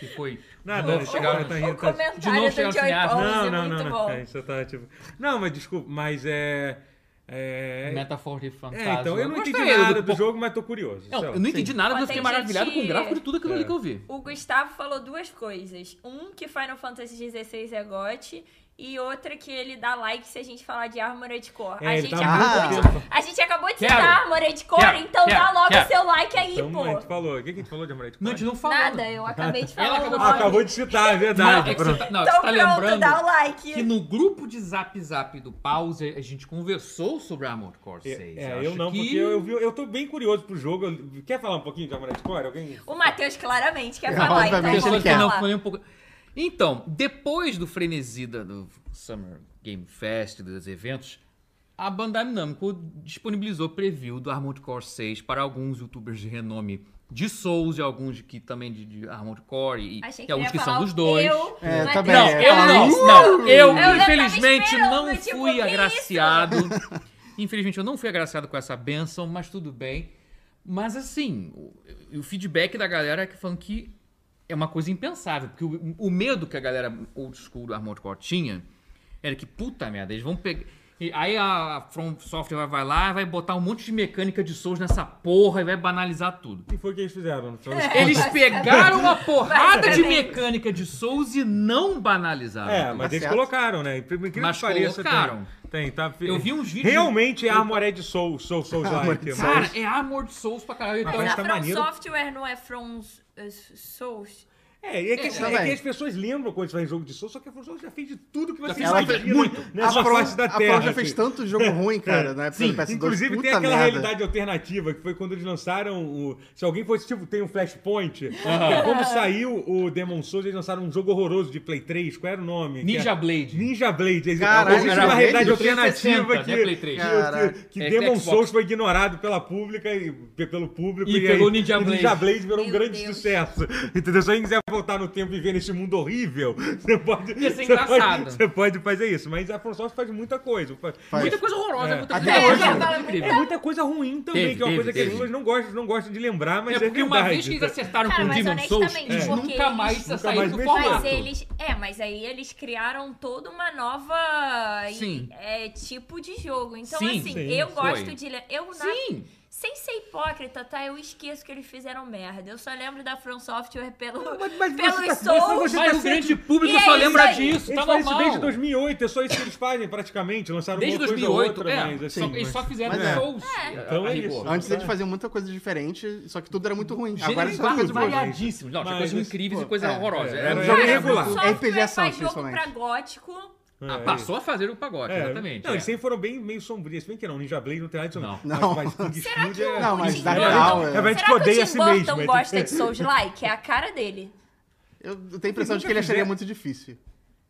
E: Que foi.
C: Nada,
E: Nossa,
C: não, chegaram,
E: cara.
C: tá,
A: O
C: rindo, tá,
A: comentário
E: de novo
A: do Joy
E: chegaram assim, ah,
A: Paul
C: Não,
A: é
C: não,
A: muito
C: não.
A: bom.
C: não. É, isso tá, tipo... Não, mas desculpa, mas é. É,
E: Metaphor de
C: é
E: fantasma.
C: então, eu não
E: gostei
C: entendi nada
E: do-
C: do jogo, mas tô curioso.
E: Não,
C: sei lá.
E: eu não entendi nada, mas eu
A: Mas
E: fiquei
A: tem
E: maravilhado
A: gente-
E: com o gráfico de tudo aquilo ali que eu vi.
A: O Gustavo falou duas coisas. Um, que Final Fantasy XVI é gote. E outra que ele dá like se a gente falar de Armored Core.
C: É,
A: a,
C: ele
A: gente
C: tá
A: acabou
B: muito
A: de, a gente acabou de
E: Quero.
A: citar Armored Core,
E: Quero.
A: então dá
E: Quero.
A: logo
E: Quero.
A: o seu like aí,
C: Então, a gente
A: pô.
C: falou. O que que a gente falou de Amorite?
E: Não, a gente não falou.
A: Nada, eu acabei de falar.
E: Ela acabou
A: o
E: de
C: Ah,
A: nome.
C: acabou de citar, é
E: Não,
C: verdade.
E: é que você tá, não,
A: Então
E: você tá
A: pronto,
E: lembrando
A: dá o like.
E: que no grupo de Zap Zap do Pause a gente conversou sobre Armored Core 6.
C: É,
E: acho
C: eu não,
E: que-
C: porque eu, eu, vi- eu tô bem curioso pro jogo. Eu- Quer falar um pouquinho de Amorite Core? Alguém?
A: O Matheus claramente quer
B: É,
A: falar, então
B: obviamente
A: vamos
E: Pessoas
B: ele
E: que
B: quer.
E: não
A: falar.
E: falei um pouco. Então, depois do frenesi da- do Summer Game Fest, dos eventos, a Bandai Namco disponibilizou preview do Armored Core 6 para alguns youtubers de renome de Souls e alguns que também de, de Armored Core e
A: Achei
E: tem
A: que, ele
E: alguns
A: ia
E: que
A: falar
E: são dos
A: o
E: dois.
A: Eu,
B: É,
A: mas
B: também,
E: Não,
A: tem
B: é,
A: que
E: eu
A: falar
E: não,
A: isso.
E: não. Eu,
A: tava
E: infelizmente,
A: esperando,
E: não
A: tipo,
E: fui
A: que
E: agraciado. Infelizmente, eu não fui agraciado com essa benção, mas tudo bem. Mas assim, o, o feedback da galera é que falando que é uma coisa impensável, porque o, o medo que a galera old school do Armored Core tinha era que, puta merda, eles vão pegar. e Aí a From Software vai- vai lá, vai botar um monte de mecânica de Souls nessa porra e vai banalizar tudo.
C: E foi o que eles fizeram. no final das
E: Eles
A: Vai saber.
E: pegaram uma porrada
A: Vai
E: de
A: saber.
E: mecânica de Souls e não banalizaram.
C: É, mas eles
B: certo.
C: colocaram, né? Por Incrível
E: Mas
C: que pareça,
E: colocaram.
C: Tem, tem, tá...
E: Eu vi uns vídeos-
C: Realmente é Armored Soul, Soul, Souls
B: Armored
C: like.
E: Cara,
C: Mas...
E: é Armored Souls pra caralho.
A: Mas
E: Então,
C: Mas
A: a
C: tá
A: From
C: maneiro.
A: Software É. não é From eh, Souls?
C: É, é que, é
B: também.
C: que as pessoas lembram quando você vai em jogo de Souls, só que a From Software já fez de tudo que você
E: fez
C: imagina
B: tudo.
C: muito nessa
B: a From-
C: face da
B: a From
C: Terra.
B: já fez
C: assim.
B: tanto jogo ruim,
E: É.
B: cara, né? na época
C: Sim,
B: do PS2.
C: inclusive
B: então puta
C: tem aquela
B: merda.
C: realidade alternativa, que foi quando eles lançaram o... Se alguém fosse, tipo, tem um Flashpoint, que é quando saiu o Demon Souls, eles lançaram um jogo horroroso de Play 3, qual era o nome? Que
E: Ninja
C: é-
E: Blade.
C: Ninja Blade. Existe,
B: Caralho,
C: existe
E: era
C: uma realidade
E: Blade?
C: alternativa
E: 360,
C: que,
E: né, Play 3?
C: que-
B: Caraca.
C: que, que
E: É,
C: Demon
E: Xbox.
C: Souls foi ignorado pela pública e pe- pelo público.
E: E
C: aí-
E: pegou Ninja
C: e
E: Blade.
C: Ninja Blade virou um
A: Meu
C: grande
A: Deus.
C: sucesso. Entendeu? Se alguém quiser voltar no tempo e viver nesse mundo horrível, você pode.
E: Ia ser
C: você
E: engraçado.
C: pode- Você pode fazer isso. Mas a FromSoft faz muita coisa. Fa-
B: Faz.
E: Muita coisa horrorosa. Muita
B: É. Até
E: coisa
B: hoje,
E: horrorosa,
A: né?
E: incrível.
C: É muita coisa ruim também,
E: Teve,
C: que é uma
E: teve,
C: coisa que as
E: teve.
C: pessoas não gostam, não gostam de lembrar, mas
E: É
C: é,
E: porque
C: verdade.
E: uma vez que eles acertaram
A: Cara,
E: com o
A: mas
E: Demon Souls,
A: honestamente,
E: eles
A: porque
E: nunca mais
A: eles-
C: Nunca
E: saíram
C: mais
E: do
C: mexeram.
A: Mas
E: formato.
A: eles. É, mas aí eles criaram toda uma nova e-
E: Sim.
A: é, tipo de jogo. Então,
E: Sim,
A: assim,
C: sim,
A: eu
E: foi.
A: gosto de. le- Eu na-
E: Sim.
A: Sem ser hipócrita, tá? Eu esqueço que eles fizeram merda. Eu só lembro da From Software pelo.
C: Mas, mas
A: pelos
C: você tá,
A: Souls.
C: mas você tá
E: Mas o
C: sempre-
E: grande público
A: E é
E: só
A: isso
E: lembra
A: aí.
E: disso.
C: Eles
E: Tá
C: fazem isso desde
E: normal.
C: 2008, é só isso que eles fazem praticamente. Lançaram
E: Desde
C: uma coisa
E: 2008,
C: ou outra,
E: é.
C: mas assim.
E: só, eles só fizeram
B: Mas é.
E: Souls.
C: Então
E: a- a
C: é isso.
E: rigor.
B: Antes eles faziam muita coisa diferente, só que tudo era muito ruim. Agora
E: Gêneros
B: eles fazem coisa boa.
E: variadíssimos. Não, tinha
C: Mas
E: coisas
C: isso-
E: incríveis e coisas
B: é,
E: horrorosas.
C: é,
E: Era um
C: era-
E: jogo
A: Cara,
B: regular.
A: From
B: RPG
A: Software
B: ação,
A: faz jogo
B: principalmente.
A: pra gótico.
E: Ah,
C: é
E: passou a fazer o pagode,
C: É,
E: exatamente.
C: Não,
E: é.
C: eles sempre foram bem meio sombrios. Se bem que não, Ninja Blade não tem nada de sombrio.
B: Não.
C: Mas, mas King
A: Será
C: Field
A: que o
C: é...
B: Não, mas
A: Tim
B: Dark
A: Burton-
B: Hour-
C: É, mas
A: Será que
C: odeia
A: o
C: a si
A: Tim Burton
C: mesmo, é-
A: gosta de Souls Like? É a cara dele.
B: Eu eu tenho a impressão de que
C: nunca
B: ele acharia
C: fizeram.
B: muito difícil.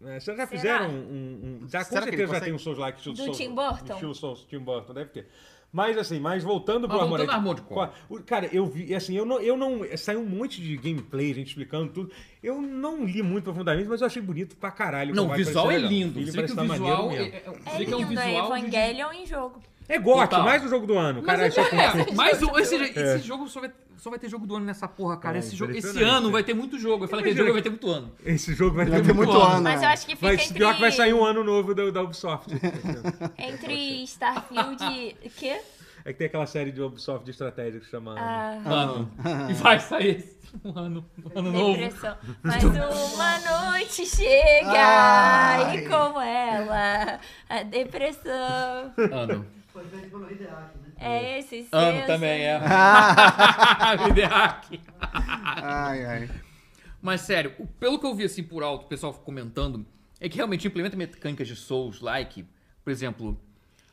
C: É, vocês
A: Será?
C: já fizeram um... um- já,
B: Será
C: com
B: que ele
C: certeza já
B: consegue?
C: tem um Souls-like estilo
A: Do
C: Souls-
A: Tim Burton?
C: Estilo Souls, Tim Burton, deve ter. Mas assim, mas voltando pro
E: Mas voltando ao Armored Core.
C: O- Cara, eu vi, assim, eu não, eu não. Saiu um monte de gameplay, gente explicando tudo. Eu não li muito profundamente, mas eu achei bonito pra caralho.
E: Não, o
C: como
E: visual é
C: parecer legal.
E: lindo.
C: Ele
E: Você vê
C: parece
E: que o
C: tá maneiro
E: visual
C: mesmo.
E: é-
A: É
E: você vê que é um
A: lindo, é
E: visual de-
A: Evangelion em jogo.
C: É GOT,
E: Total.
C: mais um jogo do ano. Cara,
E: Mas,
C: só com...
E: é, mas o- esse, esse jogo só vai, só vai ter jogo do ano nessa porra, cara.
C: É,
E: esse, jogo, esse
C: impressionante.
E: ano vai ter muito jogo. Eu falei que esse
C: Imagina
E: jogo vai
C: que-
E: ter muito ano.
C: Esse jogo vai
B: Vai
C: ter
B: ter
C: muito.
B: muito ano.
A: Mas eu acho é que fica
C: Mas
A: entre,
C: pior que vai sair um ano novo da, da Ubisoft.
A: entre Starfield e... Quê?
C: É que tem aquela série de Ubisoft de estratégia que chama.
A: Ah,
E: Ano. E vai sair esse- um ano, um ano novo.
A: depressão. Mas uma noite chega
B: Ai.
A: e com ela a depressão.
E: Ano.
F: Foi feito pelo Hideaki, né?
A: É esse seu...
E: Ano também é. Vida hack.
B: Ai, ai.
E: Mas sério, o- pelo que eu vi assim por alto, o pessoal comentando, é que realmente implementa mecânicas de Souls, like, por exemplo,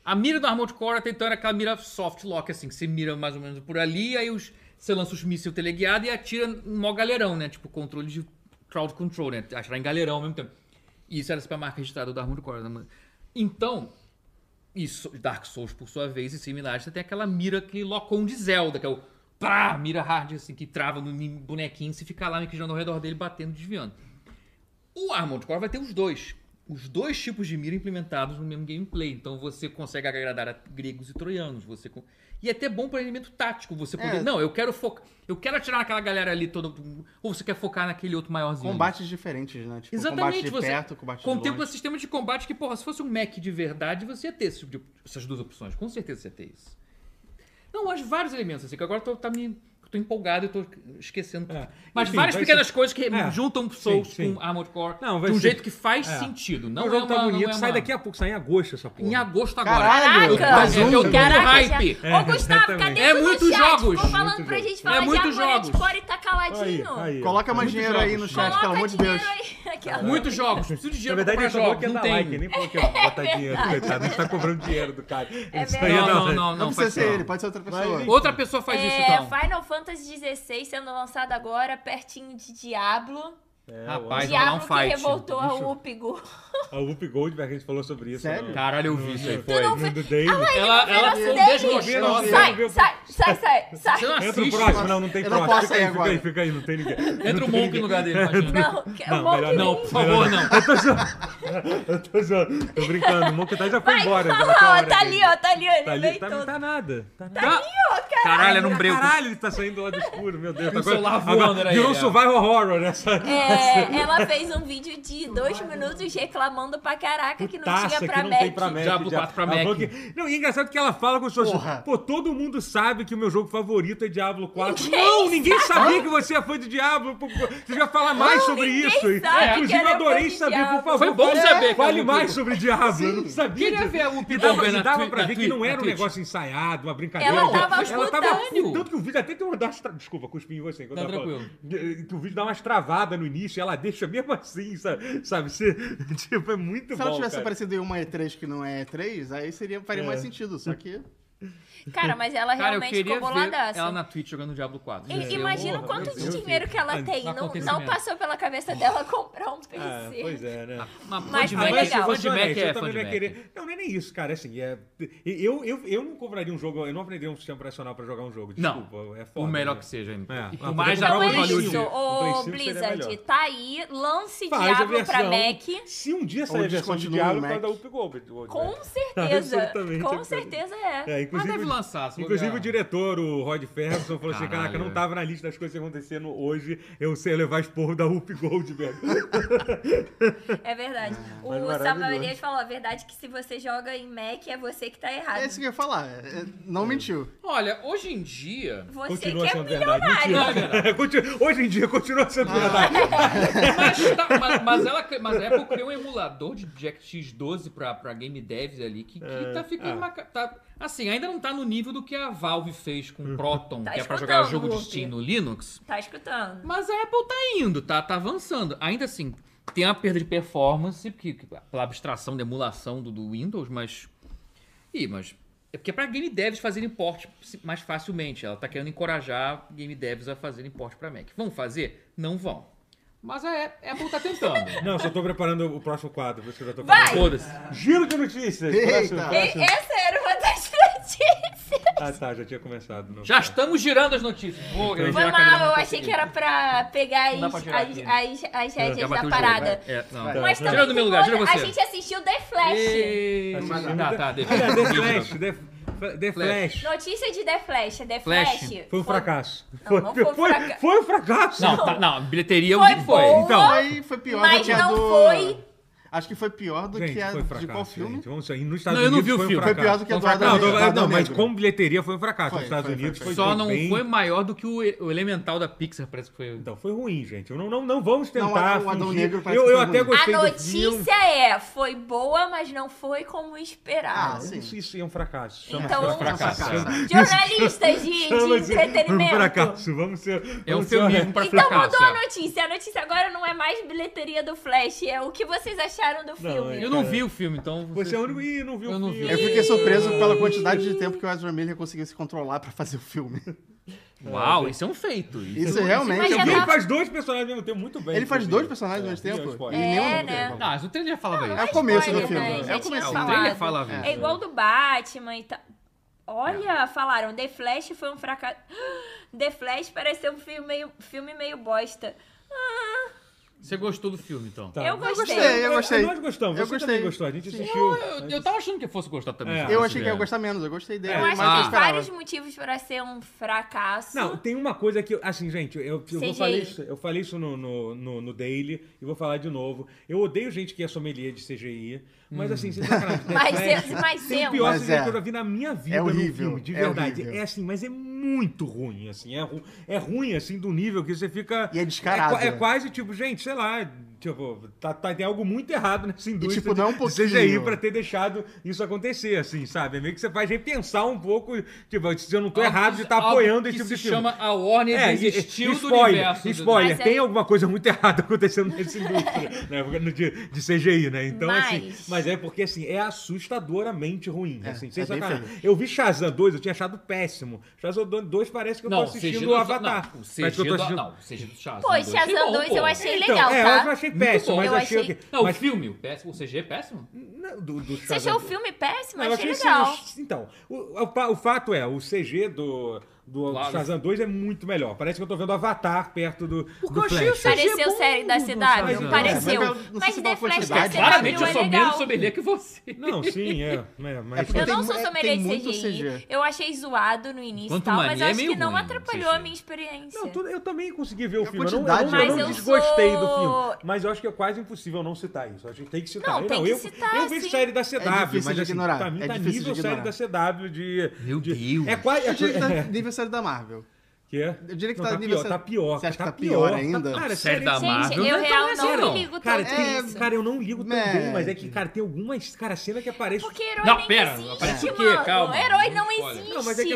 E: a mira do Armored Core até então era aquela mira soft lock, assim, que você mira mais ou menos por ali, aí os, você lança os mísseis teleguiados e atira no maior galerão, né? Tipo, controle de crowd control, né? Atirar em galerão ao mesmo tempo. E isso era a marca registrada do Armored Core. né? Então, e So- Dark Souls, por sua vez, e similares, você tem aquela mira, aquele lock-on de Zelda, que é o pá, mira hard, assim, que trava no nin- bonequinho, se ficar lá me girando ao redor dele, batendo, desviando. O Armored Core vai ter os dois. Os dois tipos de mira implementados no mesmo gameplay. Então você consegue agradar a gregos e troianos. Você con- E é até bom para elemento tático. Você poder.
B: É.
E: Não, eu quero focar. Eu quero atirar naquela galera ali toda. Ou você quer focar naquele outro maiorzinho.
B: Combates diferentes, né? Tipo, combate
E: Exatamente,
B: de
E: você
B: perto, combate de
E: contempla
B: longe.
E: sistema de combate que, porra, se fosse um Mac de verdade, você ia ter esse tipo de- essas duas opções. Com certeza você ia ter isso. Não, acho vários elementos, assim, que agora eu tô, tá me, eu tô empolgado e tô esquecendo.
C: É.
E: Mas
C: Enfim,
E: várias
C: vai
E: pequenas
C: ser-
E: coisas que
C: é.
E: juntam
C: Sim,
E: Souls
C: sim.
E: com Armored Core
C: Não, vai
E: de um
C: ser-
E: jeito que faz
C: É.
E: sentido.
C: Não,
E: Não
C: o
E: é
C: jogo tá
E: uma- não
C: bonito,
E: é
C: sai
E: uma-
C: daqui a pouco, sai em agosto essa porra.
E: Em agosto agora.
B: Caralho!
A: Caraca!
B: Mais
E: É,
B: um.
E: eu tô
A: Caraca,
E: hype.
A: já- Ô, Gustavo, cadê
E: É
A: tu no
E: muitos
A: chat?
E: jogos.
A: Ficou falando
C: Muito
A: pra
C: jogo.
A: gente falar
E: É muitos
A: de Armored
E: jogos.
A: Core e tá
C: Aí,
A: caladinho.
C: aí.
B: Coloca mais
E: Muitos
B: dinheiro aí no
E: jogos.
B: chat,
A: Coloca
B: pelo amor de Deus.
A: dinheiro aí. Aquela-
E: Muitos jogos. Preciso de
C: Na
E: dinheiro
C: verdade,
E: pra
C: ele
E: comprar
C: falou que ia dar
E: jogos. Não tem.
C: like, né? nem falou que ia botar dinheiro, coitado. A gente tá cobrando dinheiro do cara. É Isso aí
A: verdade.
E: não, não,
C: não.
E: não,
B: Não, precisa
E: faz
B: ser
E: isso,
B: ele, pode ser outra pessoa.
C: Mas-
E: Outra pessoa faz isso,
A: É,
E: então.
A: Final Fantasy XVI sendo lançado agora, pertinho de Diablo.
C: É,
E: Rapaz, vai rolar um
A: Diablo que
E: fight.
A: revoltou a
C: Bicho.
A: Upigo.
C: A É, Whoopi Goldberg, a gente falou sobre isso.
B: Sério?
C: no-
E: Caralho, eu vi isso aí, foi.
C: no do Daily.
E: Ela,
A: Ele
E: ela foi um
C: um
A: não
E: desgostosa.
B: Você
A: Sai,
C: viu?
A: sai, sai, sai, sai.
E: Você não
C: Entra o
E: assiste.
C: próximo, não, não tem
B: Eu não
C: próximo.
B: posso
C: Fica
B: aí
C: aí,
B: agora.
C: fica aí, não tem ninguém.
E: Entra o Monk no lugar dele, imagina.
A: Não, que-
C: Não,
A: um monte
C: melhor
A: de
E: Não,
A: mim.
E: por favor, não.
C: Eu tô zoando, tô brincando. O Monk tá já foi
A: Vai,
C: embora.
A: fala,
C: já, aquela
A: ó,
C: hora
A: tá
C: dele.
A: ali, ó, tá ali, ó, ele
C: Tá ali,
A: veio
C: tá,
A: todo.
C: não tá nada. Tá nada.
E: Tá- Caralho, era um breu.
C: Caralho, ele tá saindo lá do escuro, meu Deus.
E: o celular voando, era
C: virou um
E: ele, é.
C: survival horror nessa.
A: É, ela fez um vídeo de dois minutos reclamando pra caraca que não
C: Taça
A: tinha
C: que
A: pra
C: não tem
A: Mac.
C: pra Mac.
E: Diablo
C: já.
E: 4 pra
C: Ela
E: Mac.
C: falou que- Não, e é engraçado que ela fala com suas.
B: Porra.
C: Pô, todo mundo sabe que o meu jogo favorito é Diablo 4. não, ninguém sabia que você é fã de Diablo. pô, pô, Você já fala mais sobre
A: ninguém sabe
C: isso.
A: que
C: Inclusive,
A: era
C: eu
A: fã
C: adorei
A: de
C: saber,
A: Diablo.
C: por favor.
E: Foi bom
C: fale-
E: saber que
C: Fale
E: eu-
C: mais sobre Diablo. Eu não sabia.
E: Queria
C: disso.
E: ver a Whoopi
C: E dava,
E: Goldberg na
C: dava
E: Twi-
C: pra
E: na
C: ver que
E: Twi-
C: não
E: na
C: era um
E: Twitch.
C: negócio ensaiado, uma brincadeira.
A: Ela tava
C: Ela tava assim.
A: espontâneo.
C: Tanto que o vídeo até tem uma. dá umas tra- Desculpa, cuspi em você. enquanto
D: Tá
C: eu tava falando.
D: tranquilo.
C: Que que o vídeo dá umas travadas no início, ela deixa mesmo assim, sabe? sabe? Você- tipo, é muito
B: Se
C: bom.
B: ela tivesse
C: cara. É.
B: aparecido em uma E3 que não é E3, aí seria, faria mais sentido. Só que.
A: Cara, mas ela
E: Cara, eu
A: realmente
E: queria
A: ficou
E: ver
A: boladaça.
E: ela na Twitch jogando Diablo 4.
A: assim. E-
E: Gente, eu-
A: Imagina
C: Porra,
A: quanto
C: meu
A: de
C: Deus,
A: dinheiro que ela tem. Não,
E: no
A: não
E: acontecimento.
A: passou pela cabeça dela comprar um PC.
C: tá Ah, pois é, né?
E: Mas fã
A: Mas
E: de
A: foi
E: Mac,
A: legal.
E: fã de Mac
C: honesto,
E: é
C: eu
E: fã
C: também
E: de
C: não ia
E: Mac.
C: querer. Não, não é nem isso, cara. Assim, é... eu, eu, eu não compraria um jogo, eu não aprenderia um sistema operacional pra jogar um jogo.
E: Não.
C: Desculpa, é foda.
E: O melhor
C: né?
E: que seja.
C: É.
E: E
C: Ah,
E: por mais
C: podia
E: da
A: Então
C: comprar
E: Whoopi
A: é
C: um Play
A: isso.
E: Hollywood.
C: cinco. Um Play
A: Ô,
C: cinco seria
A: Blizzard,
C: melhor.
A: tá aí. Lance
C: Faz a
A: Diablo pra
C: versão-
A: Mac.
C: Se um dia sair
B: Ou
C: a versão de
B: descontinua
C: Diablo,
B: o
C: vai
B: Mac.
C: dar Whoopi Gold.
A: Com certeza.
C: É. Absolutamente.
A: Com certeza é.
C: É,
E: Mas
C: inclusive,
E: deve lançar. se
C: Inclusive o
E: bobear.
C: diretor, o Rod Ferguson, falou assim:
E: Caralho.
C: caraca, não tava na lista das coisas acontecendo hoje, eu sei levar esporro da Whoop Goldberg.
A: É verdade.
C: Ah, mas
A: O Samuel
C: maravilhoso.
A: Elias falou: a verdade é que se você joga em Mac, é você que tá errado.
B: É isso que eu ia falar. é- é- Não mentiu.
E: Olha, hoje em dia.
A: Você
C: Continua
A: que é
C: sendo verdade.
A: milionário.
C: Mentira. É, Continu- Hoje em dia continua sendo
E: Ah.
C: verdade.
E: Mas, tá- mas- mas ela, cri- mas a Apple criou um emulador de DirectX 12 pra, pra game devs ali que, que
C: É,
E: tá ficando. uma ca- tá- assim, ainda não tá no nível do que a Valve fez
C: Uhum.
E: com o Proton,
A: Tá
E: que é pra jogar
A: escutando,
E: jogo de
A: Wolf.
E: Steam no Linux.
A: Tá escutando.
E: Mas a Apple tá indo, tá, tá avançando. Ainda assim, tem uma perda de performance, porque, pela abstração da emulação do, do Windows, mas. Ih, mas. É porque é pra game devs fazerem port mais facilmente. Ela tá querendo encorajar game devs a fazerem port pra Mac. Vão fazer? Não vão. Mas a a Apple tá tentando.
C: Não, só tô preparando o próximo quadro, por isso que eu já tô
A: Vai!
C: falando.
E: Foda-se.
C: Giro de notícias!
B: Eita.
C: Próximo,
A: E-
C: próximo.
A: essa era uma das notícias.
C: Ah, tá, já tinha começado. Não.
E: Já estamos girando as notícias. Vou, eu ia girar
A: Foi
E: a cadeira,
A: mal, eu
E: não
A: achei
E: consegui.
A: que era pra pegar
E: Não dá
A: as,
E: pra tirar
A: as,
E: aqui.
A: as, as
E: Já
A: rédeas
E: bateu
A: da
E: o jogo,
A: parada.
E: vai. É, não.
B: Vai.
A: Mas
E: Tira
A: também
E: do
A: tem
E: meu lugar, tira
A: outra-
E: você.
A: A gente assistiu The Flash.
E: Ê,
C: Assistiu.
E: Tá, tá, deixa.
C: Olha, The Flash, The, The Flash.
E: Flash.
A: Notícia de The Flash. The
E: Flash.
A: Flash.
C: Foi um fracasso.
A: Não, não foi um
C: foi,
A: fraca-
C: foi um fracasso.
E: Não, tá, não, bilheteria eu
A: Foi
E: vi que foi.
A: bom.
C: Então,
B: Aí foi pior do
A: Mas
B: que a
A: não
B: do.
A: foi.
B: Acho que foi pior do
C: Gente,
B: que a
C: foi um fracasso.
B: de qual filme?
C: gente. Vamos sair. Nos Estados
E: Não, eu não
C: Unidos
E: vi o
C: foi um
E: filme.
B: Foi
C: fracasso.
B: pior do que a do
E: Foi um
B: Adão
C: Não,
E: fracasso.
B: Negro.
C: não,
B: Adão
C: não, mas
B: Negro.
C: como bilheteria foi um fracasso
B: é. Foi,
C: nos Estados
B: foi,
C: Unidos.
B: foi,
C: Foi,
E: Só
C: tudo
E: não
C: bem.
E: foi maior do que o, e- o Elemental da Pixar, parece que foi.
C: Então, foi ruim, gente. Não, não, não vamos tentar.
B: Não, o Adão
C: fingir.
B: Negro parece
C: eu,
B: que
C: eu
B: foi
C: até
A: A
B: ruim.
C: gostei do filme.
A: notícia é: foi boa, mas não foi como
B: Ah,
A: esperado.
B: sim.
C: Isso, isso é um fracasso. Chama
A: Então,
C: um
B: fracasso.
A: Jornalistas de, de
C: Chama-se
A: entretenimento.
C: Um fracasso. Vamos ser.
E: É um
C: vamos ser
E: filmismo pra
A: Então
E: fracasso.
A: mudou a
E: é.
A: notícia. A notícia agora não é mais bilheteria do Flash, é o que vocês acharam do filme.
E: é. Eu não vi o filme, então.
C: Você é o único. Ih, não viu
E: Eu
C: o
E: não
C: filme.
E: vi.
B: Eu fiquei surpreso pela quantidade de tempo que o Ezra Miller conseguiu se controlar pra fazer o filme.
E: Uau,
C: né?
E: isso é um feito. Isso-
B: Isso realmente.
A: Mas
C: E
A: é
C: ele
A: uma-
C: faz dois personagens ao mesmo tempo, muito bem.
B: Ele faz
C: inclusive.
B: dois personagens ao mesmo
C: É,
B: tempo?
C: é spoiler.
B: E nenhum
A: É,
B: do
A: né?
B: tempo.
E: Não, mas o trailer já falava
B: É
E: isso.
B: o começo do
A: spoiler,
B: filme.
A: né?
B: É
A: Já
B: o
A: tinha
B: começo.
E: o trailer
A: falado.
E: fala isso.
A: É igual do Batman e tal.
C: É.
A: Olha, falaram, The Flash foi um fracasso. The Flash parece ser um filme meio, filme meio bosta.
E: Você gostou do filme, então?
C: Tá.
A: Eu gostei.
B: gostei, eu gostei.
C: Nós gostamos.
B: Eu
C: Você também
B: gostei.
C: gostou. A gente
B: Sim.
C: assistiu.
E: Eu, eu tava achando que eu fosse gostar também.
C: É.
E: sabe,
B: Eu
E: se
B: achei que eu
E: tiver.
B: ia gostar menos, eu gostei dele.
A: Eu acho
B: mas
A: que
E: ah.
B: eu
A: tem
B: esperava.
A: vários motivos pra ser um fracasso.
C: Não, tem uma coisa que, eu- assim, gente, eu, eu, vou
A: CGI.
C: falar isso, eu falei isso no, no, no, no Daily e vou falar de novo. Eu odeio gente que é sommelier de CGI, mas assim, você sacanagem.
A: Hum.
C: The
A: Mas
C: Flash
A: eu- mas um.
C: tem
A: eu-
C: o pior
B: Mas
C: CGI que
B: é.
C: eu já vi na minha vida
B: É
C: num
B: horrível,
C: filme, de
B: é
C: verdade.
B: horrível.
C: É, assim, mas é muito ruim, assim, é, ru, é ruim, assim, do nível que você fica...
B: E é descarado,
C: É, qua- é
B: né?
C: quase, tipo, gente, sei lá, tipo, tá, tá, tem algo muito errado nessa indústria
B: tipo, não um
C: de
B: pouquinho.
C: CGI pra ter deixado isso acontecer, assim, sabe? É meio que você faz repensar um pouco, tipo, se eu não tô
E: Algo
C: errado de
E: que-
C: estar
E: algo
C: apoiando
E: que
C: esse tipo
E: se
C: de filme
E: chama a Warner
C: e- e-
E: desistiu do
C: spoiler,
E: universo. do-
C: Spoiler,
A: Mas é-
C: tem
A: aí-
C: alguma coisa muito errada acontecendo nessa indústria, né? Porque no- De, de CGI, né? Então,
A: Mas-
C: assim, mas é porque, assim, é assustadoramente ruim,
B: É,
C: assim, sem
B: é bem
C: sacanagem.
B: feio.
C: Eu vi Shazam 2, eu tinha achado péssimo. Shazam 2 parece que eu tô
E: Não, o CG
C: assistindo
E: do
C: o Avatar.
E: Não, o
C: parece que
E: CG
C: eu tô
E: do
C: assistindo... Tá
E: não, o CG do Shazam
A: Pô, Shazam 2 eu achei
C: Então,
A: legal,
C: é, eu
A: tá?
C: achei achei péssimo,
E: bom.
C: mas
A: Eu
C: achei...
A: achei-
C: que-
E: Não,
C: mas-
E: o filme, o péssimo, o CG é péssimo?
C: não, do, do
A: Você achou o
C: Shazam.
A: filme péssimo?
C: Não, eu
A: achei
C: achei
A: legal.
C: assim, eu- então, o, o pa- o fato é, o CG do, do, do
E: Claro.
C: Shazam 2 é muito melhor. Parece que eu tô vendo Avatar perto do, do
E: eu achei
B: é
C: Flash.
E: o CG
A: Pareceu
E: bom
A: série da
E: do
A: CW?
E: Shazam. Não,
A: Pareceu.
B: mas eu não sei
A: Mas
B: se
A: The
B: pela
A: Flash da
B: quantidade.
A: CW
E: Claramente eu
A: é
E: sou menos
A: legal.
E: sommelier que você.
C: Não, sim, é. é, mas-
B: É porque
A: Eu não
B: Tem
A: sou
B: mu- é,
A: sommelier
B: tem
A: de
B: muito
A: CGI.
B: CG.
A: Eu achei zoado no início e
E: Quanto
A: tal, mas
E: mania,
A: eu
E: é
A: acho que
E: meio
A: não
E: ruim,
A: atrapalhou
E: CG.
A: a minha experiência.
C: Não, tudo- eu também consegui ver o
B: A
C: filme. Eu não, eu não,
B: quantidade,
C: eu
B: né?
C: não
B: Mas eu
C: desgostei do
A: sou-
C: filme. Mas eu acho que é quase impossível não citar isso. A gente tem que citar.
A: Não,
C: eu,
A: tem
C: não,
A: que
C: eu,
A: citar,
C: eu vejo
A: sim.
C: série da CW.
B: É difícil
C: mas,
B: de
C: assim,
B: ignorar.
C: Pra mim
B: É
C: tá
B: difícil de
C: nível série da
B: ignorar.
C: CW de...
E: Meu
C: de-
E: Deus.
C: É quase...
B: Eu diria que
C: é-
B: tá nível série da Marvel.
C: que é?
B: Eu diria que
C: Não,
B: tá
C: tá
B: nível
C: pior,
B: série-
C: tá pior.
B: Você acha que
C: tá
B: tá pior ainda?
C: Cara,
E: Série da
C: sério,
A: Gente,
E: Marvel,
A: eu
E: né?
A: real
E: Então,
A: não,
E: assim, não.
A: me ligo
C: Cara,
A: tanto
C: tem-
A: nisso.
C: cara, eu não ligo
B: É.
E: Né.
C: também, mas é que, cara, tem algumas. Cara, cena que aparece.
A: Porque herói
E: Não,
A: não,
E: pera,
A: existe,
E: aparece o quê?
A: mano.
E: Calma.
A: Herói não
E: Olha,
A: existe.
C: Não, mas é que.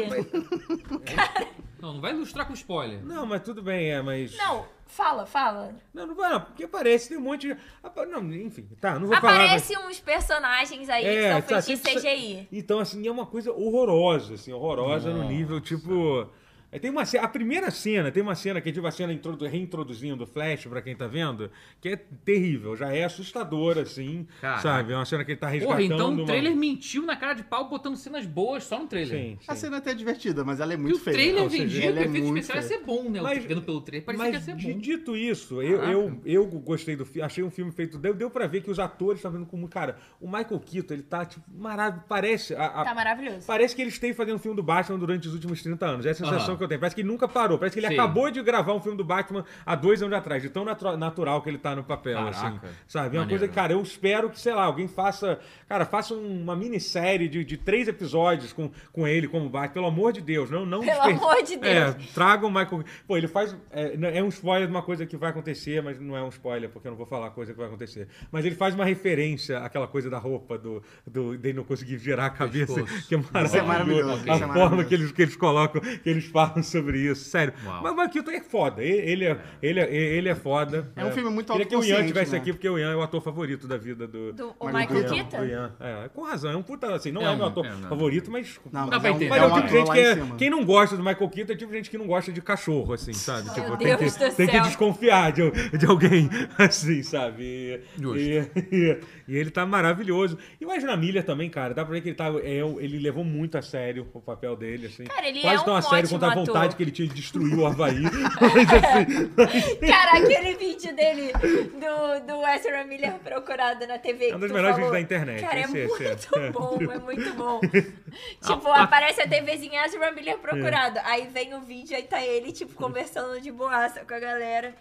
E: Não, não vai ilustrar com spoiler.
C: Não, mas tudo bem, é, mas.
A: Não, fala, fala.
C: Não, não vai, não, porque aparece, tem um monte de. apa- Não, enfim, tá, não vou falar. mas-
A: Aparecem uns personagens aí
C: É,
A: que são
C: tá,
A: feitos em
C: sempre-
A: CGI.
C: Então, assim, é uma coisa horrorosa, assim, horrorosa no nível, tipo. é, Tem uma cena, a primeira cena, tem uma cena que é tipo a cena introdu- reintroduzindo o Flash pra quem tá vendo, que é terrível, já é assustadora, assim,
E: Caraca.
C: sabe? É uma cena que ele tá resgatando.
E: Porra, então o
C: uma-
E: trailer mentiu na cara de pau botando cenas boas só no trailer.
C: Sim, sim.
B: A cena é até divertida, mas ela é
E: E
B: muito
E: o
B: feia.
E: trailer
B: Ou seja,
E: vendia
B: ela
E: que o
B: é
E: efeito
B: muito
E: especial ia
B: feia.
E: ser bom, né?
C: Mas-
E: Mas, vendo pelo trailer, parecia que ia
C: Mas
E: ser
C: di-
E: bom.
C: dito isso, eu, eu, eu gostei do filme, achei um filme feito. Deu, deu pra ver que os atores estavam vendo como. Cara, o Michael Keaton, ele tá, tipo, maravilhoso. Parece. a- a-
A: Tá maravilhoso.
C: Parece que ele esteve fazendo um filme do Batman durante os últimos 30 anos. É a sensação
E: Aham.
C: que eu tenho. Parece que ele nunca parou. Parece que ele
E: Sim.
C: acabou de gravar um filme do Batman há dois anos atrás, de tão natu- natural que ele tá no papel,
E: Caraca.
C: assim. Sabe? É uma
E: Maneiro.
C: coisa que, cara, eu espero que, sei lá, alguém faça. Cara, faça um, uma minissérie de, de três episódios com, com ele como Batman. Pelo amor de Deus, não. não
A: Pelo
C: desperdice-
A: amor de
C: É,
A: Deus.
C: Traga o Michael. Pô, ele faz. É, não- é um spoiler de uma coisa que vai acontecer, mas não é um spoiler, porque eu não vou falar a coisa que vai acontecer. Mas ele faz uma referência àquela coisa da roupa, do, do, dele não conseguir virar a cabeça,
E: Pescoço.
C: que é
B: Isso é maravilhoso,
C: maravilhoso.
B: isso é
C: A forma
B: maravilhoso.
C: que eles, que eles colocam, que eles falam sobre isso, sério.
E: Uau.
C: Mas o Maquito é foda. Ele, ele, é, ele, é, ele é foda.
B: É um filme muito
C: Queria que o Ian
B: autoconsciente,
C: estivesse
B: né?
C: aqui, porque o Ian é o ator favorito da vida do.
A: Do, o
B: Michael
A: Michael
C: Ian, do
A: Keaton?
C: Ian. É, com razão, é um puta assim. Não é,
E: É um-
C: meu ator
E: é,
B: né?
E: não.
C: favorito, mas.
B: Não,
E: Dá
B: mas
E: pra
B: é um,
E: entender.
C: Mas
B: é
C: é
E: Dá
B: um
C: o tipo
E: pra
C: de
B: ator
C: gente
B: lá
C: que
B: em
C: é,
B: cima.
C: Quem não gosta do Michael Keaton é o tipo de gente que não gosta de cachorro, assim, sabe?
A: Meu
C: tipo, tem,
A: Deus
C: que,
A: do
C: tem que
A: céu.
C: desconfiar de, de alguém, assim, sabe? E,
E: Justo.
C: e- e ele tá maravilhoso. E o Ezra Miller também, cara, dá pra ver que ele, tá, é, ele levou muito a sério o papel dele, assim.
A: Cara, ele
C: Quase
A: é
C: tão
A: um
C: a sério
A: ótimo
C: quanto a
A: ator.
C: vontade que ele tinha de destruir o Havaí. Mas, assim,
A: Cara, aquele vídeo dele do, do Ezra Miller procurado na TV.
C: É
A: que
C: um dos
A: tu
C: melhores
A: falou.
C: vídeos da internet,
A: Cara, é
C: esse, esse,
A: muito
C: é.
A: bom, é muito bom. tipo,
C: Ah,
A: aparece a TVzinha Ezra Miller procurado.
C: É.
A: Aí vem o vídeo, aí tá ele, tipo, conversando de boaça com a galera.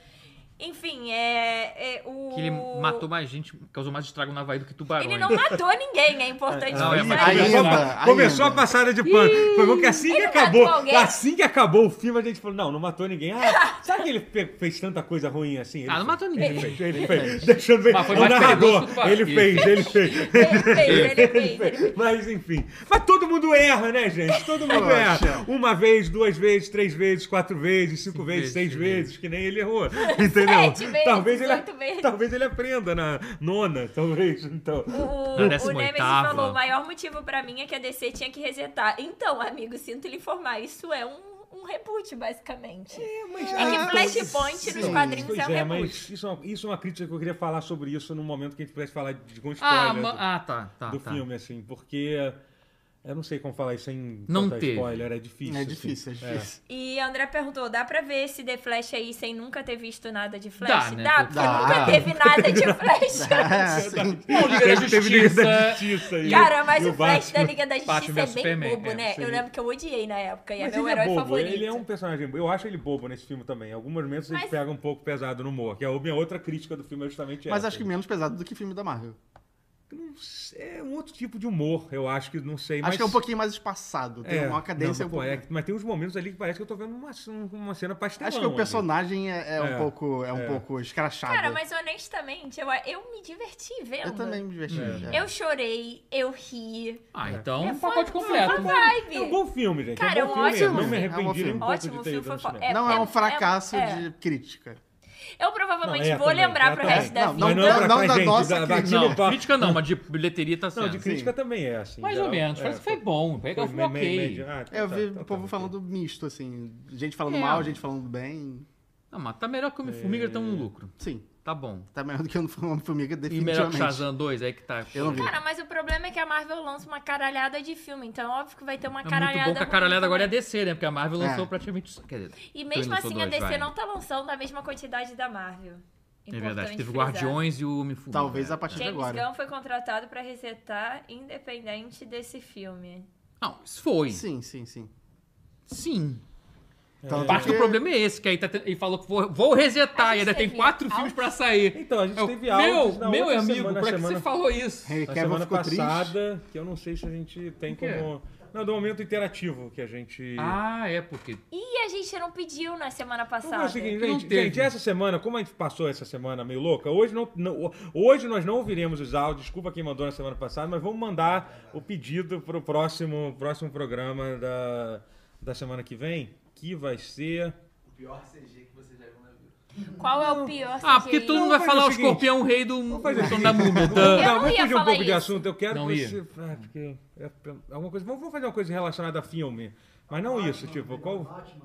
A: Enfim, é. é o...
E: Que ele matou mais gente, causou mais estrago na Havaí do que tubarões.
A: Ele não matou ninguém, é importante
E: Não, é
A: dizer.
E: uma
B: Ainda,
C: começou,
B: ainda.
C: começou a passada de pano. Foi bom que assim que
A: Ele matou
C: acabou,
A: alguém?
C: assim que acabou o filme, a gente falou, não, não matou ninguém. Ah, sabe que ele fe- fez tanta coisa ruim assim? Ele
E: Ah, não
C: fez.
E: matou ninguém.
C: Ele fez, ele fez. Deixando bem.
E: Mas foi
C: É O
E: mais
C: narrador,
E: perigoso que o
C: ele
E: Vasco.
C: fez, ele fez.
A: Ele é fez,
C: é
A: ele fez, ele fez.
C: Mas enfim. Mas todo mundo erra, né, gente? Todo mundo
B: Poxa.
C: erra. Uma vez, duas vezes, três vezes, quatro vezes, cinco, vezes,
E: vezes,
C: seis
E: seis
C: vezes, que nem ele errou. Entendeu?
A: Sete vezes,
C: talvez ele, é
A: oito vezes.
C: talvez ele aprenda na nona, talvez. Então.
A: O,
E: Na
A: o Nemesis
E: 18ª.
A: falou: o maior motivo pra mim é que a DC tinha que resetar. Então, amigo, sinto lhe informar, isso é um, um reboot, basicamente. É, que Flashpoint nos
B: sim.
A: quadrinhos
C: Pois
A: é um
C: é,
A: reboot.
C: mas isso é, uma, isso é uma crítica que eu queria falar sobre isso no momento que a gente pudesse falar de com spoiler
E: Ah,
C: do,
E: ma- ah, tá, tá,
C: do
E: tá.
C: filme, assim, porque eu não sei como falar isso sem
E: Não
C: contar
E: teve.
C: spoiler, é difícil.
B: É
C: assim.
B: difícil, é difícil.
A: E André perguntou: dá pra ver esse The Flash aí sem nunca ter visto nada de Flash?
E: Dá, né?
A: porque
B: Dá.
A: nunca teve nada de Flash.
B: É, assim,
E: Não, Liga da
C: Teve- teve Liga da
E: Justiça.
C: Justiça aí.
A: Cara, mas
C: E
A: o, Flash
C: Batman.
A: da Liga da Justiça
E: Batman
A: é bem
E: vs Superman,
A: bobo,
E: é,
A: né?
C: isso
A: Eu
C: aí.
A: lembro que eu odiei na época e
C: Mas
A: é meu
C: ele
A: herói
C: é bobo,
A: favorito.
C: ele é um personagem bobo. Eu acho ele bobo nesse filme também. Em alguns momentos ele
A: Mas-
C: pega um pouco pesado no humor, que é a minha outra crítica do filme é justamente
B: mas
C: essa.
B: acho que menos pesado do que filme da Marvel.
C: Não sei, É um outro tipo de humor, eu acho que não sei. mas... é,
B: Acho que é um pouquinho mais espaçado. Tem uma cadência
C: não,
B: um
C: pô,
B: pouco.
C: é que- mas tem uns momentos ali que parece que eu tô vendo uma, um, uma cena pastelão.
B: Acho que o
C: ali.
B: personagem é, é um
C: É,
B: pouco, é um
C: é.
B: pouco escrachado.
A: Cara, mas honestamente, eu, eu me diverti vendo.
B: eu também me diverti. é.
A: Eu chorei, eu ri.
E: Ah, então
A: É,
E: um pacote
A: foi-
E: completo.
A: foi vibe.
C: É um bom filme, gente.
A: Cara,
C: é um bom
A: é um ótimo
C: filme. Não me
B: filme. É um bom
C: arrependi nem
B: filme.
C: um pouco
A: Ótimo
C: de ter ido
A: filme,
C: no
A: foi
C: cinema.
A: fo- é-
B: Não é,
A: é-
B: um fracasso
A: é-
B: de crítica.
A: Eu provavelmente
C: Não, é
A: vou
C: também,
A: lembrar
C: é
A: pro
C: também.
A: resto da
B: Não,
A: vida.
C: Não, não,
B: Não,
C: pra,
B: não
C: pra
B: da
C: gente,
B: nossa
C: da, daquilo
E: Não,
C: pra-
E: crítica não, mas de bilheteria tá
C: Não,
E: sendo.
C: de crítica também é, assim.
E: Mais
C: geral,
E: ou menos,
C: é,
E: parece que foi bom. Foi, foi,
C: me- me-
E: ok.
C: me- ah, tá,
B: eu
C: tá,
B: vi
C: tá,
B: o
C: tá,
B: povo
C: ok.
B: falando misto, assim. Gente falando
E: É.
B: mal, gente falando bem.
C: É.
E: Não, mas tá melhor que o Homem-Formiga, então um lucro.
B: Sim.
E: Tá bom.
B: Tá melhor do que o Homem-Formiga,
E: E melhor que
B: definitivamente.
E: Shazam 2, aí que tá.
B: Eu não vi.
A: Cara, mas o problema é que a Marvel lança uma caralhada de filme, então óbvio que vai ter uma
E: É
A: caralhada.
E: muito bom que a
A: ruim
E: caralhada agora é
A: também.
E: DC, né? Porque a Marvel lançou
B: É.
E: praticamente. só- Quer dizer,
A: E mesmo
E: Dois lançou
A: assim a
E: dois,
A: DC
E: vai.
A: não tá lançando a mesma quantidade da Marvel.
E: é verdade.
A: Importante
E: Teve
A: frisar.
E: Guardiões e o Homem Formiga.
B: Talvez a partir de
A: James
B: agora.
A: Gunn foi contratado pra resetar independente desse filme.
E: Não, isso foi. Sim.
B: Sim, sim, sim.
E: Parte do problema é esse, que aí tá tendo- ele falou que vou, vou resetar
A: A
E: e
A: gente
E: ainda tem
A: teve
E: quatro
A: áudios.
E: filmes pra sair.
C: Então, a gente
E: Eu-
C: teve áudios na
E: Meu, meu
C: outra
E: amigo,
C: semana,
E: por
C: na
E: que você
C: semana-
E: falou isso?
B: Harry
C: Na
B: Cavill
C: semana
B: ficou triste.
C: passada, que eu não sei se a gente tem
E: quê?
C: como. Não, do momento interativo que a gente.
E: Ah, é, porque.
A: E a gente não pediu na semana
B: assim
C: Vamos fazer
A: passada.
C: o seguinte,
E: Não
C: gente,
E: teve.
C: gente, essa semana, como a gente passou essa semana meio louca, hoje, não, não- hoje nós não ouviremos os áudios, desculpa quem mandou na semana passada, mas vamos mandar o pedido pro próximo, próximo programa da, da semana que vem, que vai ser...
A: Qual é o pior
E: Ah, porque
A: CGI?
E: todo mundo
C: Vamos
E: vai
C: fazer
E: falar
C: o
E: o
C: seguinte.
E: escorpião rei do
C: fazer o
E: do da múmia.
A: Eu
E: tá?
A: não
C: vamos
A: ia
C: fugir um
A: falar
C: pouco de
A: isso.
C: assunto, eu quero
E: Não
C: que
E: ia.
C: você... Ah, porque é pra- alguma coisa, vamos, vamos fazer uma coisa relacionada a filme, mas não isso, tipo, qual,
F: Batman.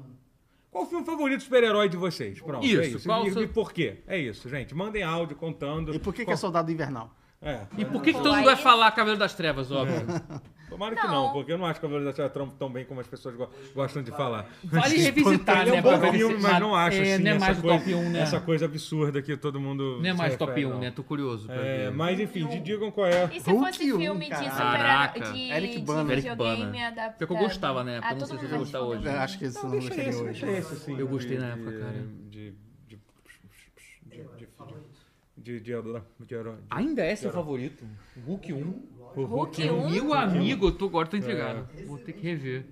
C: qual o filme favorito super-herói de vocês? Pronto, é
E: Isso,
C: isso.
E: qual
C: e,
E: o seu-
C: e por quê? É isso, gente, mandem áudio contando...
B: E por que, que
C: qual...
B: é Soldado Invernal?
C: É,
E: E por que, que
A: Pô,
E: todo mundo
A: aí-
E: vai falar Cavaleiro das Trevas, óbvio?
C: Tomara que não,
A: Não.
C: porque eu não acho que a Velocidade da Trump tão bem como as pessoas go- gostam de falar.
E: Vale revisitar,
C: Ele é
E: né?
C: um
E: pra
C: bom
E: ver se-
C: filme, mas não acho
E: é,
C: assim,
E: Não é
C: essa
E: mais do
C: coisa,
E: top 1, né?
C: Essa coisa absurda que todo mundo...
E: Não é mais
C: se
E: top
C: refere,
E: 1,
C: não.
E: né? Tô curioso pra
C: É,
E: ver.
C: mas enfim, de- digam qual é.
A: E se
B: Hulk
A: fosse
B: um,
A: filme de
B: cara.
A: super
E: Caraca.
A: de,
B: Eric
A: de
B: Bana.
E: Eric
A: videogame
E: Bana.
A: adaptado?
E: Porque eu gostava na época,
A: Ah,
E: não
A: todo
E: sei se
A: mundo
E: eu vou gostar
A: responde.
E: hoje.
B: Eu É, acho que esse não,
C: deixa
B: gostaria
C: esse,
B: hoje.
C: deixa esse, sim.
E: Eu gostei na
C: de-
E: época, cara.
C: De... de- de- de- De... De... De... de herói.
E: Ainda é seu favorito? Hulk 1?
C: O
A: Hulk 1?
E: Meu amigo, eu tô, agora tô intrigado. Vou ter que rever.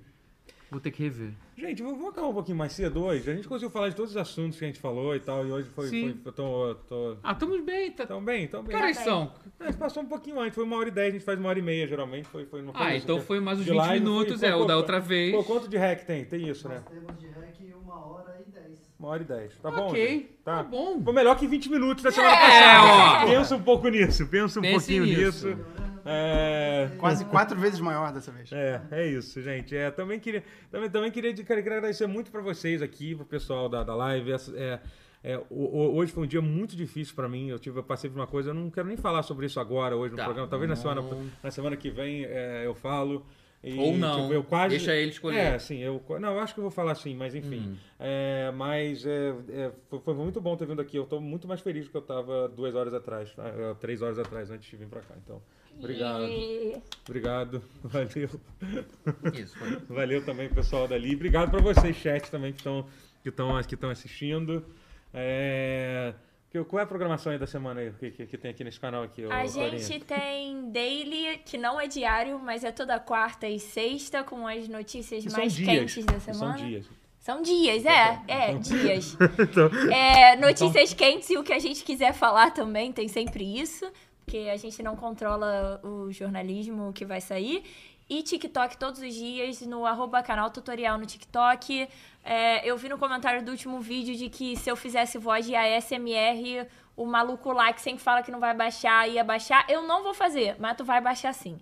E: Vou ter que rever.
C: Gente, vamos vamos acabar um pouquinho mais cedo hoje. A gente conseguiu falar de todos os assuntos que a gente falou e tal, e hoje foi...
E: Sim.
C: foi- eu tô, tô...
E: Ah, tamo bem. Tá...
C: Tão bem, tão bem.
E: Que horas são?
C: Não, a gente passou um pouquinho antes, foi uma hora e dez, a gente faz uma hora e meia, geralmente. Foi, foi, não foi
E: Ah,
C: isso,
E: então
C: que-
E: foi mais uns
C: de
E: 20
C: live,
E: minutos,
C: foi-
E: é,
C: foi-
E: o da
C: foi-
E: outra vez.
C: Pô, quanto de hack tem? Tem isso, né?
F: Nós temos de rec uma hora e dez.
C: Uma hora e dez. Tá bom?
E: Ok,
C: gente?
E: tá bom. É,
C: Foi melhor que 20 minutos da semana
E: ó.
C: passada. Pensa um pouco nisso, pensa um
E: Pense
C: pouquinho
E: nisso.
C: nisso. É...
B: Quase quatro vezes maior dessa vez.
C: É, é isso, gente. É, também queria, também, também queria, de- queria agradecer muito pra vocês aqui, pro pessoal da, da live. Essa- é, é, o- o- hoje foi um dia muito difícil pra mim. Eu tive, eu passei por uma coisa. Eu não quero nem falar sobre isso agora, hoje no
E: Tá
C: programa. Talvez na
E: bom.
C: semana, na semana que vem é, eu falo. E, tipo,
E: Ou não.
C: eu quase...
E: Deixa ele escolher. Hum.
C: É, sim. Eu, não, eu acho que eu vou falar sim, mas enfim. É, mas é, é, foi, foi muito bom ter vindo aqui. Eu tô muito mais feliz do que eu tava duas horas atrás, ah, ah, três horas atrás, antes de vir pra cá. Então, obrigado.
A: E-
C: Obrigado. Valeu.
E: Isso, foi.
C: Valeu também, pessoal dali. Obrigado para vocês, chat, também, que estão que estão que estão assistindo. É... que- Qual é a programação aí da semana aí, que, que, que tem aqui nesse canal aqui? ô,
A: A
C: Florinha?
A: gente tem daily, que não é diário, mas é toda quarta e sexta, com as notícias
C: Que
A: mais quentes da
C: que
A: semana.
C: São dias.
A: São dias, é, é, dias. É, notícias quentes e o que a gente quiser falar também, tem sempre isso, porque a gente não controla o jornalismo que vai sair. E TikTok todos os dias, no arroba canal tutorial no TikTok. É, eu vi no comentário do último vídeo de que se eu fizesse voz de ASMR, o maluco lá que sempre fala que não vai baixar, ia baixar. Eu não vou fazer, mas tu vai baixar sim.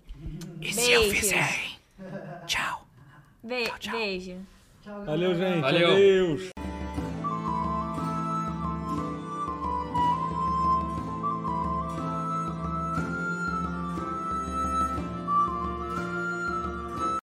A: E se eu fizer? Tchau. Be Beijo.
F: Tchau,
C: Valeu, gente.
E: Valeu.
C: Adeus.